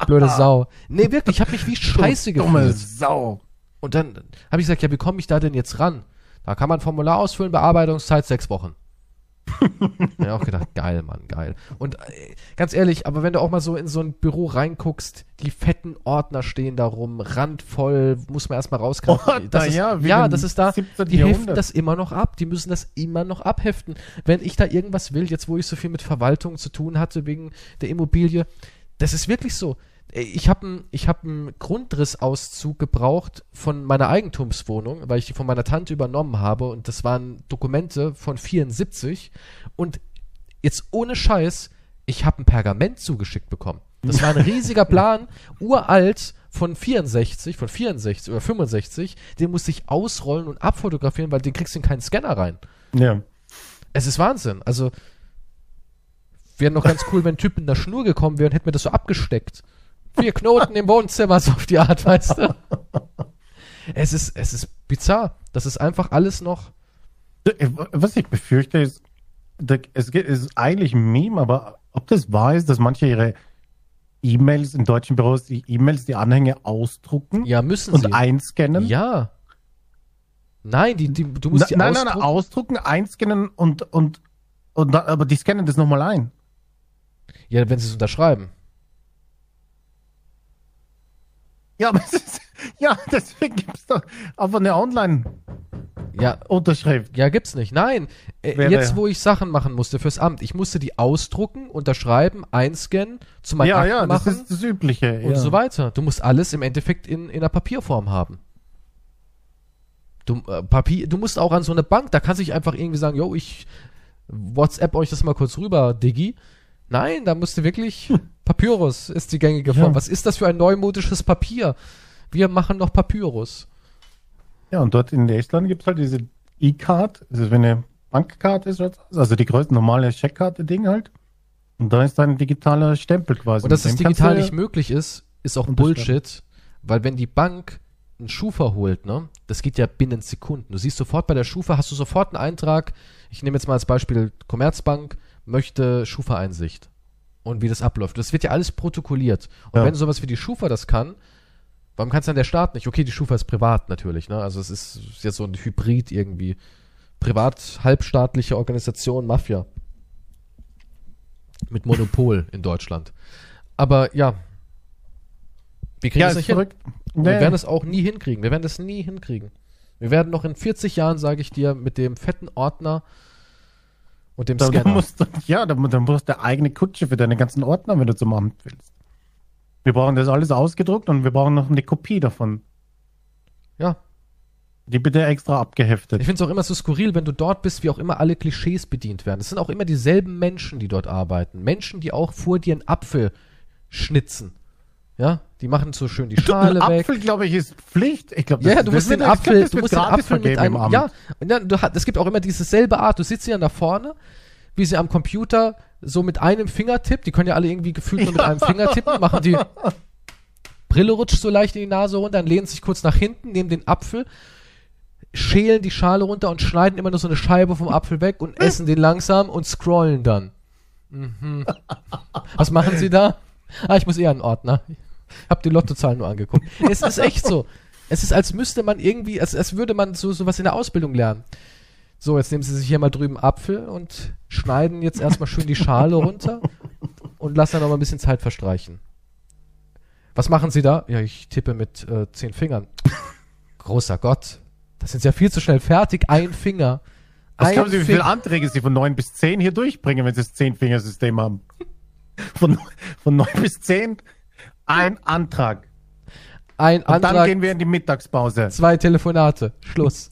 Du Blöde Sau. Nee, wirklich, ich hab mich wie scheiße Dumme gefühlt. Sau. Und dann habe ich gesagt, ja, wie komme ich da denn jetzt ran? Da kann man ein Formular ausfüllen, Bearbeitungszeit sechs Wochen. ich auch gedacht, geil, Mann, geil. Und äh, ganz ehrlich, aber wenn du auch mal so in so ein Büro reinguckst, die fetten Ordner stehen da rum, randvoll, muss man erstmal rauskratzen. Ordner, Das ist, ja, wie ja, im das ist da, 17. die heften Jahrhundert. das immer noch ab, die müssen das immer noch abheften. Wenn ich da irgendwas will, jetzt wo ich so viel mit Verwaltung zu tun hatte wegen der Immobilie, das ist wirklich so. Ich habe einen ich hab einen Grundrissauszug gebraucht von meiner Eigentumswohnung, weil ich die von meiner Tante übernommen habe und das waren Dokumente von 74 und jetzt ohne Scheiß, ich habe ein Pergament zugeschickt bekommen. Das war ein riesiger Plan, uralt von 64, von 64 oder 65, den musste ich ausrollen und abfotografieren, weil den kriegst du in keinen Scanner rein. Ja. Es ist Wahnsinn. Also wäre noch ganz cool, wenn ein Typ mit einer Schnur gekommen wäre und hätte mir das so abgesteckt. Vier Knoten im Wohnzimmer, so auf die Art, weißt du? Es ist, es ist bizarr. Das ist einfach alles noch. Äh, Was ich befürchte ist, da- es ge- es ist eigentlich ein Meme, aber ob das wahr ist, dass manche ihre E-Mails in deutschen Büros, die E-Mails, die Anhänge ausdrucken Ja, müssen und sie. einscannen? Ja. Nein, die, die, du musst Na, die nein, nein, nein, ausdrucken. ausdrucken, einscannen und, und, und dann, aber die scannen das nochmal ein. Ja, wenn sie es unterschreiben. Ja, aber es ist, ja, deswegen gibt es doch einfach eine Online-Unterschrift. Ja, ja, gibt's nicht. Nein, äh, Wäre- jetzt wo ich Sachen machen musste fürs Amt, ich musste die ausdrucken, unterschreiben, einscannen, zu meinen Ja, Akten ja, das machen ist das Übliche. und ja. so weiter. Du musst alles im Endeffekt in, in einer Papierform haben. Du, äh, Papier, du musst auch an so eine Bank, da kannst du nicht einfach irgendwie sagen, yo, ich WhatsApp euch das mal kurz rüber, Diggi. Nein, da musst du wirklich, Papyrus ist die gängige Form. Hm. Ja. Was ist das für ein neumodisches Papier? Wir machen noch Papyrus. Ja, und dort in Estland gibt es halt diese E-Card, das ist wie eine Bankkarte ist, oder was? also die größte normale Checkkarte-Ding halt. Und da ist dann ein digitaler Stempel quasi. Und dass Mit es dem kannst digital du- nicht möglich ist, ist auch Unterschreiben. Bullshit, weil wenn die Bank einen Schufa holt, ne, das geht ja binnen Sekunden. Du siehst sofort bei der Schufa, hast du sofort einen Eintrag. Ich nehme jetzt mal als Beispiel Commerzbank möchte Schufa-Einsicht und wie das abläuft. Das wird ja alles protokolliert. Und Ja. wenn sowas wie die Schufa das kann, warum kann es dann der Staat nicht? Okay, die Schufa ist privat natürlich, ne? Also es ist jetzt so ein Hybrid irgendwie. Privat, halbstaatliche Organisation, Mafia. Mit Monopol in Deutschland. Aber ja. Wir kriegen Ja, das ist nicht hin. verrückt. Und Wir Nee. werden es auch nie hinkriegen. Wir werden es nie hinkriegen. Wir werden noch in 40 Jahren, sage ich dir, mit dem fetten Ordner und dem da, da Scanner. musst du, ja, da, mu- da brauchst du eigene Kutsche für deine ganzen Ordner, wenn du zum Amt willst. Wir brauchen das alles ausgedruckt und wir brauchen noch eine Kopie davon. Ja, Die bitte extra Ich abgeheftet. finde es auch immer so skurril, wenn du dort bist, wie auch immer alle Klischees bedient werden. Es sind auch immer dieselben Menschen, die dort arbeiten. Menschen, die auch vor dir einen Apfel schnitzen. Ja, die machen so schön die Schale Ein weg. Apfel, glaube ich, ist Pflicht. Ich glaube, das- Ja, ja, du das musst wird- den ich glaub, Apfel, das du wird musst den gratis Apfel mit vergeben einem, im Amt. ja, und dann, du, hast- es gibt auch immer diese selbe Art, du sitzt ja da vorne, wie sie am Computer so mit einem Fingertipp, die können ja alle irgendwie gefühlt nur mit einem Finger tippen, machen die Brille rutscht so leicht in die Nase runter, dann lehnen sich kurz nach hinten, nehmen den Apfel, schälen die Schale runter und schneiden immer nur so eine Scheibe vom Apfel weg und essen den langsam und scrollen dann. Mhm. Was machen sie da? Ah, ich muss eher einen Ordner. Hab die Lottozahlen nur angeguckt. Es ist echt so. Es ist, als müsste man irgendwie, als, als würde man so, so was in der Ausbildung lernen. So, jetzt nehmen sie sich hier mal drüben Apfel und schneiden jetzt erstmal schön die Schale runter und lassen dann noch mal ein bisschen Zeit verstreichen. Was machen Sie da? Ja, ich tippe mit äh, zehn Fingern. Großer Gott. Das sind Sie ja viel zu schnell fertig. Ein Finger. Was Ein glauben Sie, wie Fing- viele Anträge Sie von 9 bis 10 hier durchbringen, wenn Sie das 10-Fingersystem haben? Von, von 9 bis 10 ein Antrag. Ein Und dann Antrag, gehen wir in die Mittagspause. zwei Telefonate. Schluss.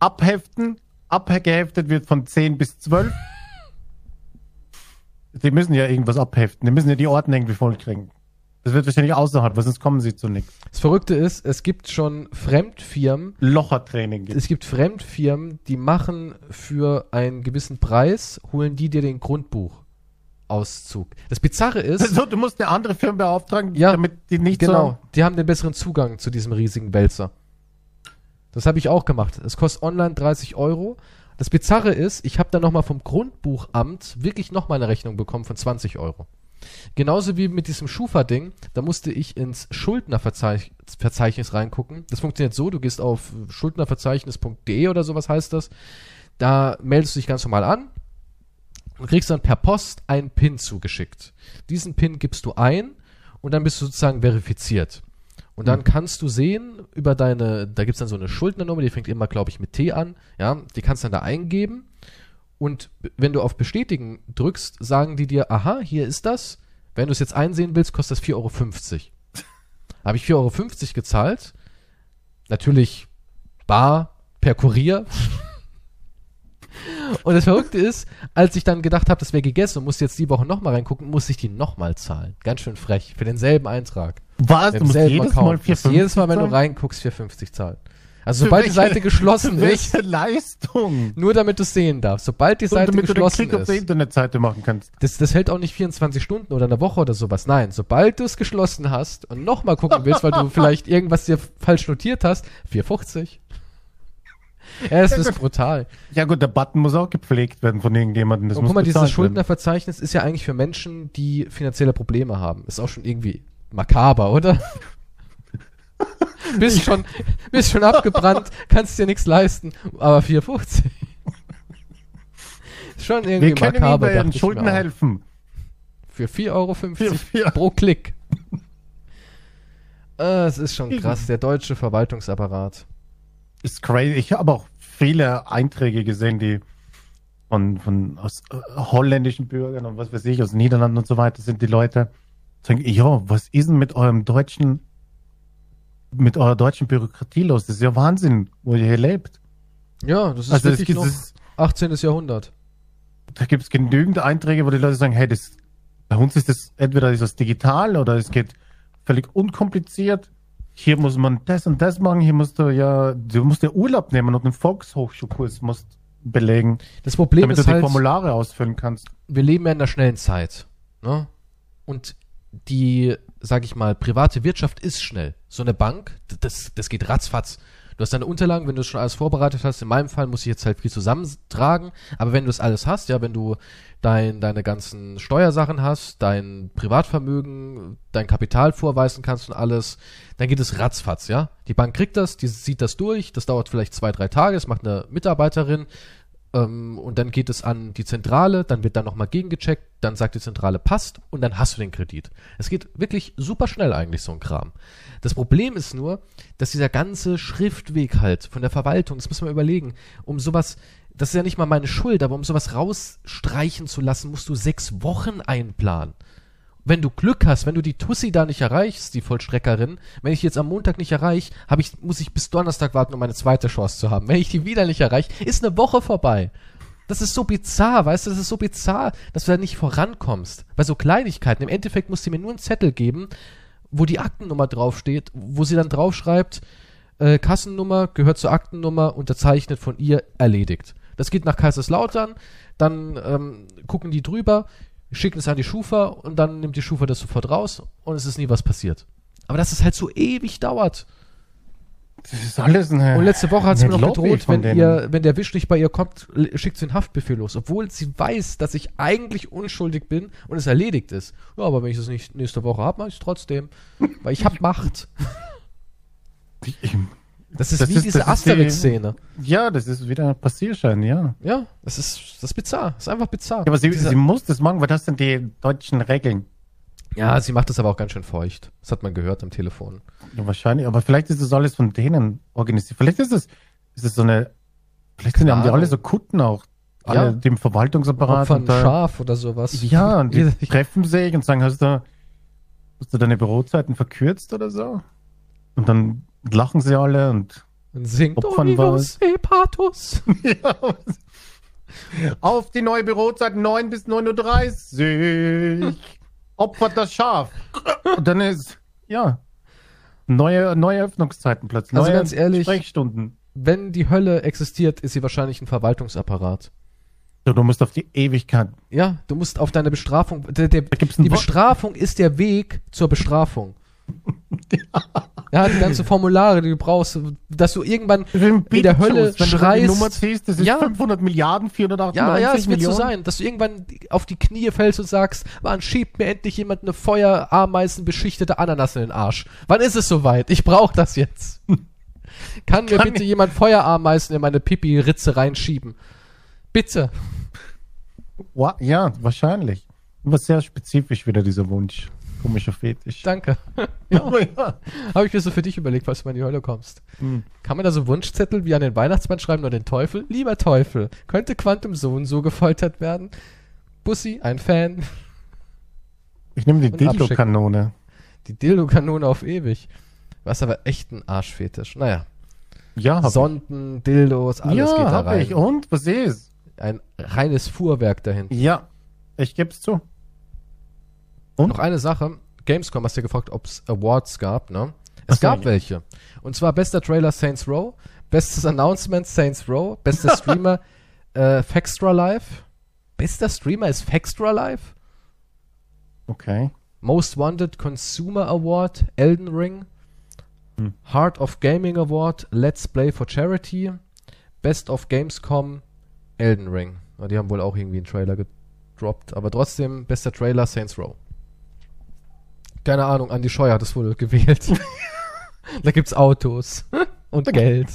Abheften, abgeheftet wird von 10 bis 12. die müssen ja irgendwas abheften. Die müssen ja die Orten irgendwie vollkriegen. Das wird wahrscheinlich außerhalb, weil sonst kommen sie zu nichts. Das Verrückte ist, es gibt schon Fremdfirmen, Lochertraining gibt es gibt Fremdfirmen, die machen für einen gewissen Preis, holen die dir den Grundbuchauszug. Das Bizarre ist, So, Also, du musst eine andere Firma beauftragen, Ja, damit die nicht genau, die haben den besseren Zugang zu diesem riesigen Wälzer. Das habe ich auch gemacht. Es kostet online 30 Euro. Das Bizarre ist, ich habe dann nochmal vom Grundbuchamt wirklich nochmal eine Rechnung bekommen von 20 Euro. Genauso wie mit diesem Schufa-Ding, da musste ich ins Schuldnerverzeichnis reingucken. Das funktioniert so, du gehst auf schuldnerverzeichnis.de oder sowas heißt das. Da meldest du dich ganz normal an und kriegst dann per Post einen PIN zugeschickt. Diesen PIN gibst du ein und dann bist du sozusagen verifiziert. Und dann kannst du sehen, über deine, da gibt's dann so eine Schuldnernummer, die fängt immer, glaube ich, mit T an, ja, die kannst du dann da eingeben. Und b- wenn du auf Bestätigen drückst, sagen die dir, aha, hier ist das. Wenn du es jetzt einsehen willst, kostet das 4,50 Euro. Habe ich 4,50 Euro gezahlt. Natürlich bar, per Kurier. und das Verrückte ist, als ich dann gedacht habe, das wäre gegessen und muss jetzt die Woche nochmal reingucken, muss ich die nochmal zahlen. Ganz schön frech. Für denselben Eintrag. Was? Du Im musst selben jedes Account. Mal 4,50 Musst jedes Mal, wenn zahlen? du reinguckst, 4,50 zahlen. Also Für sobald die welche- Seite geschlossen ist, Welche Leistung? nur damit du es sehen darfst. Sobald die Seite damit du den geschlossen Klick auf der ist. Internetseite machen kannst. Das, das hält auch nicht 24 Stunden oder eine Woche oder sowas. Nein, sobald du es geschlossen hast und nochmal gucken willst, weil du vielleicht irgendwas dir falsch notiert hast, 4,50. Ja, das ist brutal. Ja gut, der Button muss auch gepflegt werden von irgendjemandem. Das Und muss Oh, guck mal, dieses bezahlt werden. Schuldnerverzeichnis ist ja eigentlich für Menschen, die finanzielle Probleme haben. Ist auch schon irgendwie makaber, oder? bist schon, bist schon abgebrannt, kannst dir nichts leisten, aber 4,50. Ist schon irgendwie Wir können makaber. Ihnen bei dachte Ihren ich mir Schulden auch. helfen. Für 4,50 Euro Für- pro Klick. äh, es ist schon krass, der deutsche Verwaltungsapparat. Ist crazy. Ich habe auch viele Einträge gesehen, die von, von aus äh, holländischen Bürgern und was weiß ich, aus den Niederlanden und so weiter sind die Leute. Sagen, ja, was ist denn mit eurem deutschen, mit eurer deutschen Bürokratie los? Das ist ja Wahnsinn, wo ihr hier lebt. Ja, das ist Also es wirklich gibt, noch es, 18. Jahrhundert. da gibt es genügend Einträge, wo die Leute sagen, hey, das, bei uns ist das entweder ist das digital oder es geht völlig unkompliziert. Hier muss man das und das machen, hier musst du ja, du musst ja Urlaub nehmen und einen Volkshochschulkurs musst belegen, Das Problem damit du ist die halt, Formulare ausfüllen kannst. wir leben ja in einer schnellen Zeit. Ne? Und die, sag ich mal, private Wirtschaft ist schnell. So eine Bank, d- das, das geht ratzfatz. Du hast deine Unterlagen, wenn du schon alles vorbereitet hast. In meinem Fall muss ich jetzt halt viel zusammentragen. Aber wenn du das alles hast, ja, wenn du dein, deine ganzen Steuersachen hast, dein Privatvermögen, dein Kapital vorweisen kannst und alles, dann geht es ratzfatz, ja. Die Bank kriegt das, die sieht das durch. Das dauert vielleicht zwei, drei Tage. Das macht eine Mitarbeiterin. Ähm, und dann geht es an die Zentrale, dann wird dann nochmal gegengecheckt, dann sagt die Zentrale passt und dann hast du den Kredit. Es geht wirklich super schnell eigentlich so ein Kram. Das Problem ist nur, dass dieser ganze Schriftweg halt von der Verwaltung, das müssen wir überlegen, um sowas, das ist ja nicht mal meine Schuld, aber um sowas rausstreichen zu lassen, musst du sechs Wochen einplanen wenn du Glück hast, wenn du die Tussi da nicht erreichst, die Vollstreckerin, wenn ich jetzt am Montag nicht erreiche, hab ich, muss ich bis Donnerstag warten, um eine zweite Chance zu haben. Wenn ich die wieder nicht erreiche, ist eine Woche vorbei. Das ist so bizarr, weißt du, das ist so bizarr, dass du da nicht vorankommst. Bei so Kleinigkeiten, im Endeffekt muss sie mir nur einen Zettel geben, wo die Aktennummer draufsteht, wo sie dann draufschreibt, äh, Kassennummer gehört zur Aktennummer, unterzeichnet von ihr, erledigt. Das geht nach Kaiserslautern, dann ähm, gucken die drüber, schicken es an die Schufa und dann nimmt die Schufa das sofort raus und es ist nie was passiert. Aber dass es halt so ewig dauert. Das ist alles eine. Und letzte Woche hat sie eine mir noch Lobby gedroht, von wenn, denen. ihr, wenn der Wisch nicht bei ihr kommt, l- schickt sie einen Haftbefehl los. Obwohl sie weiß, dass ich eigentlich unschuldig bin und es erledigt ist. Ja, aber wenn ich es nicht nächste Woche habe, mache ich es trotzdem. Weil ich habe Macht. Ich- ich- Das ist Das wie ist- diese das ist die- Asterix-Szene. Ja, das ist wieder ein Passierschein, ja. Ja, das ist, das ist bizarr. Das ist einfach bizarr. Ja, aber sie, Dieser- sie muss das machen, weil das sind die deutschen Regeln. ja, sie macht das aber auch ganz schön feucht. Das hat man gehört am Telefon. Ja, wahrscheinlich, aber vielleicht ist das alles von denen organisiert. Vielleicht ist es, ist es so eine, vielleicht sind, haben die Ahnung. alle so Kutten auch. Alle Genau. Ja. dem Verwaltungsapparat. Opfern und da- Schaf oder sowas. Ja, und die Jeder- treffen sich und sagen, hast du, hast du deine Bürozeiten verkürzt oder so? Und dann lachen sie alle und Und singt Opfern Dominus Hepatus. Ja. Auf die neue Bürozeit 9 bis 9.30 Uhr. Opfert das Schaf. Und dann ist, ja, neue, neue Öffnungszeiten plötzlich. Also neue ganz ehrlich- Sprechstunden. Wenn die Hölle existiert, ist sie wahrscheinlich ein Verwaltungsapparat. Du, du musst auf die Ewigkeit. Ja, du musst auf deine Bestrafung. Der, der, Da gibt's die ein Wort. Bestrafung ist der Weg zur Bestrafung. ja, die ganzen Formulare, die du brauchst, dass du irgendwann in der Hölle Wenn schreist. du die Nummer ziehst, das ist Ja. 500 Milliarden, 498 ja, ja, es wird Millionen. so sein, dass du irgendwann auf die Knie fällst und sagst, wann schiebt mir endlich jemand eine Feuerameisenbeschichtete Ananas in den Arsch? Wann ist es soweit? Ich brauche das jetzt. Kann mir Kann bitte jemand Feuerameisen in meine Pipi-Ritze reinschieben? Bitte. Wa- Ja, wahrscheinlich. Aber sehr spezifisch wieder dieser Wunsch. Komischer Fetisch. Danke. Aber ja. Habe ich mir so für dich überlegt, falls du mal in die Hölle kommst. Hm. Kann man da so Wunschzettel wie an den Weihnachtsmann schreiben oder den Teufel? Lieber Teufel, könnte Quantum Sohn so gefoltert werden? Bussi, ein Fan. Ich nehme die Und abschicken. Dildo-Kanone. Die Dildo-Kanone auf ewig. Was aber echt ein Arschfetisch. Naja, Ja, hab Sonden, Dildos, ich. alles geht Ja, da hab rein. ich. Und, was ist? Ein reines Fuhrwerk dahinten. Ja, ich geb's zu. Und? Noch eine Sache. Gamescom hast ja gefragt, ob es Awards gab, ne? Es Ach so, gab ja. welche. Und zwar bester Trailer Saints Row, bestes Announcement Saints Row, bester Streamer äh, Faxtra Live. Bester Streamer ist Faxtra Live? Okay. Most Wanted Consumer Award, Elden Ring, Heart of Gaming Award, Let's Play for Charity, Best of Gamescom, Elden Ring. Na, die haben wohl auch irgendwie einen Trailer gedroppt, aber trotzdem bester Trailer Saints Row. Keine Ahnung, Andy Scheuer hat es wohl gewählt. da gibt's Autos und Geld.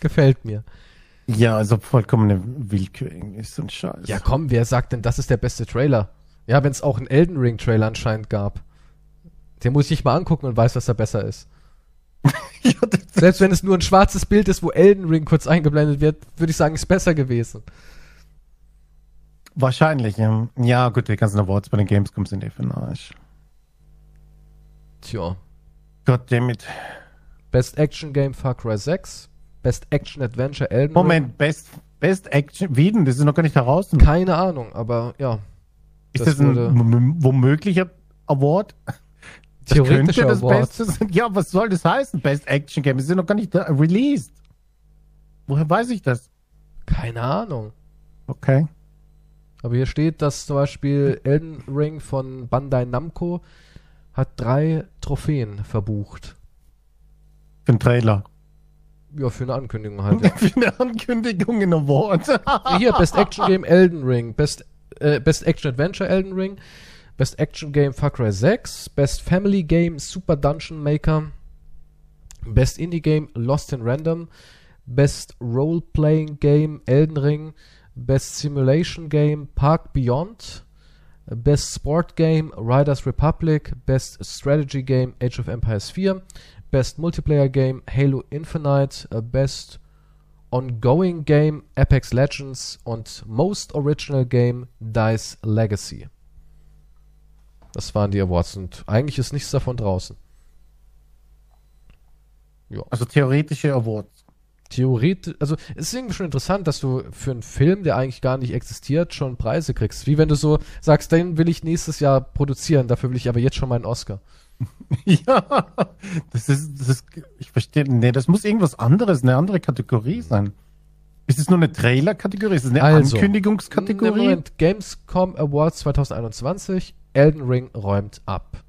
Gefällt mir. Ja, also vollkommene Willkür irgendwie ist so ein Scheiß. Ja, komm, wer sagt denn, das ist der beste Trailer? Ja, wenn es auch einen Elden Ring Trailer anscheinend gab. Den muss ich nicht mal angucken und weiß, was da besser ist. Ja, das- Selbst wenn es nur ein schwarzes Bild ist, wo Elden Ring kurz eingeblendet wird, würde ich sagen, ist besser gewesen. wahrscheinlich. Ja. ja, gut, die ganzen Awards bei den Gamescom sind eh für den Arsch. Tja. Goddammit. Best Action Game Far Cry 6. Best Action Adventure Elden Moment, Best, Best Action. Wieden, das ist noch gar nicht heraus. Ring. Keine Ahnung, aber ja. Ist das das, ein wurde- m- womöglicher Award? Das könnte Theoretischer das Award. Beste sein. Ja, was soll das heißen? Best Action Game. Es ist noch gar nicht da- released. Woher weiß ich das? Keine Ahnung. Okay. Aber hier steht, dass zum Beispiel Elden Ring von Bandai Namco hat drei Trophäen verbucht. Für einen Trailer. Ja, für eine Ankündigung halt. Für eine Ankündigung in Award. Hier, Best Action Game Elden Ring, Best, äh, Best Action Adventure Elden Ring, Best Action Game Far Cry 6, Best Family Game Super Dungeon Maker, Best Indie Game Lost in Random, Best Role Playing Game Elden Ring, Best Simulation Game Park Beyond, Best Sport Game Riders Republic, Best Strategy Game Age of Empires 4, Best Multiplayer Game Halo Infinite, äh, Best Ongoing Game Apex Legends und Most Original Game Dice Legacy. Das waren die Awards und eigentlich ist nichts davon draußen. Also theoretische Awards. Theoretisch, also es ist irgendwie schon interessant, dass du für einen Film, der eigentlich gar nicht existiert, schon Preise kriegst. Wie wenn du so sagst, den will ich nächstes Jahr produzieren, dafür will ich aber jetzt schon meinen Oscar. ja. Das ist, das ist, ich verstehe, nee, das muss irgendwas anderes, eine andere Kategorie sein. Ist es nur eine Trailer-Kategorie? Ist es eine Also, Ankündigungskategorie? Im Moment Gamescom Awards 2021. Elden Ring räumt ab.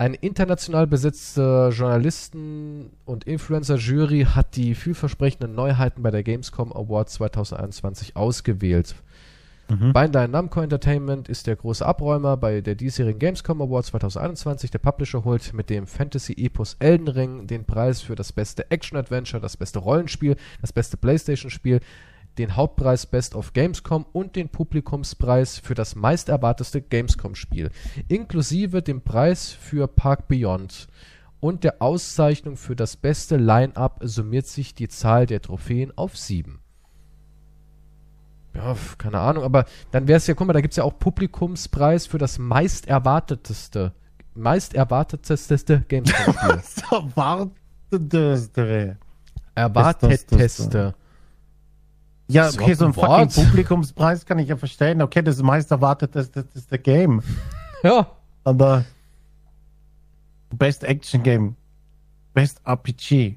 Eine international besetzte Journalisten- und Influencer-Jury hat die vielversprechenden Neuheiten bei der Gamescom Awards 2021 ausgewählt. Bandai Namco Entertainment ist der große Abräumer bei der diesjährigen Gamescom Awards 2021. Der Publisher holt mit dem Fantasy-Epos Elden Ring den Preis für das beste Action-Adventure, das beste Rollenspiel, das beste Playstation-Spiel, den Hauptpreis Best of Gamescom und den Publikumspreis für das meisterwarteste Gamescom-Spiel, inklusive dem Preis für Park Beyond. Und der Auszeichnung für das beste Line-Up summiert sich die Zahl der Trophäen auf sieben. Ja, f- keine Ahnung, aber dann wäre es ja, guck mal, da gibt es ja auch Publikumspreis für das meisterwarteteste, meisterwarteteste Gamescom-Spiel. Das erwartet der Düstere. Erwarteteste. Ja, Ist okay, so ein überhaupt ein fucking Wort? Publikumspreis kann ich ja verstehen. Okay, das meist erwartet, das, das, das ist der Game. Ja. Aber Best Action Game, Best RPG.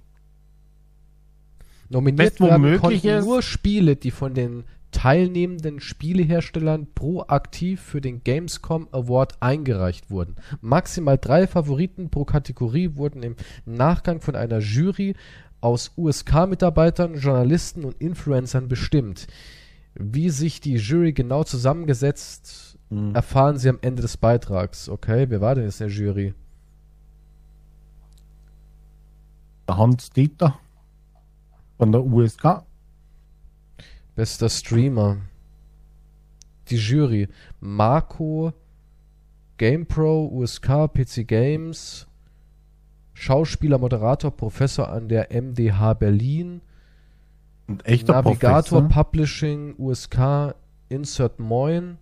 Nominiert Best womöglich werden konnten ist- nur Spiele, die von den teilnehmenden Spieleherstellern proaktiv für den Gamescom Award eingereicht wurden. Maximal drei Favoriten pro Kategorie wurden im Nachgang von einer Jury aus USK-Mitarbeitern, Journalisten und Influencern bestimmt. Wie sich die Jury genau zusammengesetzt, erfahren Sie am Ende des Beitrags. Okay, wer war denn jetzt in der Jury? Der Hans Dieter von der USK. Bester Streamer. Die Jury. Marco, GamePro, USK, PC Games, Schauspieler, Moderator, Professor an der MDH Berlin, Ein echter ne? Navigator, Professor. Publishing, USK, Insert Moin.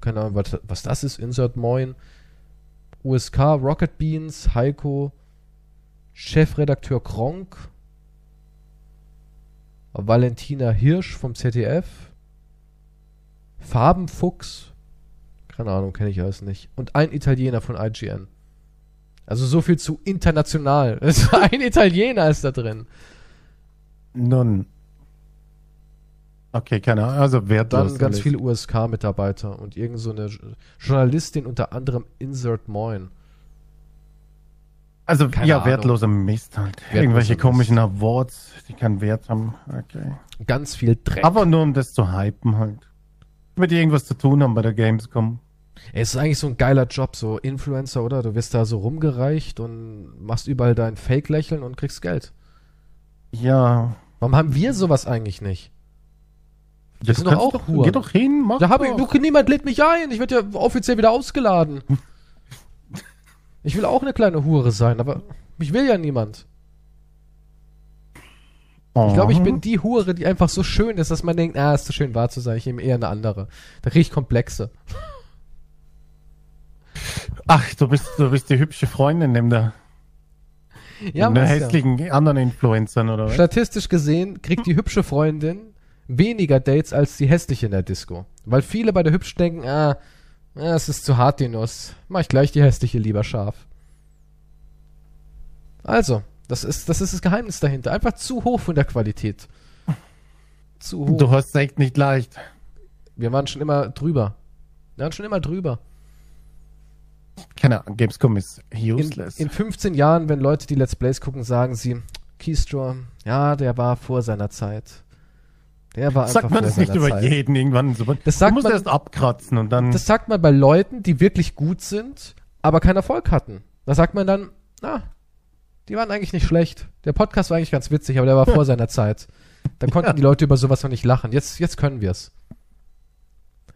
Keine Ahnung, was, was das ist, Insert Moin. USK, Rocket Beans, Heiko, Chefredakteur Kronk, Valentina Hirsch vom ZDF, Farbenfuchs, keine Ahnung, kenne ich alles nicht, und ein Italiener von IGN. Also so viel zu international. Also Ein Italiener ist da drin. Nun. Okay, keine Ahnung. Also wer Dann das ganz alles- viele USK-Mitarbeiter und irgend so eine J- Journalistin unter anderem Insert Moin. Also Keine ja, Ahnung. wertloser Mist halt. Irgendwelche Mist. komischen Awards, die keinen Wert haben. Okay. Ganz viel Dreck. Aber nur um das zu hypen halt. Damit die irgendwas zu tun haben bei der Gamescom. Ey, es ist eigentlich so ein geiler Job, so Influencer, oder? Du wirst da so rumgereicht und machst überall dein Fake-Lächeln und kriegst Geld. Ja. Warum haben wir sowas eigentlich nicht? Das sind doch auch Huren. Geh doch hin, mach Da habe ich, doch. du, niemand lädt mich ein. Ich werde ja offiziell wieder ausgeladen. Ich will auch eine kleine Hure sein, aber mich will ja niemand. Ich glaube, ich bin die Hure, die einfach so schön ist, dass man denkt, ah, ist zu schön wahr zu sein. Ich nehme eher eine andere. Da kriege ich komplexe. Ach, du bist, du bist die hübsche Freundin neben der, Ja, neben der Marcia. hässlichen anderen Influencern oder was? Statistisch gesehen kriegt die hübsche Freundin weniger Dates als die hässliche in der Disco. Weil viele bei der hübschen denken, ah, ah, es ist zu hart die Nuss. Mach ich gleich die hässliche lieber scharf. Also, das ist, das ist das Geheimnis dahinter. Einfach zu hoch von der Qualität. Zu hoch. Du hast echt nicht leicht. Wir waren schon immer drüber. Wir waren schon immer drüber. Keine Ahnung, Gamescom ist In, useless. in 15 Jahren, wenn Leute die Let's Plays gucken, sagen sie, Keystrow, ja, der war vor seiner Zeit. Der war einfach Sagt man vor das nicht seiner über Zeit. jeden irgendwann? So, Das sagt du musst man- erst abkratzen und dann. Das sagt man bei Leuten, die wirklich gut sind, aber keinen Erfolg hatten. Da sagt man dann, na, die waren eigentlich nicht schlecht. Der Podcast war eigentlich ganz witzig, aber der war vor seiner Zeit. Da konnten die Leute über sowas noch nicht lachen. Jetzt, jetzt können wir es.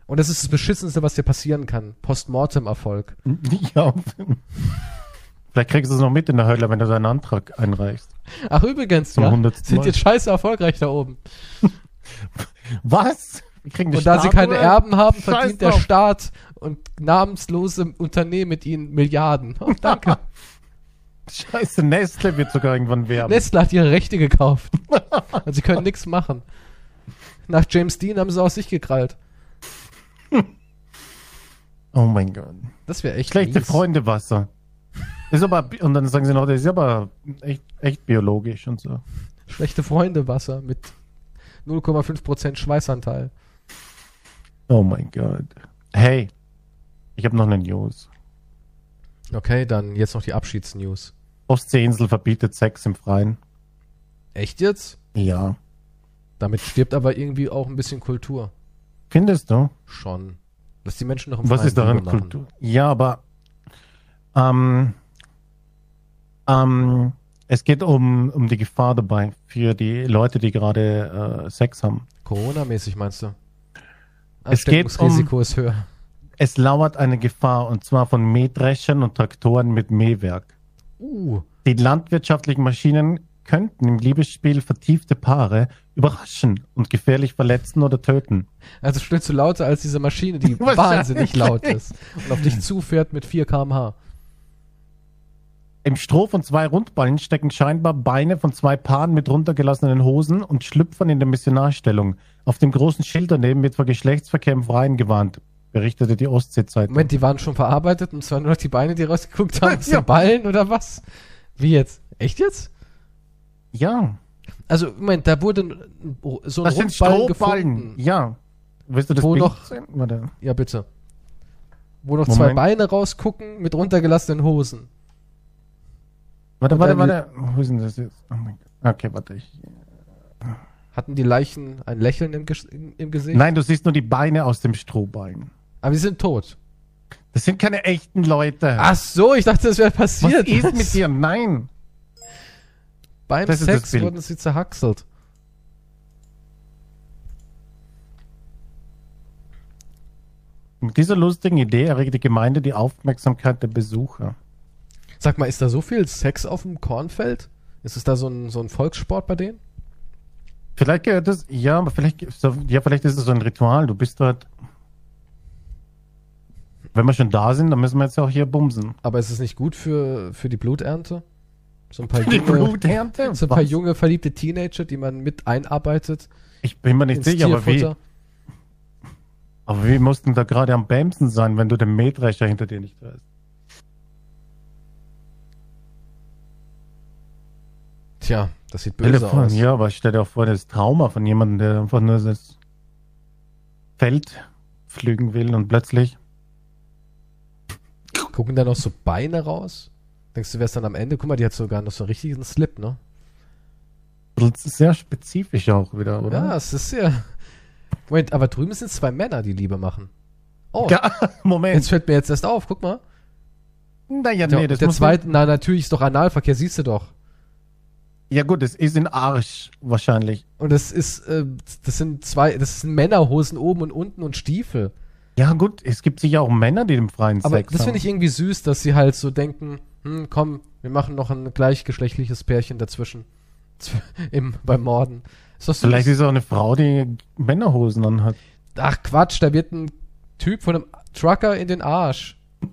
Und das ist das Beschissenste, was dir passieren kann. Postmortem-Erfolg. ja. Vielleicht kriegst du es noch mit in der Hölle, wenn du deinen Antrag einreichst. Ach, übrigens, Zum ja, 100. sind Mal. jetzt scheiße erfolgreich da oben. Was? Wir kriegen eine Und da sie keine Statue? Erben haben, Scheiß verdient der drauf. Staat und namenslose Unternehmen mit ihnen Milliarden. Oh, danke. Scheiße, Nestle wird sogar irgendwann werben. Nestle hat ihre Rechte gekauft. Und sie können nichts machen. Nach James Dean haben sie aus sich gekrallt. oh mein Gott. Das wäre echt Schlechte mies. Freunde Wasser. Ist aber, bi- und dann sagen sie noch, das ist aber echt, echt biologisch und so. Schlechte Freunde Wasser mit 0,5% Schweißanteil. Oh mein Gott. Hey, ich habe noch eine News. Okay, dann jetzt noch die Abschiedsnews. Ostseeinsel verbietet Sex im Freien. Echt jetzt? Ja. Damit stirbt aber irgendwie auch ein bisschen Kultur. Findest du? Schon. Lass die Menschen noch im Was freien ist daran Liebe machen. Kultur? Ja, aber ähm, ähm, es geht um, um die Gefahr dabei für die Leute, die gerade äh, Sex haben. Corona-mäßig meinst du? Es geht um- Ansteckungsrisiko ist höher. Es lauert eine Gefahr und zwar von Mähdreschern und Traktoren mit Mähwerk. Uh, Die landwirtschaftlichen Maschinen könnten im Liebesspiel vertiefte Paare überraschen und gefährlich verletzen oder töten. also stöhnst du lauter als diese Maschine, die Wahrscheinlich. wahnsinnig laut ist und auf dich zufährt mit 4 kmh. Im Stroh von zwei Rundballen stecken scheinbar Beine von zwei Paaren mit runtergelassenen Hosen und schlüpfern in der Missionarstellung. Auf dem großen Schild daneben wird vor Geschlechtsverkehr im Freien gewarnt, berichtete die Ostsee-Zeitung. Moment, die waren schon verarbeitet und es waren nur noch die Beine, die rausgeguckt haben. Das Ja. sind Ballen oder was? Wie jetzt? Echt jetzt? Ja, Also, Moment, da wurde ein- so ein das sind Rundballen Strohballen. gefunden. Ja. Willst du das Wo Bild noch- sehen? Warte. Ja, bitte. Wo noch zwei Moment. Beine rausgucken mit runtergelassenen Hosen. Warte, warte, dann- warte. Wo ist denn das jetzt? Oh mein Gott. Okay, warte. Ich... Hatten die Leichen ein Lächeln im, Ges im Gesicht? Nein, du siehst nur die Beine aus dem Strohballen. Aber sie sind tot. Das sind keine echten Leute. Ach so, ich dachte, Ah, das wäre Was passiert. ist mit dir? Nein. Beim Das ist das Sex Bild. wurden sie zerhackselt. Mit dieser lustigen Idee erregt die Gemeinde die Aufmerksamkeit der Besucher. Sag mal, ist da so viel Sex auf dem Kornfeld? Ist es da so ein, so ein Volkssport bei denen? Vielleicht gehört es, ja, aber vielleicht, ja, vielleicht ist es so ein Ritual. Du bist dort. Wenn wir schon da sind, dann müssen wir jetzt auch hier bumsen. Aber ist es nicht gut für, für die Bluternte? So ein paar Die junge, Bluternte? so ein paar Was? junge verliebte Teenager, die man mit einarbeitet Ich bin mir nicht ins sicher, aber wie, Tierfutter. aber wie mussten da gerade am Bamsen sein, wenn du den Mähdrescher hinter dir nicht hörst? Tja, das sieht böse Telefon, aus. ja, aber stell dir auch vor, das Trauma von jemandem, der einfach nur das Feld pflügen will und plötzlich. Gucken da noch so Beine raus? Denkst du, wer ist dann am Ende? Guck mal, die hat sogar noch so einen richtigen Slip, ne? Das ist sehr spezifisch auch wieder, oder? Ja, es ist sehr. Moment, aber drüben sind zwei Männer, die Liebe machen. Oh, Ja, jetzt Moment. fällt mir jetzt erst auf, guck mal. Naja, Der, nee, das der muss zweite, na natürlich ist doch Analverkehr, siehst du doch. Ja gut, es ist in Arsch wahrscheinlich. Und das ist, äh, das sind zwei, das sind Männerhosen oben und unten und Stiefel. Ja gut, es gibt sicher auch Männer, die den freien Aber Sex das haben. finde ich irgendwie süß, dass sie halt so denken, hm, komm, wir machen noch ein gleichgeschlechtliches Pärchen dazwischen. Zw- Im, beim Morden. Ist doch süß. Vielleicht ist es auch eine Frau, die Männerhosen anhat. Ach Quatsch, da wird ein Typ von einem Trucker in den Arsch. Ja,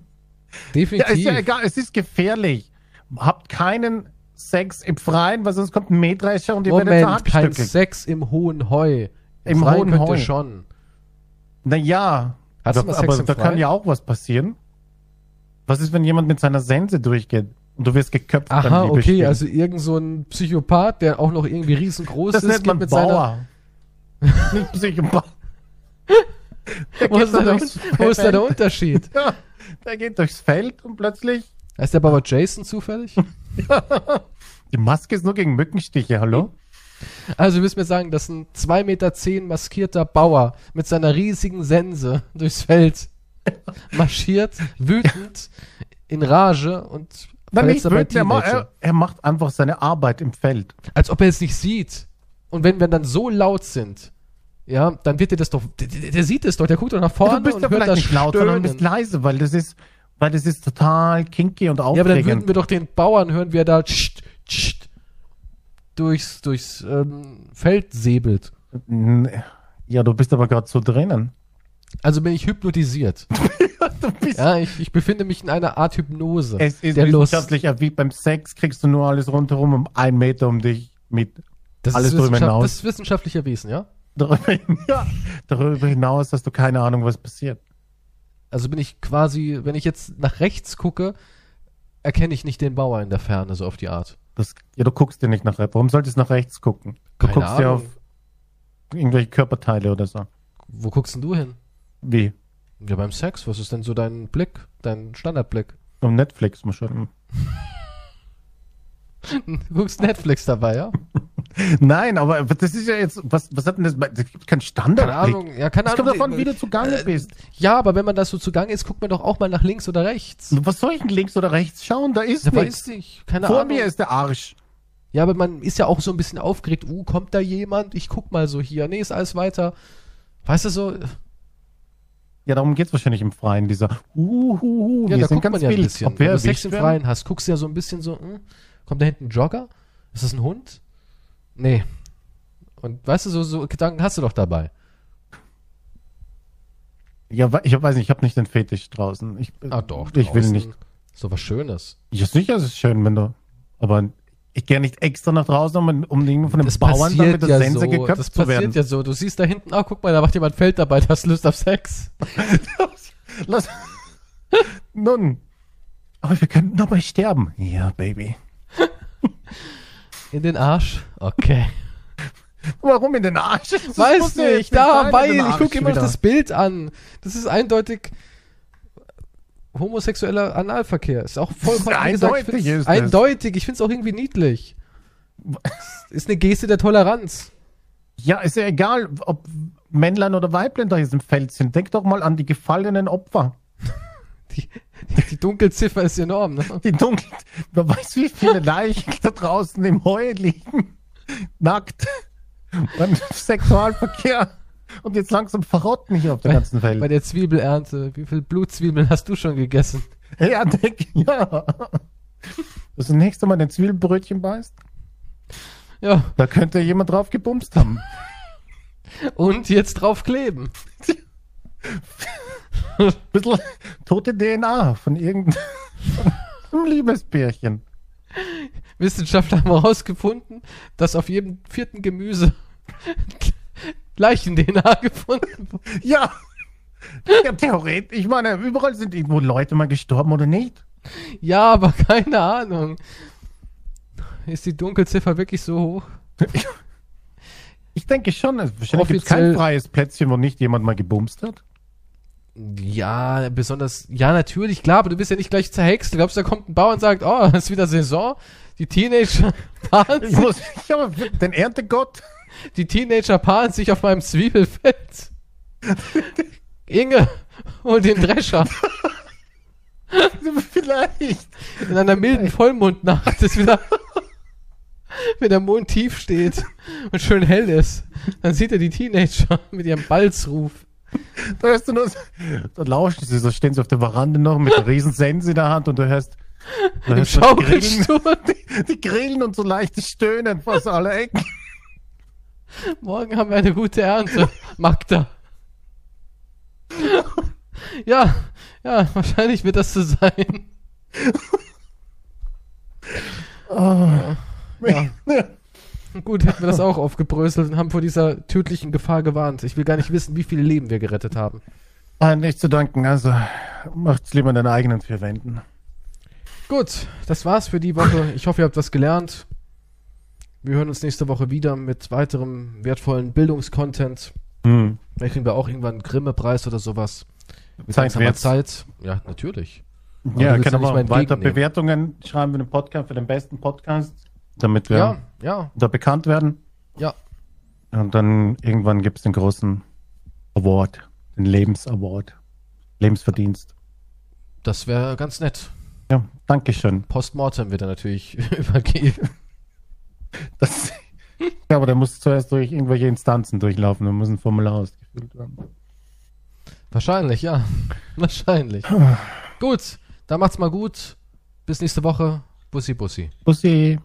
Definitiv. ist ja egal, es ist gefährlich. Habt keinen Sex im Freien, weil sonst kommt ein Mähdrescher und ihr Moment, kein werdet verhackstückelt. Sex im hohen Heu. Im Freien hohen könnt Heu. ihr schon. Naja, Hast du da, mal Sex aber im da kann Freien? ja auch was passieren. Was ist, wenn jemand mit seiner Sense durchgeht und du wirst geköpft Aha, beim okay, Liebesspiel? also irgend so ein Psychopath, der auch noch irgendwie riesengroß das ist, nennt geht man mit seiner, Bauer. Nicht Psychopath. Der wo, geht ist da der, dann Un- durchs wo ist da der Feld. Unterschied? Ja, der geht durchs Feld und plötzlich. Heißt der Bauer Jason zufällig? Die Maske ist nur gegen Mückenstiche, Hm? hallo? Also du willst mir sagen, dass ein 2,10 Meter maskierter Bauer mit seiner riesigen Sense durchs Feld marschiert, wütend, in Rage und Nein, nicht verletzt dabei wirklich, er, ma- Teenager. er, er macht einfach seine Arbeit im Feld. Als ob er es nicht sieht. Und wenn wir dann so laut sind, ja, dann wird dir das doch, der, der der sieht es doch, der guckt doch nach vorne du bist und ja hört vielleicht das nicht laut, sondern du bist Stöhnen. leise, weil das ist, weil das ist total kinky und Ja, aber dann aufregend. würden wir doch den Bauern hören, wie er da tscht, tscht, durchs, durchs ähm, Feld säbelt. N- Ja, du bist aber gerade so drinnen. Also bin ich hypnotisiert. Du bist, Ja, ich, ich befinde mich in einer Art Hypnose. es ist der Lust. wissenschaftlich wie beim Sex kriegst du nur alles rundherum um einen Meter um dich mit. Das alles ist drüber wissenschaft- hinaus. Das ist wissenschaftlich erwiesen, ja? Darüber, ja, darüber hinaus hast du keine Ahnung, was passiert. Also bin ich quasi, wenn ich jetzt nach rechts gucke, erkenne ich nicht den Bauer in der Ferne, so auf die Art. Das, ja, du guckst dir nicht nach rechts. Warum solltest du nach rechts gucken? Du Keine guckst dir Ahnung. auf irgendwelche Körperteile oder so. Wo guckst denn du hin? Wie? Ja, beim Sex, was ist denn so dein Blick, dein Standardblick? Um Netflix mal schauen. Hm, Du guckst Netflix dabei, ja? Nein, aber das ist ja jetzt, was, was hat denn das? Es gibt keinen Keine Standardblick. Ahnung, ja, keine Es kommt Ahnung. Äh, davon, wie du zugange bist. ja, aber wenn man das so zugange ist, guckt man doch auch mal nach links oder rechts. Was soll ich denn links oder rechts schauen? Da ist Da nichts. weiß ich, keine Vor Ahnung. mir ist der Arsch. ja, aber man ist ja auch so ein bisschen aufgeregt. Uh, kommt da jemand? Ich guck mal so hier. Nee, ist alles weiter. Weißt du so, Ja, darum geht's wahrscheinlich im Freien, dieser Uhuhu, ja, Uh, wir da sind guckt man ganz ja ein wild. bisschen. Ob wir Wenn du Sex erwischt im werden? Freien hast, guckst du ja so ein bisschen so, hm, kommt da hinten ein Jogger? Ist das ein Hund? Nee. Und weißt du, so, so Gedanken hast du doch dabei. Ja, wa- ich weiß nicht, ich habe nicht den Fetisch draußen. Ich, Ah, doch. Ich will draußen. nicht. So was Schönes. Ja, sicher ist es schön, wenn du. Aber ich gehe nicht extra nach draußen, um, um irgendwo von einem Das Bauern dann mit passiert der ja Sense so. geköpft Das zu passiert werden. ja so. Du siehst da hinten, ah, guck mal, da macht jemand Feld dabei, das hast Lust auf Sex. Lass. Nun. Aber wir könnten dabei sterben. Ja, Baby. In den Arsch. Okay. Warum in den Arsch? Das muss Weiß ja jetzt nicht, da, sein, in weil den ich gucke Arsch immer auf wieder. das Bild an. Das ist eindeutig homosexueller Analverkehr. Ist auch vollkommen wie gesagt, ich Eindeutig find's- ist das. eindeutig. Ich finde es auch irgendwie niedlich. Ist eine Geste der Toleranz. Ja, ist ja egal, ob Männlein oder Weiblein da jetzt im Feld sind. Denk doch mal an die gefallenen Opfer. Die, die, die Dunkelziffer ist enorm. Ne? Die dunkel. Wer weiß, wie viele Leichen da draußen im Heu liegen. Nackt. Beim Sexualverkehr. Und jetzt langsam verrotten hier auf der ganzen Bei Welt. der Zwiebelernte. Wie viel Blutzwiebeln hast du schon gegessen? Ja, denk, ja. Dass du nächstes Mal ein Zwiebelbrötchen beißt, Ja, da könnte jemand drauf gebumst haben. und jetzt draufkleben. Bisschen tote DNA von irgendeinem Liebesbärchen. Wissenschaftler haben herausgefunden, dass auf jedem vierten Gemüse Leichen-DNA gefunden wurde. Ja. Ja, theoretisch. Ich meine, überall sind irgendwo Leute mal gestorben oder nicht. Ja, aber keine Ahnung. Ist die Dunkelziffer wirklich so hoch? Ich denke schon, es- wahrscheinlich gibt es kein Offiziell- freies Plätzchen, wo nicht jemand mal gebumst hat. Ja, besonders. Ja, natürlich, klar, aber du bist ja nicht gleich zerhext. Du glaubst, da kommt ein Bauer und sagt, oh, es ist wieder Saison. Die Teenager paaren Ich sich, muss, ich habe den Erntegott. die Teenager paaren sich auf meinem Zwiebelfeld. Inge, hol den Drescher. Vielleicht. In einer milden Vollmondnacht ist wieder, wenn der Mond tief steht und schön hell ist, dann sieht er die Teenager mit ihrem Balzruf. Da hörst du nur, so- da lauschen sie, so stehen sie auf der Veranda noch mit einer riesen Sense in der Hand und du hörst, du Im hörst das Grillen, Schaukelstuhl. die Grillen und so leichtes Stöhnen aus alle Ecken. Morgen haben wir eine gute Ernte, Magda. Ja, ja, wahrscheinlich wird das so sein. Ja. Gut, hätten wir das auch aufgebröselt und haben vor dieser tödlichen Gefahr gewarnt. Ich will gar nicht wissen, wie viele Leben wir gerettet haben. Ah, nicht zu danken, also macht's lieber in deinen eigenen vier Wänden. Gut, das war's für die Woche. Ich hoffe, ihr habt was gelernt. Wir hören uns nächste Woche wieder mit weiterem wertvollen Bildungscontent. Hm. Vielleicht kriegen wir auch irgendwann einen Grimme-Preis oder sowas. Mit Zeigen langsamer wir jetzt. Zeit. Ja, natürlich. Ja, du willst können ja wir nicht mal weiter entgegennehmen. Bewertungen schreiben für den Podcast, für den besten Podcast, damit wir Ja, ja, da bekannt werden. ja. Und dann irgendwann gibt es den großen Award, den Lebensaward, Lebensverdienst. Das wäre ganz nett. Ja, Dankeschön. Postmortem wird er natürlich übergeben. Das, ja, aber der muss zuerst durch irgendwelche Instanzen durchlaufen, da muss ein Formular ausgefüllt werden. Wahrscheinlich, ja. Wahrscheinlich. gut, dann macht's mal gut. Bis nächste Woche. Bussi, bussi. Bussi.